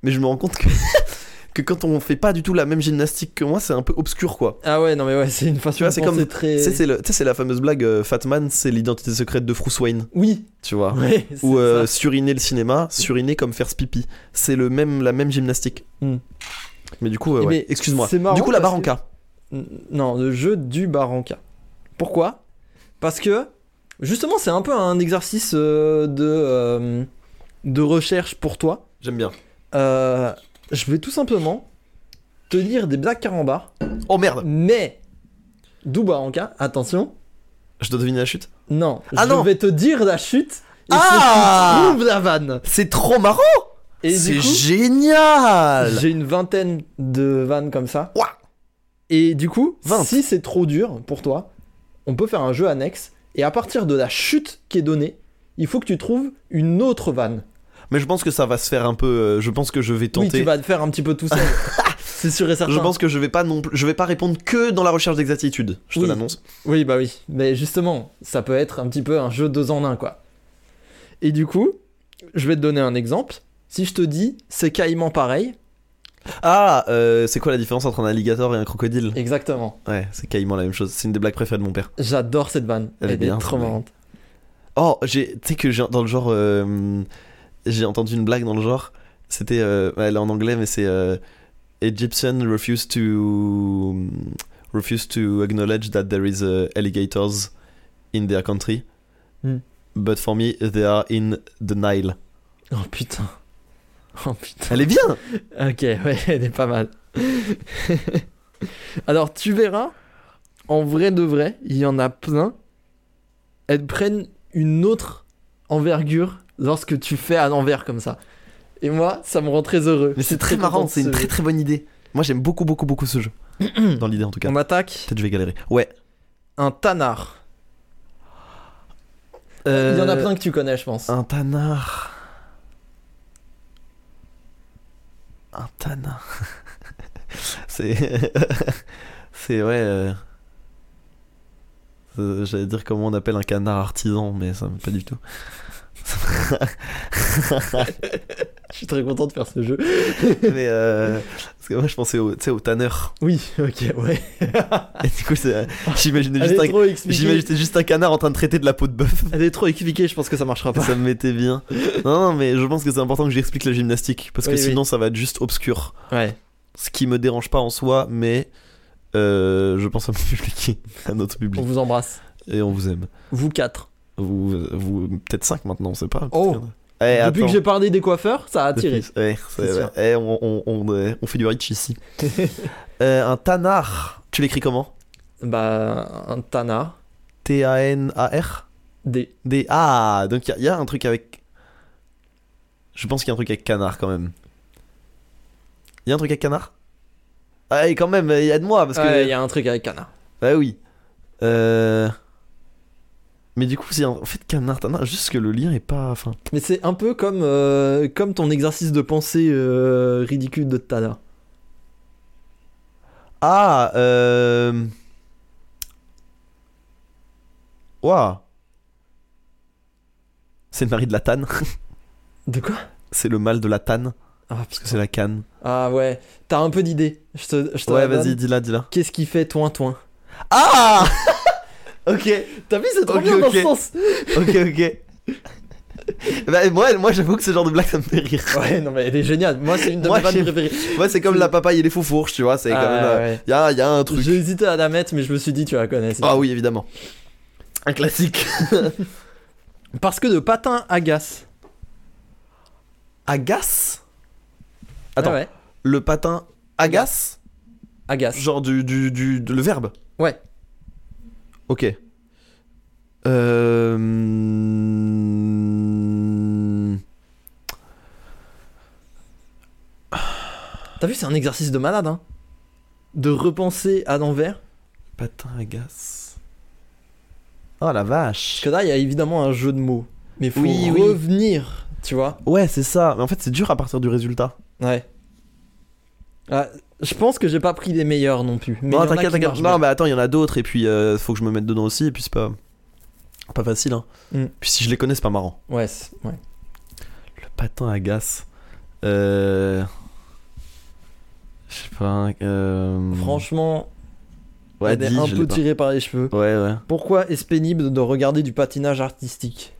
[SPEAKER 2] Mais je me rends compte que, que quand on fait pas du tout la même gymnastique que moi, c'est un peu obscur quoi.
[SPEAKER 1] Ah, ouais, non, mais ouais, c'est une façon
[SPEAKER 2] Tu vois,
[SPEAKER 1] de
[SPEAKER 2] c'est comme-
[SPEAKER 1] penser très.
[SPEAKER 2] Tu sais, c'est le- tu sais, c'est la fameuse blague euh, Fat Man, c'est l'identité secrète de Bruce Wayne,
[SPEAKER 1] Oui.
[SPEAKER 2] tu vois.
[SPEAKER 1] Ouais, c'est
[SPEAKER 2] Ou euh,
[SPEAKER 1] ça.
[SPEAKER 2] suriner le cinéma, suriner comme faire ce pipi. C'est le même, la même gymnastique.
[SPEAKER 1] Hmm.
[SPEAKER 2] Mais du coup, euh,
[SPEAKER 1] Eh ben,
[SPEAKER 2] ouais. excuse-moi.
[SPEAKER 1] c'est
[SPEAKER 2] Du
[SPEAKER 1] marrant
[SPEAKER 2] coup, la
[SPEAKER 1] parce que-
[SPEAKER 2] Barranca.
[SPEAKER 1] N- Non, le jeu du Barranca. Pourquoi Parce que justement, c'est un peu un exercice euh, de euh, de recherche pour toi.
[SPEAKER 2] J'aime bien.
[SPEAKER 1] Euh, je vais tout simplement te dire des blagues carambars,
[SPEAKER 2] Oh merde,
[SPEAKER 1] mais d'où Barranca Attention,
[SPEAKER 2] je dois deviner la chute.
[SPEAKER 1] non.
[SPEAKER 2] Ah
[SPEAKER 1] je
[SPEAKER 2] non.
[SPEAKER 1] vais te dire la chute. Et
[SPEAKER 2] Ah
[SPEAKER 1] c'est ce qui trouve la vanne.
[SPEAKER 2] C'est trop marrant.
[SPEAKER 1] Et du
[SPEAKER 2] C'est
[SPEAKER 1] coup,
[SPEAKER 2] génial.
[SPEAKER 1] J'ai une vingtaine de vannes comme ça.
[SPEAKER 2] Ouah.
[SPEAKER 1] Et du coup,
[SPEAKER 2] Vingt.
[SPEAKER 1] si c'est trop dur pour toi, on peut faire un jeu annexe. Et à partir de la chute qui est donnée, il faut que tu trouves une autre vanne.
[SPEAKER 2] Mais je pense que ça va se faire un peu. euh, je pense que je vais
[SPEAKER 1] Oui, tu
[SPEAKER 2] tenter.
[SPEAKER 1] vas le faire un petit peu tout seul. c'est sûr et certain.
[SPEAKER 2] je pense que je vais pas non plus- Je vais pas répondre que dans la recherche d'exactitude. Je te
[SPEAKER 1] Oui.
[SPEAKER 2] l'annonce.
[SPEAKER 1] Oui, bah oui. Mais justement, ça peut être un petit peu un jeu deux en un, quoi. Et du coup, je vais te donner un exemple. Si je te dis c'est caïman pareil,
[SPEAKER 2] Ah, euh, c'est quoi la différence entre un alligator et un crocodile
[SPEAKER 1] exactement.
[SPEAKER 2] Ouais, c'est quasiment la même chose. C'est une des blagues préférées de mon père.
[SPEAKER 1] J'adore cette vanne.
[SPEAKER 2] Elle
[SPEAKER 1] Elle,
[SPEAKER 2] est
[SPEAKER 1] est,
[SPEAKER 2] bien,
[SPEAKER 1] trop
[SPEAKER 2] cette blague.
[SPEAKER 1] marrante.
[SPEAKER 2] Oh, j'ai. Tu sais que j'ai dans le genre. euh, j'ai entendu une blague dans le genre. C'était. euh, elle est en anglais, mais c'est. euh, Egyptian refuse to. mm, Refuse to acknowledge that there is uh, alligators in their country.
[SPEAKER 1] Hmm.
[SPEAKER 2] But for me, they are in the Nile.
[SPEAKER 1] Oh putain. Oh putain.
[SPEAKER 2] Elle est bien
[SPEAKER 1] Ok, ouais, elle est pas mal. Alors, tu verras, en vrai de vrai, il y en a plein. Elles prennent une autre envergure lorsque tu fais à l'envers comme ça. Et moi, ça me rend très heureux.
[SPEAKER 2] Mais
[SPEAKER 1] Je suis
[SPEAKER 2] c'est très marrant,
[SPEAKER 1] content de
[SPEAKER 2] c'est
[SPEAKER 1] ce
[SPEAKER 2] une très
[SPEAKER 1] jeu.
[SPEAKER 2] très bonne idée. Moi j'aime beaucoup beaucoup beaucoup ce jeu. dans l'idée en tout cas.
[SPEAKER 1] On attaque
[SPEAKER 2] Peut-être je vais galérer. Ouais.
[SPEAKER 1] un tanard.
[SPEAKER 2] Euh,
[SPEAKER 1] Il y en a plein que tu connais, je pense.
[SPEAKER 2] Un tanard. Un tanard. C'est. C'est ouais. euh, euh, J'allais dire comment on appelle un canard artisan, mais ça me pas du tout.
[SPEAKER 1] Je suis très content de faire ce jeu.
[SPEAKER 2] mais euh, parce que moi je pensais au, tu sais, au tanneur.
[SPEAKER 1] Oui, ok, ouais.
[SPEAKER 2] Et du coup, c'est- j'imaginais
[SPEAKER 1] Elle
[SPEAKER 2] juste,
[SPEAKER 1] est
[SPEAKER 2] un-
[SPEAKER 1] trop expliquée.
[SPEAKER 2] j'imaginais juste un canard en train de traiter de la peau de bœuf.
[SPEAKER 1] Elle est trop expliquée, je pense que ça marchera
[SPEAKER 2] Et
[SPEAKER 1] pas.
[SPEAKER 2] ça me mettait bien. Non, non, mais je pense que c'est important que j'explique la gymnastique parce que
[SPEAKER 1] Oui, oui.
[SPEAKER 2] sinon ça va être juste obscur.
[SPEAKER 1] Ouais.
[SPEAKER 2] Ce qui me dérange pas en soi, mais euh, je pense à mon public, à notre
[SPEAKER 1] On
[SPEAKER 2] public.
[SPEAKER 1] vous embrasse.
[SPEAKER 2] Et on vous aime.
[SPEAKER 1] Vous quatre.
[SPEAKER 2] Vous, vous peut-être 5 maintenant, on sait pas. peut-être
[SPEAKER 1] Oh.
[SPEAKER 2] qu'il y en a. Eh,
[SPEAKER 1] Depuis que
[SPEAKER 2] attends.
[SPEAKER 1] j'ai parlé des coiffeurs, ça a attiré.
[SPEAKER 2] Depuis- ouais, c'est-
[SPEAKER 1] C'est sûr.
[SPEAKER 2] eh, on, on- on, euh, on fait du rich ici. Euh, un tanard, tu l'écris comment
[SPEAKER 1] Bah, un tanard.
[SPEAKER 2] T-A-N-A-R
[SPEAKER 1] Des.
[SPEAKER 2] Des... Ah, donc il y, a- il y a un truc avec. Je pense qu'il y a un truc avec canard quand même. Il y a un truc avec canard Ah, et quand même, euh, aide-moi parce
[SPEAKER 1] Parce qu'il
[SPEAKER 2] que.
[SPEAKER 1] y a un truc avec canard.
[SPEAKER 2] Bah oui. Euh... Mais du coup, c'est en en fait canard, tanard, juste que le lien est pas. Enfin,
[SPEAKER 1] Mais c'est un peu comme, euh, comme ton exercice de pensée euh, ridicule de Tada.
[SPEAKER 2] Ah, euh. Waouh. C'est le mari de la tanne.
[SPEAKER 1] De quoi
[SPEAKER 2] C'est le mâle de la tanne.
[SPEAKER 1] ah,
[SPEAKER 2] Parce que c'est la canne.
[SPEAKER 1] ah ouais, t'as un peu d'idée. Je te, je te
[SPEAKER 2] Ouais,
[SPEAKER 1] la donne.
[SPEAKER 2] vas-y, dis-la, dis-la.
[SPEAKER 1] Qu'est-ce qui fait toin toin
[SPEAKER 2] Ah Ok,
[SPEAKER 1] T'as vu, c'est trop
[SPEAKER 2] Ok,
[SPEAKER 1] bien dans
[SPEAKER 2] ok.
[SPEAKER 1] ce sens
[SPEAKER 2] ok, ok. bah, moi, moi j'avoue que ce genre de blague, ça me fait rire.
[SPEAKER 1] Ouais, non mais elle est géniale. Moi, c'est une de
[SPEAKER 2] Moi,
[SPEAKER 1] mes vannes
[SPEAKER 2] j'ai-
[SPEAKER 1] préférées.
[SPEAKER 2] Moi, c'est comme la papaye et les faux-fourches, tu vois. C'est
[SPEAKER 1] Ah,
[SPEAKER 2] quand même. euh,
[SPEAKER 1] ouais.
[SPEAKER 2] y, a, y a un truc.
[SPEAKER 1] J'ai hésité à la mettre, mais je me suis dit, tu la connais. c'est
[SPEAKER 2] Ah
[SPEAKER 1] sûr.
[SPEAKER 2] oui, évidemment. Un classique.
[SPEAKER 1] Parce que de patin agace.
[SPEAKER 2] Agace Attends,
[SPEAKER 1] Ah ouais,
[SPEAKER 2] le patin agace
[SPEAKER 1] agace.
[SPEAKER 2] Genre du, du, du, de- le verbe
[SPEAKER 1] Ouais.
[SPEAKER 2] Ok. Euh...
[SPEAKER 1] T'as vu, c'est un exercice de malade, hein De repenser à l'envers.
[SPEAKER 2] Patin à gaz. Oh la vache.
[SPEAKER 1] Parce que là, il y a évidemment un jeu de mots. Mais faut
[SPEAKER 2] Oui, oui.
[SPEAKER 1] revenir, tu vois.
[SPEAKER 2] Ouais, c'est ça. Mais en fait, c'est dur à partir du résultat.
[SPEAKER 1] Ouais. Ah, je pense que j'ai pas pris les meilleurs non plus. Mais il y en
[SPEAKER 2] non,
[SPEAKER 1] a
[SPEAKER 2] t'inquiète,
[SPEAKER 1] qui
[SPEAKER 2] t'inquiète.
[SPEAKER 1] marchent
[SPEAKER 2] Non,
[SPEAKER 1] bien.
[SPEAKER 2] mais attends, il y en a d'autres. Et puis, euh, faut que je me mette dedans aussi. Et puis, c'est pas. Pas facile, hein.
[SPEAKER 1] Mm.
[SPEAKER 2] Puis, si je les connais, c'est pas marrant.
[SPEAKER 1] Ouais, c'est- ouais.
[SPEAKER 2] Le patin à gaz. Euh. Je sais pas. Euh...
[SPEAKER 1] Franchement,
[SPEAKER 2] ouais,
[SPEAKER 1] on est
[SPEAKER 2] dis,
[SPEAKER 1] un
[SPEAKER 2] je
[SPEAKER 1] peu
[SPEAKER 2] l'ai pas.
[SPEAKER 1] tiré par les cheveux.
[SPEAKER 2] Ouais, ouais.
[SPEAKER 1] Pourquoi est-ce pénible de regarder du patinage artistique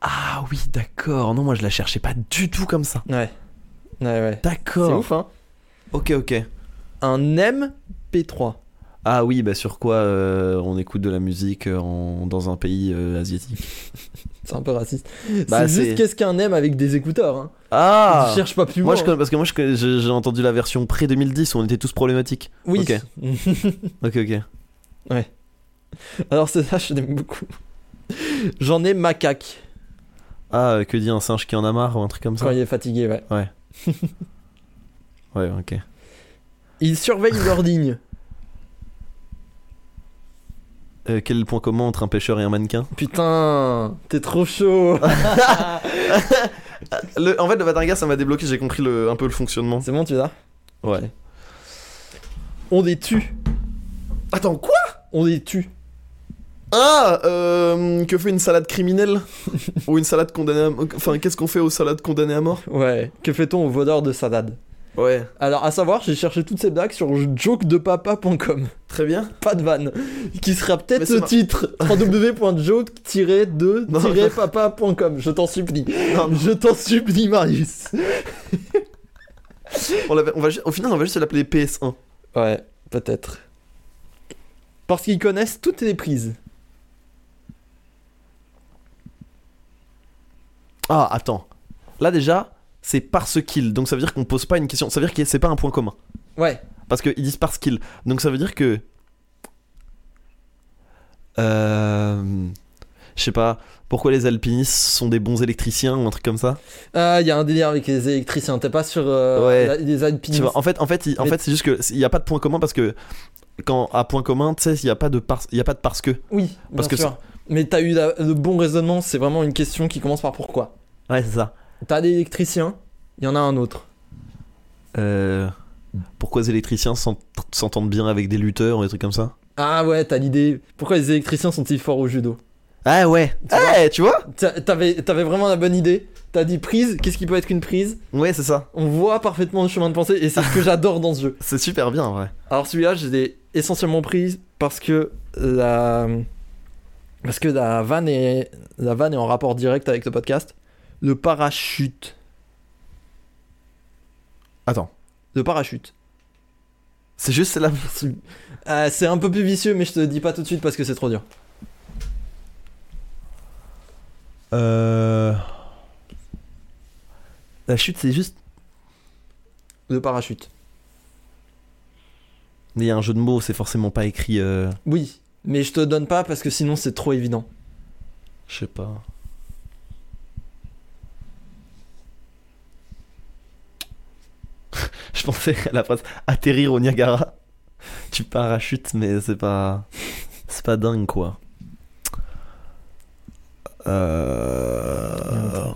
[SPEAKER 2] Ah oui, d'accord. Non, moi, je la cherchais pas du tout comme ça.
[SPEAKER 1] Ouais. Ouais, ouais. C'est
[SPEAKER 2] D'accord.
[SPEAKER 1] ouf, hein
[SPEAKER 2] Ok, ok.
[SPEAKER 1] Un MP3.
[SPEAKER 2] Ah oui, bah sur quoi euh, on écoute de la musique euh, en- dans un pays euh, asiatique
[SPEAKER 1] C'est un peu raciste. c'est
[SPEAKER 2] Bah, c'est-
[SPEAKER 1] juste qu'est-ce qu'un M avec des écouteurs. Hein.
[SPEAKER 2] Ah
[SPEAKER 1] Je cherche pas plus
[SPEAKER 2] Moi
[SPEAKER 1] loin.
[SPEAKER 2] je connais, parce que moi je connais- j'ai j'ai entendu la version pré 2010 où on était tous problématiques.
[SPEAKER 1] Oui.
[SPEAKER 2] Ok, ok.
[SPEAKER 1] Alors c'est ça, je l'aime beaucoup. J'en ai macaque
[SPEAKER 2] Ah, euh, que dit un singe qui en a marre ou un truc comme ça
[SPEAKER 1] quand il est fatigué, ouais.
[SPEAKER 2] Ouais, ok.
[SPEAKER 1] Ils surveillent leur ligne.
[SPEAKER 2] Euh, quel est le point commun entre un pêcheur et un mannequin
[SPEAKER 1] Putain, t'es trop chaud.
[SPEAKER 2] Le- En fait, le Vatarga ça m'a débloqué, j'ai compris le- un peu le fonctionnement.
[SPEAKER 1] c'est bon, tu l'as
[SPEAKER 2] Ouais.
[SPEAKER 1] Ok. On les tue.
[SPEAKER 2] Attends, quoi
[SPEAKER 1] On les tue.
[SPEAKER 2] Ah euh, Que fait une salade criminelle Ou une salade condamnée à mort Enfin, qu'est-ce qu'on fait aux salades condamnées à mort
[SPEAKER 1] Ouais. Que fait-on aux voleurs de salade
[SPEAKER 2] Ouais,
[SPEAKER 1] Alors, à savoir, j'ai cherché toutes ces blagues sur jokedepapa.com.
[SPEAKER 2] très bien.
[SPEAKER 1] Pas de vanne. Qui sera
[SPEAKER 2] Mais
[SPEAKER 1] peut-être
[SPEAKER 2] c'est
[SPEAKER 1] le
[SPEAKER 2] mar-
[SPEAKER 1] titre. www.joke-de-papa.com. Je t'en supplie.
[SPEAKER 2] Non,
[SPEAKER 1] Je t'en supplie, Marius.
[SPEAKER 2] On l'avait- on va, ju- au final, on va juste l'appeler PS1.
[SPEAKER 1] Ouais, peut-être. Parce qu'ils connaissent toutes les prises.
[SPEAKER 2] Ah, attends. Là, déjà, c'est parce qu'il. Donc, ça veut dire qu'on pose pas une question. Ça veut dire que c'est pas un point commun.
[SPEAKER 1] Ouais.
[SPEAKER 2] Parce qu'ils disent parce qu'il. Donc, ça veut dire que. Euh. Je sais pas. Pourquoi les alpinistes sont des bons électriciens ou un truc comme ça
[SPEAKER 1] Ah, il y a un délire avec les électriciens. T'es pas sur euh,
[SPEAKER 2] Ouais.
[SPEAKER 1] la- les alpinistes.
[SPEAKER 2] Tu vois, en fait, en fait, il- en
[SPEAKER 1] Mais-
[SPEAKER 2] fait c'est juste que c'est- il n'y a pas de point commun parce que. Quand à point commun, tu sais, il n'y a, pas de parce- il y a pas de parce que.
[SPEAKER 1] Oui,
[SPEAKER 2] Parce
[SPEAKER 1] parce
[SPEAKER 2] que
[SPEAKER 1] que Mais t'as eu la- le bon raisonnement. C'est vraiment une question qui commence par pourquoi.
[SPEAKER 2] Ouais, c'est ça.
[SPEAKER 1] T'as l'électricien. Il y en a un autre.
[SPEAKER 2] Euh, Pourquoi les électriciens s'ent- s'entendent bien avec des lutteurs ou des trucs comme ça
[SPEAKER 1] Ah ouais, t'as l'idée. Pourquoi les électriciens sont-ils forts au judo
[SPEAKER 2] Ah ouais Eh, tu vois
[SPEAKER 1] T'as- T'avais t'avais vraiment la bonne idée. T'as dit prise. Qu'est-ce qui peut être qu'une prise
[SPEAKER 2] Ouais, c'est ça.
[SPEAKER 1] On voit parfaitement le chemin de pensée et c'est ce que j'adore dans ce jeu.
[SPEAKER 2] C'est super bien, en vrai.
[SPEAKER 1] Alors celui-là, je l'ai essentiellement pris parce que la parce que la vanne est la vanne est en rapport direct avec le podcast. Le parachute,
[SPEAKER 2] Attends.
[SPEAKER 1] le parachute.
[SPEAKER 2] C'est juste c'est la.
[SPEAKER 1] Euh, c'est un peu plus vicieux, mais je te le dis pas tout de suite parce que c'est trop dur.
[SPEAKER 2] Euh. La chute, c'est juste.
[SPEAKER 1] Le parachute.
[SPEAKER 2] Mais il y a un jeu de mots, c'est forcément pas écrit. euh,
[SPEAKER 1] Oui, mais je te donne pas parce que sinon c'est trop évident.
[SPEAKER 2] Je sais pas. Je pensais à la phrase atterrir au Niagara. Tu parachutes, mais c'est pas. C'est pas dingue, quoi. Euh.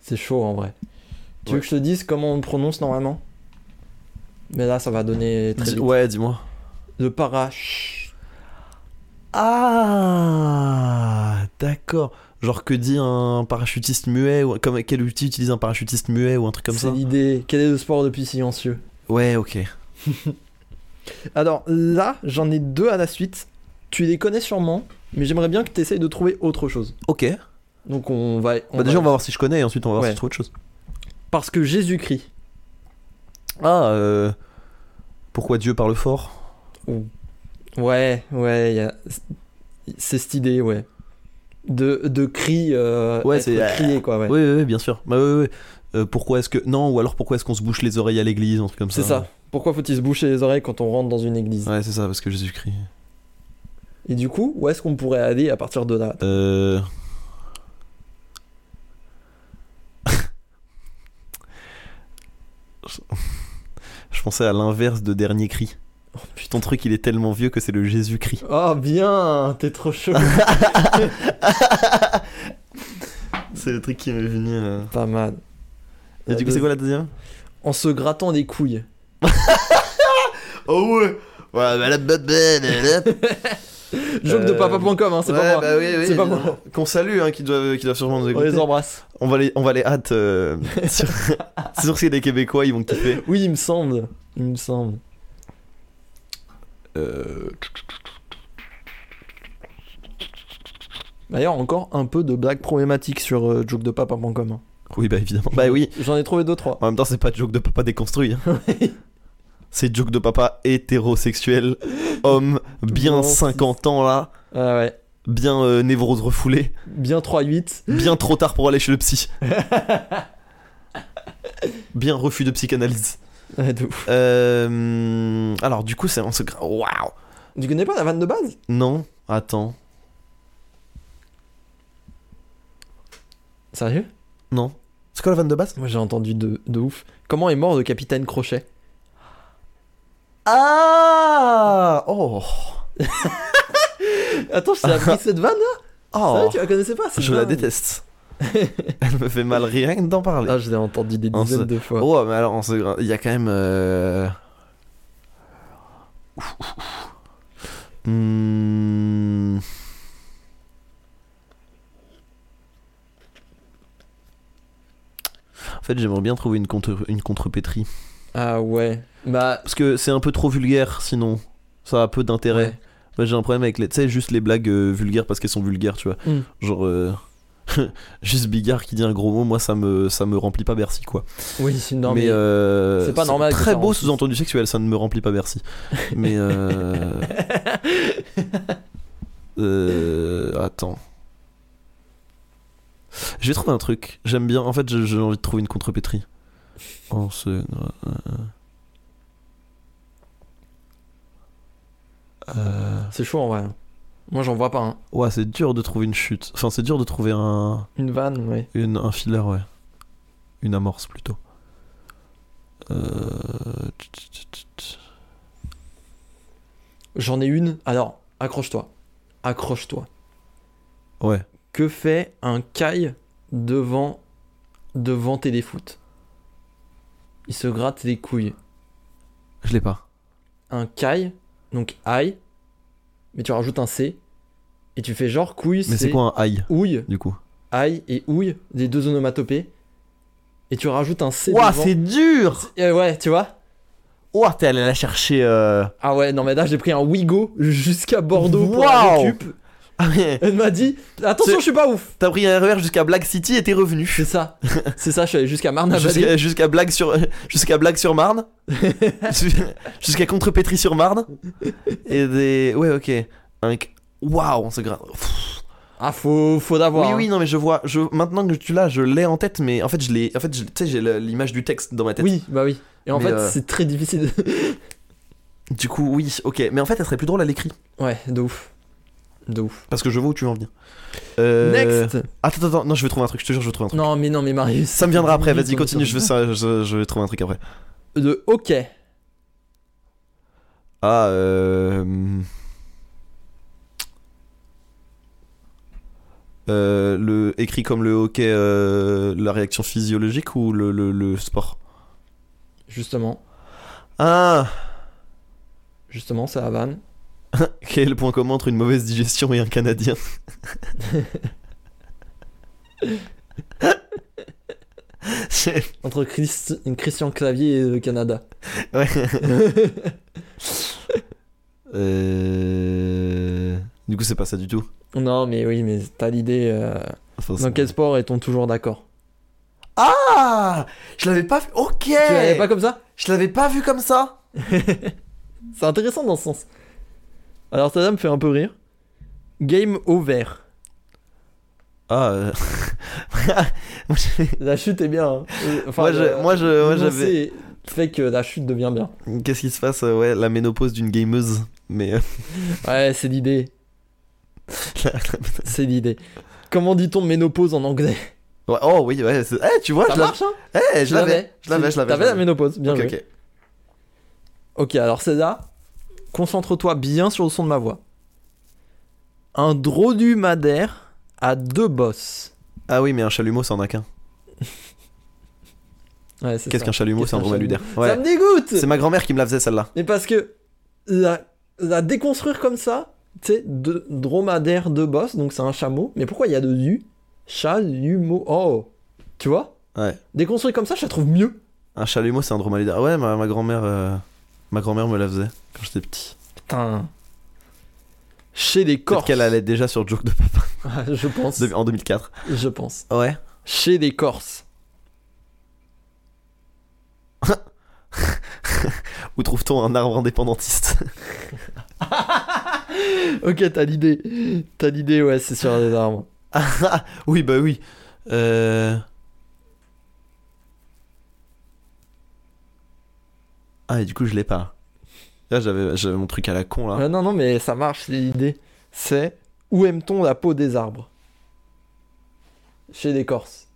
[SPEAKER 1] C'est chaud en vrai. Tu
[SPEAKER 2] Ouais.
[SPEAKER 1] veux que je te dise comment on le prononce normalement Mais là, ça va donner très
[SPEAKER 2] Dis-
[SPEAKER 1] vite.
[SPEAKER 2] ouais, dis-moi.
[SPEAKER 1] Le parachute.
[SPEAKER 2] Ah, d'accord. Genre que dit un parachutiste muet ou comme quel outil utilise un parachutiste muet ou un truc comme
[SPEAKER 1] C'est
[SPEAKER 2] ça
[SPEAKER 1] l'idée. Quel est le sport le plus silencieux
[SPEAKER 2] Ouais, ok.
[SPEAKER 1] Alors là, j'en ai deux à la suite. Tu les connais sûrement, mais j'aimerais bien que tu essayes de trouver autre chose.
[SPEAKER 2] Ok.
[SPEAKER 1] Donc on va. on
[SPEAKER 2] bah déjà
[SPEAKER 1] va-
[SPEAKER 2] on va voir si je connais et ensuite on va voir si
[SPEAKER 1] Ouais.
[SPEAKER 2] je trouve autre chose.
[SPEAKER 1] Parce que Jésus-Christ.
[SPEAKER 2] Ah, euh, pourquoi Dieu parle fort
[SPEAKER 1] Ouais, ouais, y a- c'est cette idée, ouais. De, de cri. euh,
[SPEAKER 2] Ouais,
[SPEAKER 1] être
[SPEAKER 2] c'est-
[SPEAKER 1] crié, quoi, ouais.
[SPEAKER 2] Oui, oui, oui, bien sûr. Bah oui, oui, oui. Euh, pourquoi est-ce que non ou alors pourquoi est-ce qu'on se bouche les oreilles à l'église un truc comme ça
[SPEAKER 1] c'est ça. Pourquoi faut-il se boucher les oreilles quand on rentre dans une église
[SPEAKER 2] Ouais, c'est ça parce que Jésus-Christ.
[SPEAKER 1] Et du coup, où est-ce qu'on pourrait aller à partir de là
[SPEAKER 2] Euh, je pensais à l'inverse de Dernier Cri.
[SPEAKER 1] Oh,
[SPEAKER 2] Ton truc, il est tellement vieux que c'est le Jésus-Christ.
[SPEAKER 1] Oh bien, t'es trop chaud.
[SPEAKER 2] C'est le truc qui m'est venu. euh.
[SPEAKER 1] Pas mal.
[SPEAKER 2] Et du coup, c'est quoi la deuxième
[SPEAKER 1] Euh, En se grattant les couilles.
[SPEAKER 2] Oh ouais Ouais, bah la bonne
[SPEAKER 1] Joke
[SPEAKER 2] Euh,
[SPEAKER 1] de papa.com, hein, c'est pas moi.
[SPEAKER 2] bah,
[SPEAKER 1] C'est pas moi.
[SPEAKER 2] Qu'on salue, hein, qui doivent, qui doivent sûrement nous
[SPEAKER 1] On
[SPEAKER 2] écouter.
[SPEAKER 1] les embrasse.
[SPEAKER 2] On va les, on va les hâte. euh, sur... c'est sûr que c'est des Québécois, ils vont kiffer.
[SPEAKER 1] Oui, il me semble. Il me semble.
[SPEAKER 4] Euh,
[SPEAKER 1] D'ailleurs, encore un peu de blagues problématiques sur euh, joke de papa.com. hein.
[SPEAKER 2] Oui, bah évidemment. Bah oui.
[SPEAKER 1] J'en ai trouvé deux trois.
[SPEAKER 2] En même temps, c'est pas joke de papa déconstruit. hein. c'est joke de papa hétérosexuel, homme, bien
[SPEAKER 1] Non,
[SPEAKER 2] 50 ans là,
[SPEAKER 1] Ah ouais.
[SPEAKER 2] bien euh, névrose refoulée,
[SPEAKER 1] Bien 3-8.
[SPEAKER 2] bien trop tard pour aller chez le psy. bien refus de psychanalyse.
[SPEAKER 1] Ouais, de ouf.
[SPEAKER 2] Euh, alors, du coup, c'est en se. gra- Waouh!
[SPEAKER 1] Tu connais pas la vanne de base
[SPEAKER 2] Non, attends.
[SPEAKER 1] Sérieux
[SPEAKER 2] Non. C'est quoi la vanne de base
[SPEAKER 1] Moi j'ai entendu de, de ouf. Comment est mort le capitaine Crochet
[SPEAKER 2] Ah Oh
[SPEAKER 1] Attends, je t'ai appris cette vanne là
[SPEAKER 2] Oh
[SPEAKER 1] tu la connaissais pas cette
[SPEAKER 2] Je la
[SPEAKER 1] vanne
[SPEAKER 2] déteste. Elle me fait mal rien que d'en parler.
[SPEAKER 1] Ah, je l'ai entendu des
[SPEAKER 2] On se-
[SPEAKER 1] dizaines de fois.
[SPEAKER 2] Oh, mais alors, on se gra- il y a quand même. euh, ouf, ouf, ouf. Hmm. En fait, j'aimerais bien trouver une contre une contrepétrie.
[SPEAKER 1] Ah ouais. Bah.
[SPEAKER 2] Parce que c'est un peu trop vulgaire, sinon. Ça a peu d'intérêt.
[SPEAKER 1] Ouais.
[SPEAKER 2] Moi, j'ai un problème avec les. Tu sais, juste les blagues euh, vulgaires parce qu'elles sont vulgaires, tu vois.
[SPEAKER 1] Mm.
[SPEAKER 2] Genre. euh, juste Bigard qui dit un gros mot, moi, ça me, ça me remplit pas Bercy, quoi.
[SPEAKER 1] Oui, non, mais.
[SPEAKER 2] mais. euh,
[SPEAKER 1] c'est pas normal que
[SPEAKER 2] Très
[SPEAKER 1] ça
[SPEAKER 2] beau
[SPEAKER 1] remplit.
[SPEAKER 2] sous-entendu sexuel, ça ne me remplit pas Bercy. Mais. euh, euh, Attends. Je vais trouver un truc. J'aime bien. En fait, j'ai j'ai envie de trouver une contrepétrie. On se. euh, euh, euh.
[SPEAKER 1] C'est chaud en vrai. Moi j'en vois pas. hein.
[SPEAKER 2] Ouais, c'est dur de trouver une chute. Enfin, c'est dur de trouver un,
[SPEAKER 1] Une vanne, ouais.
[SPEAKER 2] une, un filler, ouais. Une amorce plutôt. Euh, tch, tch, tch, tch, tch.
[SPEAKER 1] J'en ai une. Alors, accroche-toi. Accroche-toi.
[SPEAKER 2] Ouais.
[SPEAKER 1] Que fait un caille devant devant téléfoot Il se gratte les couilles.
[SPEAKER 2] Je l'ai pas.
[SPEAKER 1] Un caille, donc aïe, mais tu rajoutes un c et tu fais genre couille,
[SPEAKER 2] Mais c'est quoi un aïe,
[SPEAKER 1] ouille,
[SPEAKER 2] du coup
[SPEAKER 1] aïe et ouille, les deux onomatopées. Et tu rajoutes un c
[SPEAKER 2] Ouah,
[SPEAKER 1] devant.
[SPEAKER 2] c'est dur
[SPEAKER 1] Euh, ouais, tu vois
[SPEAKER 2] Ouah, t'es allé la chercher. euh,
[SPEAKER 1] Ah ouais, non mais là j'ai pris un Wigo jusqu'à Bordeaux pour la
[SPEAKER 2] Waouh
[SPEAKER 1] récup.
[SPEAKER 2] ah ouais.
[SPEAKER 1] Elle m'a dit attention,
[SPEAKER 2] C'est-
[SPEAKER 1] je suis pas ouf.
[SPEAKER 2] T'as pris un RER jusqu'à Black City et t'es revenu.
[SPEAKER 1] C'est ça, c'est ça. Je suis allé jusqu'à Marne-la-Vallée.
[SPEAKER 2] Jusqu'à jusqu'à Blague sur jusqu'à Blague sur Marne, jusqu'à Contrepétrie sur Marne. Et des ouais, OK. Un... Waouh, on se gratte.
[SPEAKER 1] Ah faut faut d'avoir.
[SPEAKER 2] Oui,
[SPEAKER 1] hein.
[SPEAKER 2] oui, non, mais je vois. Je, maintenant que tu l'as, je l'ai en tête, mais en fait, je l'ai. En fait, je- tu sais, j'ai le- l'image du texte dans ma tête.
[SPEAKER 1] Oui, bah oui. Et en
[SPEAKER 2] Mais,
[SPEAKER 1] fait,
[SPEAKER 2] euh,
[SPEAKER 1] c'est très difficile.
[SPEAKER 2] Du coup, oui, ok. Mais en fait, elle serait plus drôle à l'écrit.
[SPEAKER 1] ouais, de ouf. De ouf.
[SPEAKER 2] Parce que je vois où tu veux en venir. Euh,
[SPEAKER 1] Next
[SPEAKER 2] Attends, attends, non, je vais trouver un truc, je te jure, je vais trouver un truc.
[SPEAKER 1] Non, mais non, mais Marius.
[SPEAKER 2] Ça me viendra après,
[SPEAKER 1] dix
[SPEAKER 2] vas-y,
[SPEAKER 1] minutes,
[SPEAKER 2] continue,
[SPEAKER 1] on
[SPEAKER 2] je
[SPEAKER 1] s'en
[SPEAKER 2] vais, ça, je, je vais trouver un truc après.
[SPEAKER 1] fout. De ok.
[SPEAKER 2] Ah, euh. Euh, le, écrit comme le hockey, euh, la réaction physiologique ou le, le, le sport
[SPEAKER 1] Justement,
[SPEAKER 2] Ah
[SPEAKER 1] justement, c'est Havane.
[SPEAKER 2] Quel est le point commun entre une mauvaise digestion et un Canadien C'est-
[SPEAKER 1] Entre Christ- Christian Clavier et le Canada.
[SPEAKER 2] ouais. Euh, Du coup, c'est pas ça du tout.
[SPEAKER 1] Non, mais oui, mais t'as l'idée. euh,
[SPEAKER 2] Enfin, c'est-
[SPEAKER 1] Dans quel sport est-on toujours d'accord
[SPEAKER 2] Ah Je l'avais pas vu. Ok
[SPEAKER 1] Tu l'avais pas comme ça
[SPEAKER 2] Je l'avais pas vu comme ça
[SPEAKER 1] C'est intéressant dans ce sens. Alors, ça me fait un peu rire. Game over.
[SPEAKER 2] Ah euh, Moi, je-
[SPEAKER 1] La chute est bien. hein. Euh, Enfin,
[SPEAKER 2] moi, je-
[SPEAKER 1] le-
[SPEAKER 2] moi, je- moi,
[SPEAKER 1] le
[SPEAKER 2] j'avais.
[SPEAKER 1] lancer fait que la chute devient bien.
[SPEAKER 2] Qu'est-ce qui se passe euh, Ouais, la ménopause d'une gameuse. Mais. euh,
[SPEAKER 1] Ouais, c'est l'idée. c'est l'idée. Comment dit-on ménopause en anglais
[SPEAKER 2] ouais, oh oui, ouais. c'est- Eh, tu vois,
[SPEAKER 1] Ça
[SPEAKER 2] je l'avais-
[SPEAKER 1] marche, hein
[SPEAKER 2] Eh, je l'avais. Je l'avais, je l'avais.
[SPEAKER 1] T'avais
[SPEAKER 2] je
[SPEAKER 1] la ménopause, bien
[SPEAKER 2] Ok,
[SPEAKER 1] joué.
[SPEAKER 2] ok.
[SPEAKER 1] Ok, alors César, concentre-toi bien sur le son de ma voix. Un dromadaire a deux bosses.
[SPEAKER 2] Ah oui, mais un chalumeau, ça en a qu'un.
[SPEAKER 1] Ouais, c'est
[SPEAKER 2] Qu'est-ce
[SPEAKER 1] ça.
[SPEAKER 2] qu'un chalumeau
[SPEAKER 1] Qu'est-ce
[SPEAKER 2] C'est un
[SPEAKER 1] qu'un
[SPEAKER 2] dromaludaire.
[SPEAKER 1] Ça
[SPEAKER 2] Ouais.
[SPEAKER 1] me dégoûte
[SPEAKER 2] C'est ma grand-mère qui me la faisait celle-là.
[SPEAKER 1] Mais parce que la, la déconstruire comme ça, tu sais, de- dromadaire de boss, donc c'est un chameau. Mais pourquoi il y a deux U Chalumeau. Oh Tu vois
[SPEAKER 2] Ouais.
[SPEAKER 1] Déconstruire comme ça, je la trouve mieux.
[SPEAKER 2] Un chalumeau, c'est un dromaludaire. Ouais, ma, ma grand-mère euh, ma grand-mère me la faisait quand j'étais petit.
[SPEAKER 1] Putain. Chez les
[SPEAKER 2] Peut-être
[SPEAKER 1] Corses.
[SPEAKER 2] qu'elle allait déjà sur Joke de Papa
[SPEAKER 1] je pense.
[SPEAKER 2] de- en 2004.
[SPEAKER 1] Je pense.
[SPEAKER 2] Ouais.
[SPEAKER 1] Chez les Corses.
[SPEAKER 2] Où trouve-t-on un arbre indépendantiste
[SPEAKER 1] Ok, t'as l'idée. T'as l'idée, ouais, c'est sur les arbres.
[SPEAKER 2] Ah, ah, oui, bah oui. Euh... Ah, et du coup, je l'ai pas. Là, j'avais j'avais mon truc à la con, là.
[SPEAKER 1] Euh, non, non, mais ça marche, c'est l'idée. C'est où aime-t-on la peau des arbres Chez les Corses.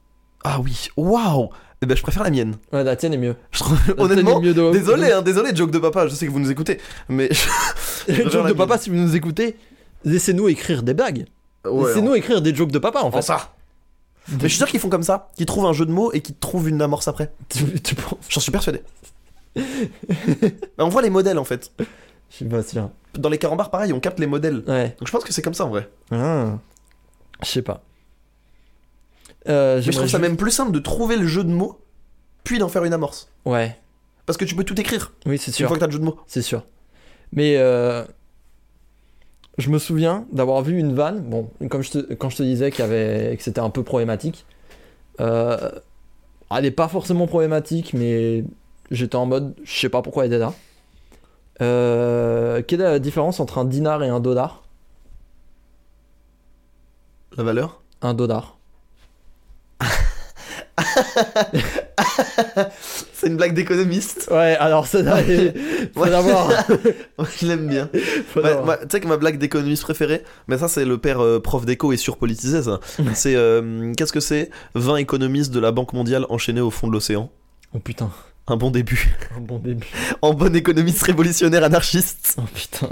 [SPEAKER 2] Ah oui, waouh Eh ben, je préfère la mienne.
[SPEAKER 1] Ouais, la tienne est mieux.
[SPEAKER 2] Je trouve,
[SPEAKER 1] La
[SPEAKER 2] honnêtement,
[SPEAKER 1] tienne est mieux de-
[SPEAKER 2] désolé, hein, désolé, joke de papa, je sais que vous nous écoutez, mais...
[SPEAKER 1] Les
[SPEAKER 2] Préfère
[SPEAKER 1] jokes
[SPEAKER 2] la
[SPEAKER 1] de papa,
[SPEAKER 2] mienne.
[SPEAKER 1] si vous nous écoutez, laissez-nous écrire des blagues. laissez-nous écrire des jokes de papa, en
[SPEAKER 2] Enfin,
[SPEAKER 1] fait.
[SPEAKER 2] ça Mais je suis sûr qu'ils font comme ça, qu'ils trouvent un jeu de mots et qu'ils trouvent une amorce après.
[SPEAKER 1] Tu, tu penses
[SPEAKER 2] J'en suis persuadé. Bah, on voit les modèles, en fait.
[SPEAKER 1] Je suis pas sûr.
[SPEAKER 2] Dans les carambars, pareil, on capte les modèles.
[SPEAKER 1] Ouais.
[SPEAKER 2] Donc je pense que c'est comme ça, en vrai.
[SPEAKER 1] Ah. Je sais pas. Euh,
[SPEAKER 2] Mais je trouve ça
[SPEAKER 1] j'aimerais
[SPEAKER 2] même plus simple de trouver le jeu de mots, puis d'en faire une amorce.
[SPEAKER 1] ju- Ouais.
[SPEAKER 2] Parce que tu peux tout écrire
[SPEAKER 1] Oui, c'est
[SPEAKER 2] une
[SPEAKER 1] sûr.
[SPEAKER 2] fois que t'as le jeu de mots.
[SPEAKER 1] C'est sûr. Mais euh, je me souviens d'avoir vu une vanne. Bon, comme je te, quand je te disais qu'il y avait, que c'était un peu problématique. euh, elle n'est pas forcément problématique, mais j'étais en mode, je sais pas pourquoi elle était là. Euh, quelle est la différence entre un dinar et un dollar
[SPEAKER 2] La valeur
[SPEAKER 1] Un dollar.
[SPEAKER 2] C'est une blague d'économiste.
[SPEAKER 1] Ouais, alors ça doit- faut
[SPEAKER 2] Ouais.
[SPEAKER 1] d'abord.
[SPEAKER 2] Moi, je l'aime bien.
[SPEAKER 1] faut
[SPEAKER 2] Ouais,
[SPEAKER 1] d'abord.
[SPEAKER 2] moi, tu sais que ma blague d'économiste préférée, mais ça, c'est le père euh, prof d'éco et surpolitisé, ça. c'est euh, qu'est-ce que c'est 20 économistes de la Banque mondiale enchaînés au fond de l'océan.
[SPEAKER 1] Oh putain,
[SPEAKER 2] Un bon début.
[SPEAKER 1] un bon début.
[SPEAKER 2] en bon économiste révolutionnaire anarchiste.
[SPEAKER 1] Oh putain.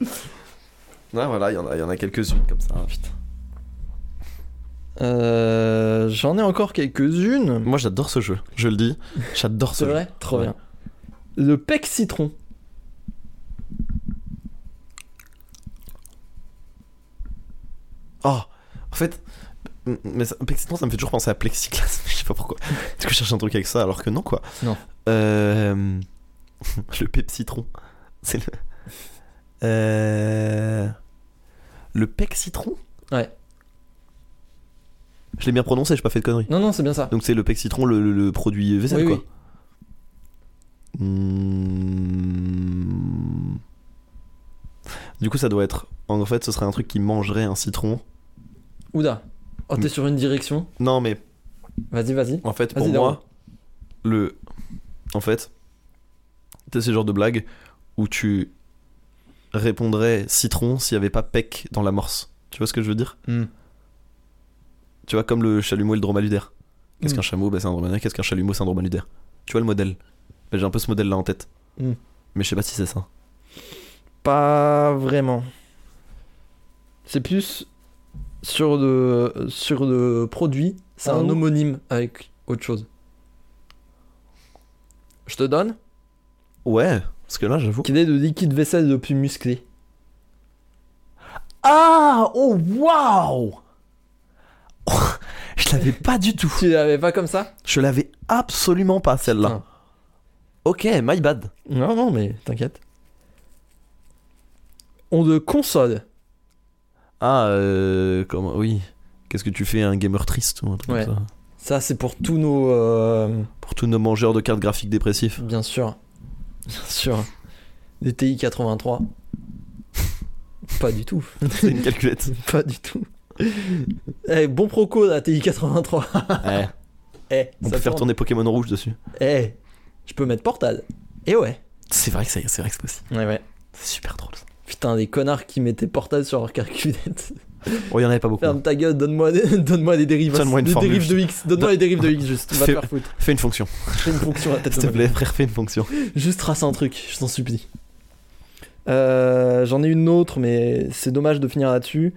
[SPEAKER 2] Ouais, voilà, il y en a, il y en a quelques-unes comme ça.
[SPEAKER 1] Euh, J'en ai encore quelques-unes.
[SPEAKER 2] Moi, j'adore ce jeu, je le dis. J'adore
[SPEAKER 1] C'est
[SPEAKER 2] ce jeu.
[SPEAKER 1] vrai Trop
[SPEAKER 2] Ouais.
[SPEAKER 1] bien. Le pec citron.
[SPEAKER 2] Oh, en fait, m- mais ça, Plexi- non, ça me fait toujours penser à plexiglas. Je sais pas pourquoi. Est-ce que je cherche un truc avec ça alors que non, quoi.
[SPEAKER 1] Non.
[SPEAKER 2] Euh, le pepsitron. C'est le. Euh, Le pexitron
[SPEAKER 1] Ouais.
[SPEAKER 2] Je l'ai bien prononcé, j'ai pas fait de conneries.
[SPEAKER 1] Non, non, c'est bien ça.
[SPEAKER 2] Donc c'est le pexitron, le, le- le produit vaisselle,
[SPEAKER 1] Oui,
[SPEAKER 2] quoi.
[SPEAKER 1] oui.
[SPEAKER 2] Hmm. Du coup, ça doit être. En fait, ce serait un truc qui mangerait un citron.
[SPEAKER 1] Oula. Oh, t'es
[SPEAKER 2] Mais-
[SPEAKER 1] sur une direction.
[SPEAKER 2] Non, mais
[SPEAKER 1] Vas-y, vas-y.
[SPEAKER 2] En fait,
[SPEAKER 1] Vas-y,
[SPEAKER 2] pour
[SPEAKER 1] Daro.
[SPEAKER 2] moi, le. En fait, c'est ce genre de blague où tu répondrais citron s'il n'y avait pas pec dans l'amorce. Tu vois ce que je veux dire Tu vois, comme le chalumeau et le dromaludaire. Qu'est-ce
[SPEAKER 1] Mm.
[SPEAKER 2] qu'un chameau Bah, C'est un dromaludaire. Qu'est-ce qu'un chalumeau C'est un dromaludaire. Tu vois le modèle Bah, J'ai un peu ce modèle-là en tête.
[SPEAKER 1] Mm.
[SPEAKER 2] Mais je sais pas si c'est ça.
[SPEAKER 1] Pas vraiment. C'est plus sur le, sur le produit. C'est
[SPEAKER 2] Ah
[SPEAKER 1] un
[SPEAKER 2] oui.
[SPEAKER 1] homonyme avec autre chose. Je te donne.
[SPEAKER 2] Ouais, parce que là, j'avoue.
[SPEAKER 1] Quel est le liquide vaisselle le plus musclé
[SPEAKER 2] Ah Oh, waouh Je l'avais pas du tout.
[SPEAKER 1] Tu l'avais pas comme ça
[SPEAKER 2] Je l'avais absolument pas celle-là.
[SPEAKER 1] Putain.
[SPEAKER 2] Ok, my bad.
[SPEAKER 1] Non, non, mais t'inquiète. On le console.
[SPEAKER 2] Ah, euh, comment, oui. Qu'est-ce que tu fais, un gamer triste ou un truc
[SPEAKER 1] Ouais.
[SPEAKER 2] comme ça
[SPEAKER 1] Ça, c'est pour tous nos. euh,
[SPEAKER 2] Pour tous nos mangeurs de cartes graphiques dépressifs.
[SPEAKER 1] Bien sûr. Bien sûr. Des TI 83. Pas du tout.
[SPEAKER 2] C'est une calculette.
[SPEAKER 1] Pas du tout. Eh, bon proco la TI 83.
[SPEAKER 2] ouais.
[SPEAKER 1] Eh, ça
[SPEAKER 2] On peut faire
[SPEAKER 1] tourne.
[SPEAKER 2] tourner Pokémon rouge dessus.
[SPEAKER 1] Eh, je peux mettre Portal. Eh ouais.
[SPEAKER 2] C'est vrai que ça- c'est vrai que c'est possible.
[SPEAKER 1] Ouais, ouais.
[SPEAKER 2] C'est super drôle. ça.
[SPEAKER 1] Putain, des connards qui mettaient Portal sur leur calculette.
[SPEAKER 2] Oh, il y en avait pas beaucoup.
[SPEAKER 1] Ferme ta gueule, donne-moi des, donne-moi des dérives.
[SPEAKER 2] Donne-moi une
[SPEAKER 1] des
[SPEAKER 2] formule,
[SPEAKER 1] dérives de X. Donne-moi les dérives de X juste. Va te
[SPEAKER 2] Fais-
[SPEAKER 1] faire foutre.
[SPEAKER 2] Fais une fonction,
[SPEAKER 1] Fais une fonction à la tête
[SPEAKER 2] s'il te
[SPEAKER 1] de ma
[SPEAKER 2] plaît, frère, fais une fonction.
[SPEAKER 1] Juste trace un truc, je t'en supplie. Euh, J'en ai une autre, mais c'est dommage de finir là-dessus.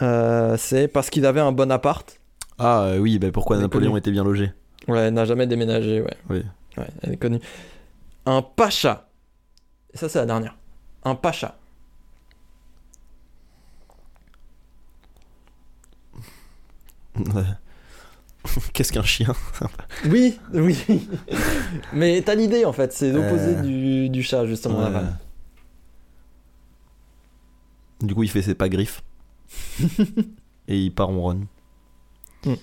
[SPEAKER 1] Euh, c'est parce qu'il avait un bon appart.
[SPEAKER 2] Ah euh, oui, bah pourquoi
[SPEAKER 1] On est
[SPEAKER 2] Napoléon
[SPEAKER 1] connu.
[SPEAKER 2] était bien logé
[SPEAKER 1] Ouais, elle n'a jamais déménagé, ouais.
[SPEAKER 2] Oui.
[SPEAKER 1] Ouais, elle est connue. Un pacha. Et ça, c'est la dernière. Un pacha.
[SPEAKER 2] Qu'est-ce qu'un chien
[SPEAKER 1] Oui, oui. mais t'as l'idée, en fait. C'est l'opposé
[SPEAKER 2] Euh.
[SPEAKER 1] du, du chat, justement, la
[SPEAKER 2] Ouais.
[SPEAKER 1] vanne.
[SPEAKER 2] Du coup, il fait ses pas griffes. et il part en run.
[SPEAKER 1] Hmm.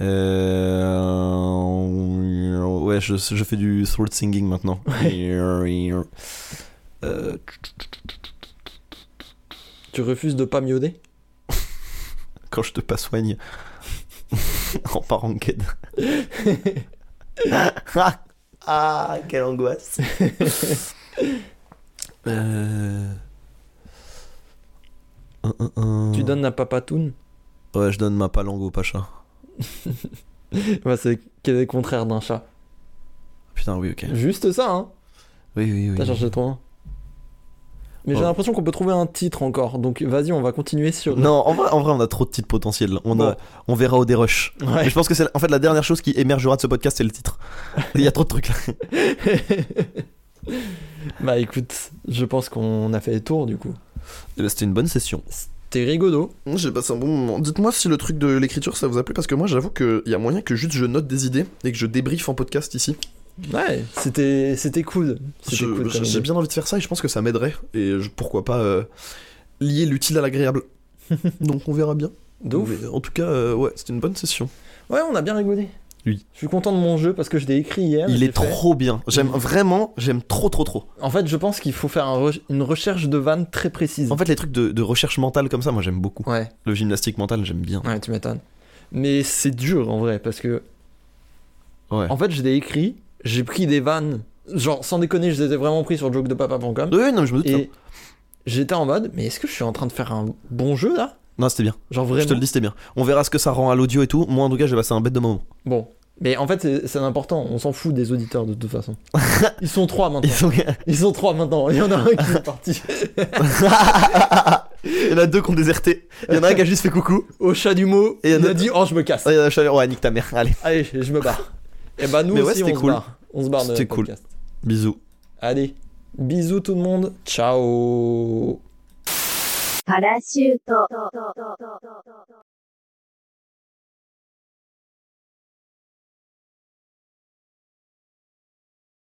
[SPEAKER 2] Euh... Ouais, je, je fais du throat singing maintenant. Euh,
[SPEAKER 1] Tu refuses de pas miauder
[SPEAKER 2] quand je te pas soigne en part en quête. ah, quelle angoisse. Euh, un, un, un.
[SPEAKER 1] Tu donnes à Papatoun
[SPEAKER 2] Ouais, je donne ma palangue au pacha.
[SPEAKER 1] bah, C'est quel est le contraire d'un chat
[SPEAKER 2] Putain, oui, ok.
[SPEAKER 1] Juste ça, hein.
[SPEAKER 2] Oui, oui, oui.
[SPEAKER 1] T'as cherché trop Mais j'ai
[SPEAKER 2] Oh.
[SPEAKER 1] l'impression qu'on peut trouver un titre encore. Donc vas-y, on va continuer sur.
[SPEAKER 2] Non, en vrai, en vrai, on a trop de titres potentiels. On, a-
[SPEAKER 1] Bon.
[SPEAKER 2] on verra au dérush.
[SPEAKER 1] Ouais.
[SPEAKER 2] Mais Je pense que c'est en fait la dernière chose qui émergera de ce podcast, c'est le titre. Il y a trop de trucs là.
[SPEAKER 1] bah écoute, je pense qu'on a fait le tour du coup.
[SPEAKER 2] Eh ben, C'était une bonne session.
[SPEAKER 1] C'était rigolo.
[SPEAKER 4] J'ai passé un bon moment. Dites-moi si le truc de l'écriture ça vous a plu parce que moi j'avoue qu'il y a moyen que juste je note des idées et que je débriefe en podcast ici.
[SPEAKER 1] Ouais, c'était c'était cool. C'était
[SPEAKER 4] Je-
[SPEAKER 1] cool
[SPEAKER 4] je-
[SPEAKER 1] comme
[SPEAKER 4] J'ai
[SPEAKER 1] idée.
[SPEAKER 4] bien envie de faire ça et je pense que ça m'aiderait. Et je- pourquoi pas euh, lier l'utile à l'agréable. Donc on verra bien.
[SPEAKER 1] De ouf.
[SPEAKER 4] Mais en tout cas, euh, ouais, c'était une bonne session.
[SPEAKER 1] Ouais, on a bien rigolé.
[SPEAKER 2] Oui.
[SPEAKER 1] Je suis content de mon jeu parce que je l'ai écrit hier.
[SPEAKER 2] Il
[SPEAKER 1] j'ai
[SPEAKER 2] est
[SPEAKER 1] Ah, fait-
[SPEAKER 2] trop bien. J'aime vraiment, j'aime trop, trop, trop.
[SPEAKER 1] En fait, je pense qu'il faut faire un re- une recherche de vannes très précise.
[SPEAKER 2] En fait, les trucs de, de recherche mentale comme ça, moi j'aime beaucoup.
[SPEAKER 1] Ouais,
[SPEAKER 2] Le gymnastique mental, j'aime bien.
[SPEAKER 1] ouais, tu m'étonnes. Mais c'est dur en vrai parce que
[SPEAKER 2] Ouais.
[SPEAKER 1] En fait, je l'ai écrit, j'ai pris des vannes, genre sans déconner, je les ai vraiment pris sur joke de papa.com.
[SPEAKER 2] Oui, non, mais je me doute. hein.
[SPEAKER 1] Et j'étais en mode, mais est-ce que je suis en train de faire un bon jeu là
[SPEAKER 2] Non, c'était bien.
[SPEAKER 1] Genre vraiment.
[SPEAKER 2] Je te le dis, c'était bien. On verra ce que ça rend à l'audio et tout. Moi, en tout cas, j'ai passé un bête de moment.
[SPEAKER 1] Bon. Mais en fait, c'est- c'est important, on s'en fout des auditeurs de toute façon. Ils sont trois
[SPEAKER 2] Ils
[SPEAKER 1] maintenant.
[SPEAKER 2] sont-
[SPEAKER 1] Ils sont trois maintenant. Il y en a un qui est parti
[SPEAKER 2] Il y en a deux qui ont déserté. Il y en a un qui a juste fait coucou.
[SPEAKER 1] au chat du mot
[SPEAKER 2] Et
[SPEAKER 1] et
[SPEAKER 2] il y en
[SPEAKER 1] il
[SPEAKER 2] a-
[SPEAKER 1] a dit Oh, je me casse.
[SPEAKER 2] Ah, il y en a un qui a- Ouais, nique ta mère. Allez,
[SPEAKER 1] Allez, je me barre. Et bah, nous
[SPEAKER 2] Mais ouais,
[SPEAKER 1] aussi,
[SPEAKER 2] c'était
[SPEAKER 1] on se
[SPEAKER 2] cool.
[SPEAKER 1] barre. On se barre de
[SPEAKER 2] C'était
[SPEAKER 1] notre
[SPEAKER 2] cool.
[SPEAKER 1] podcast.
[SPEAKER 2] bisous.
[SPEAKER 1] Allez, bisous tout le monde. Ciao.
[SPEAKER 3] パラシュート。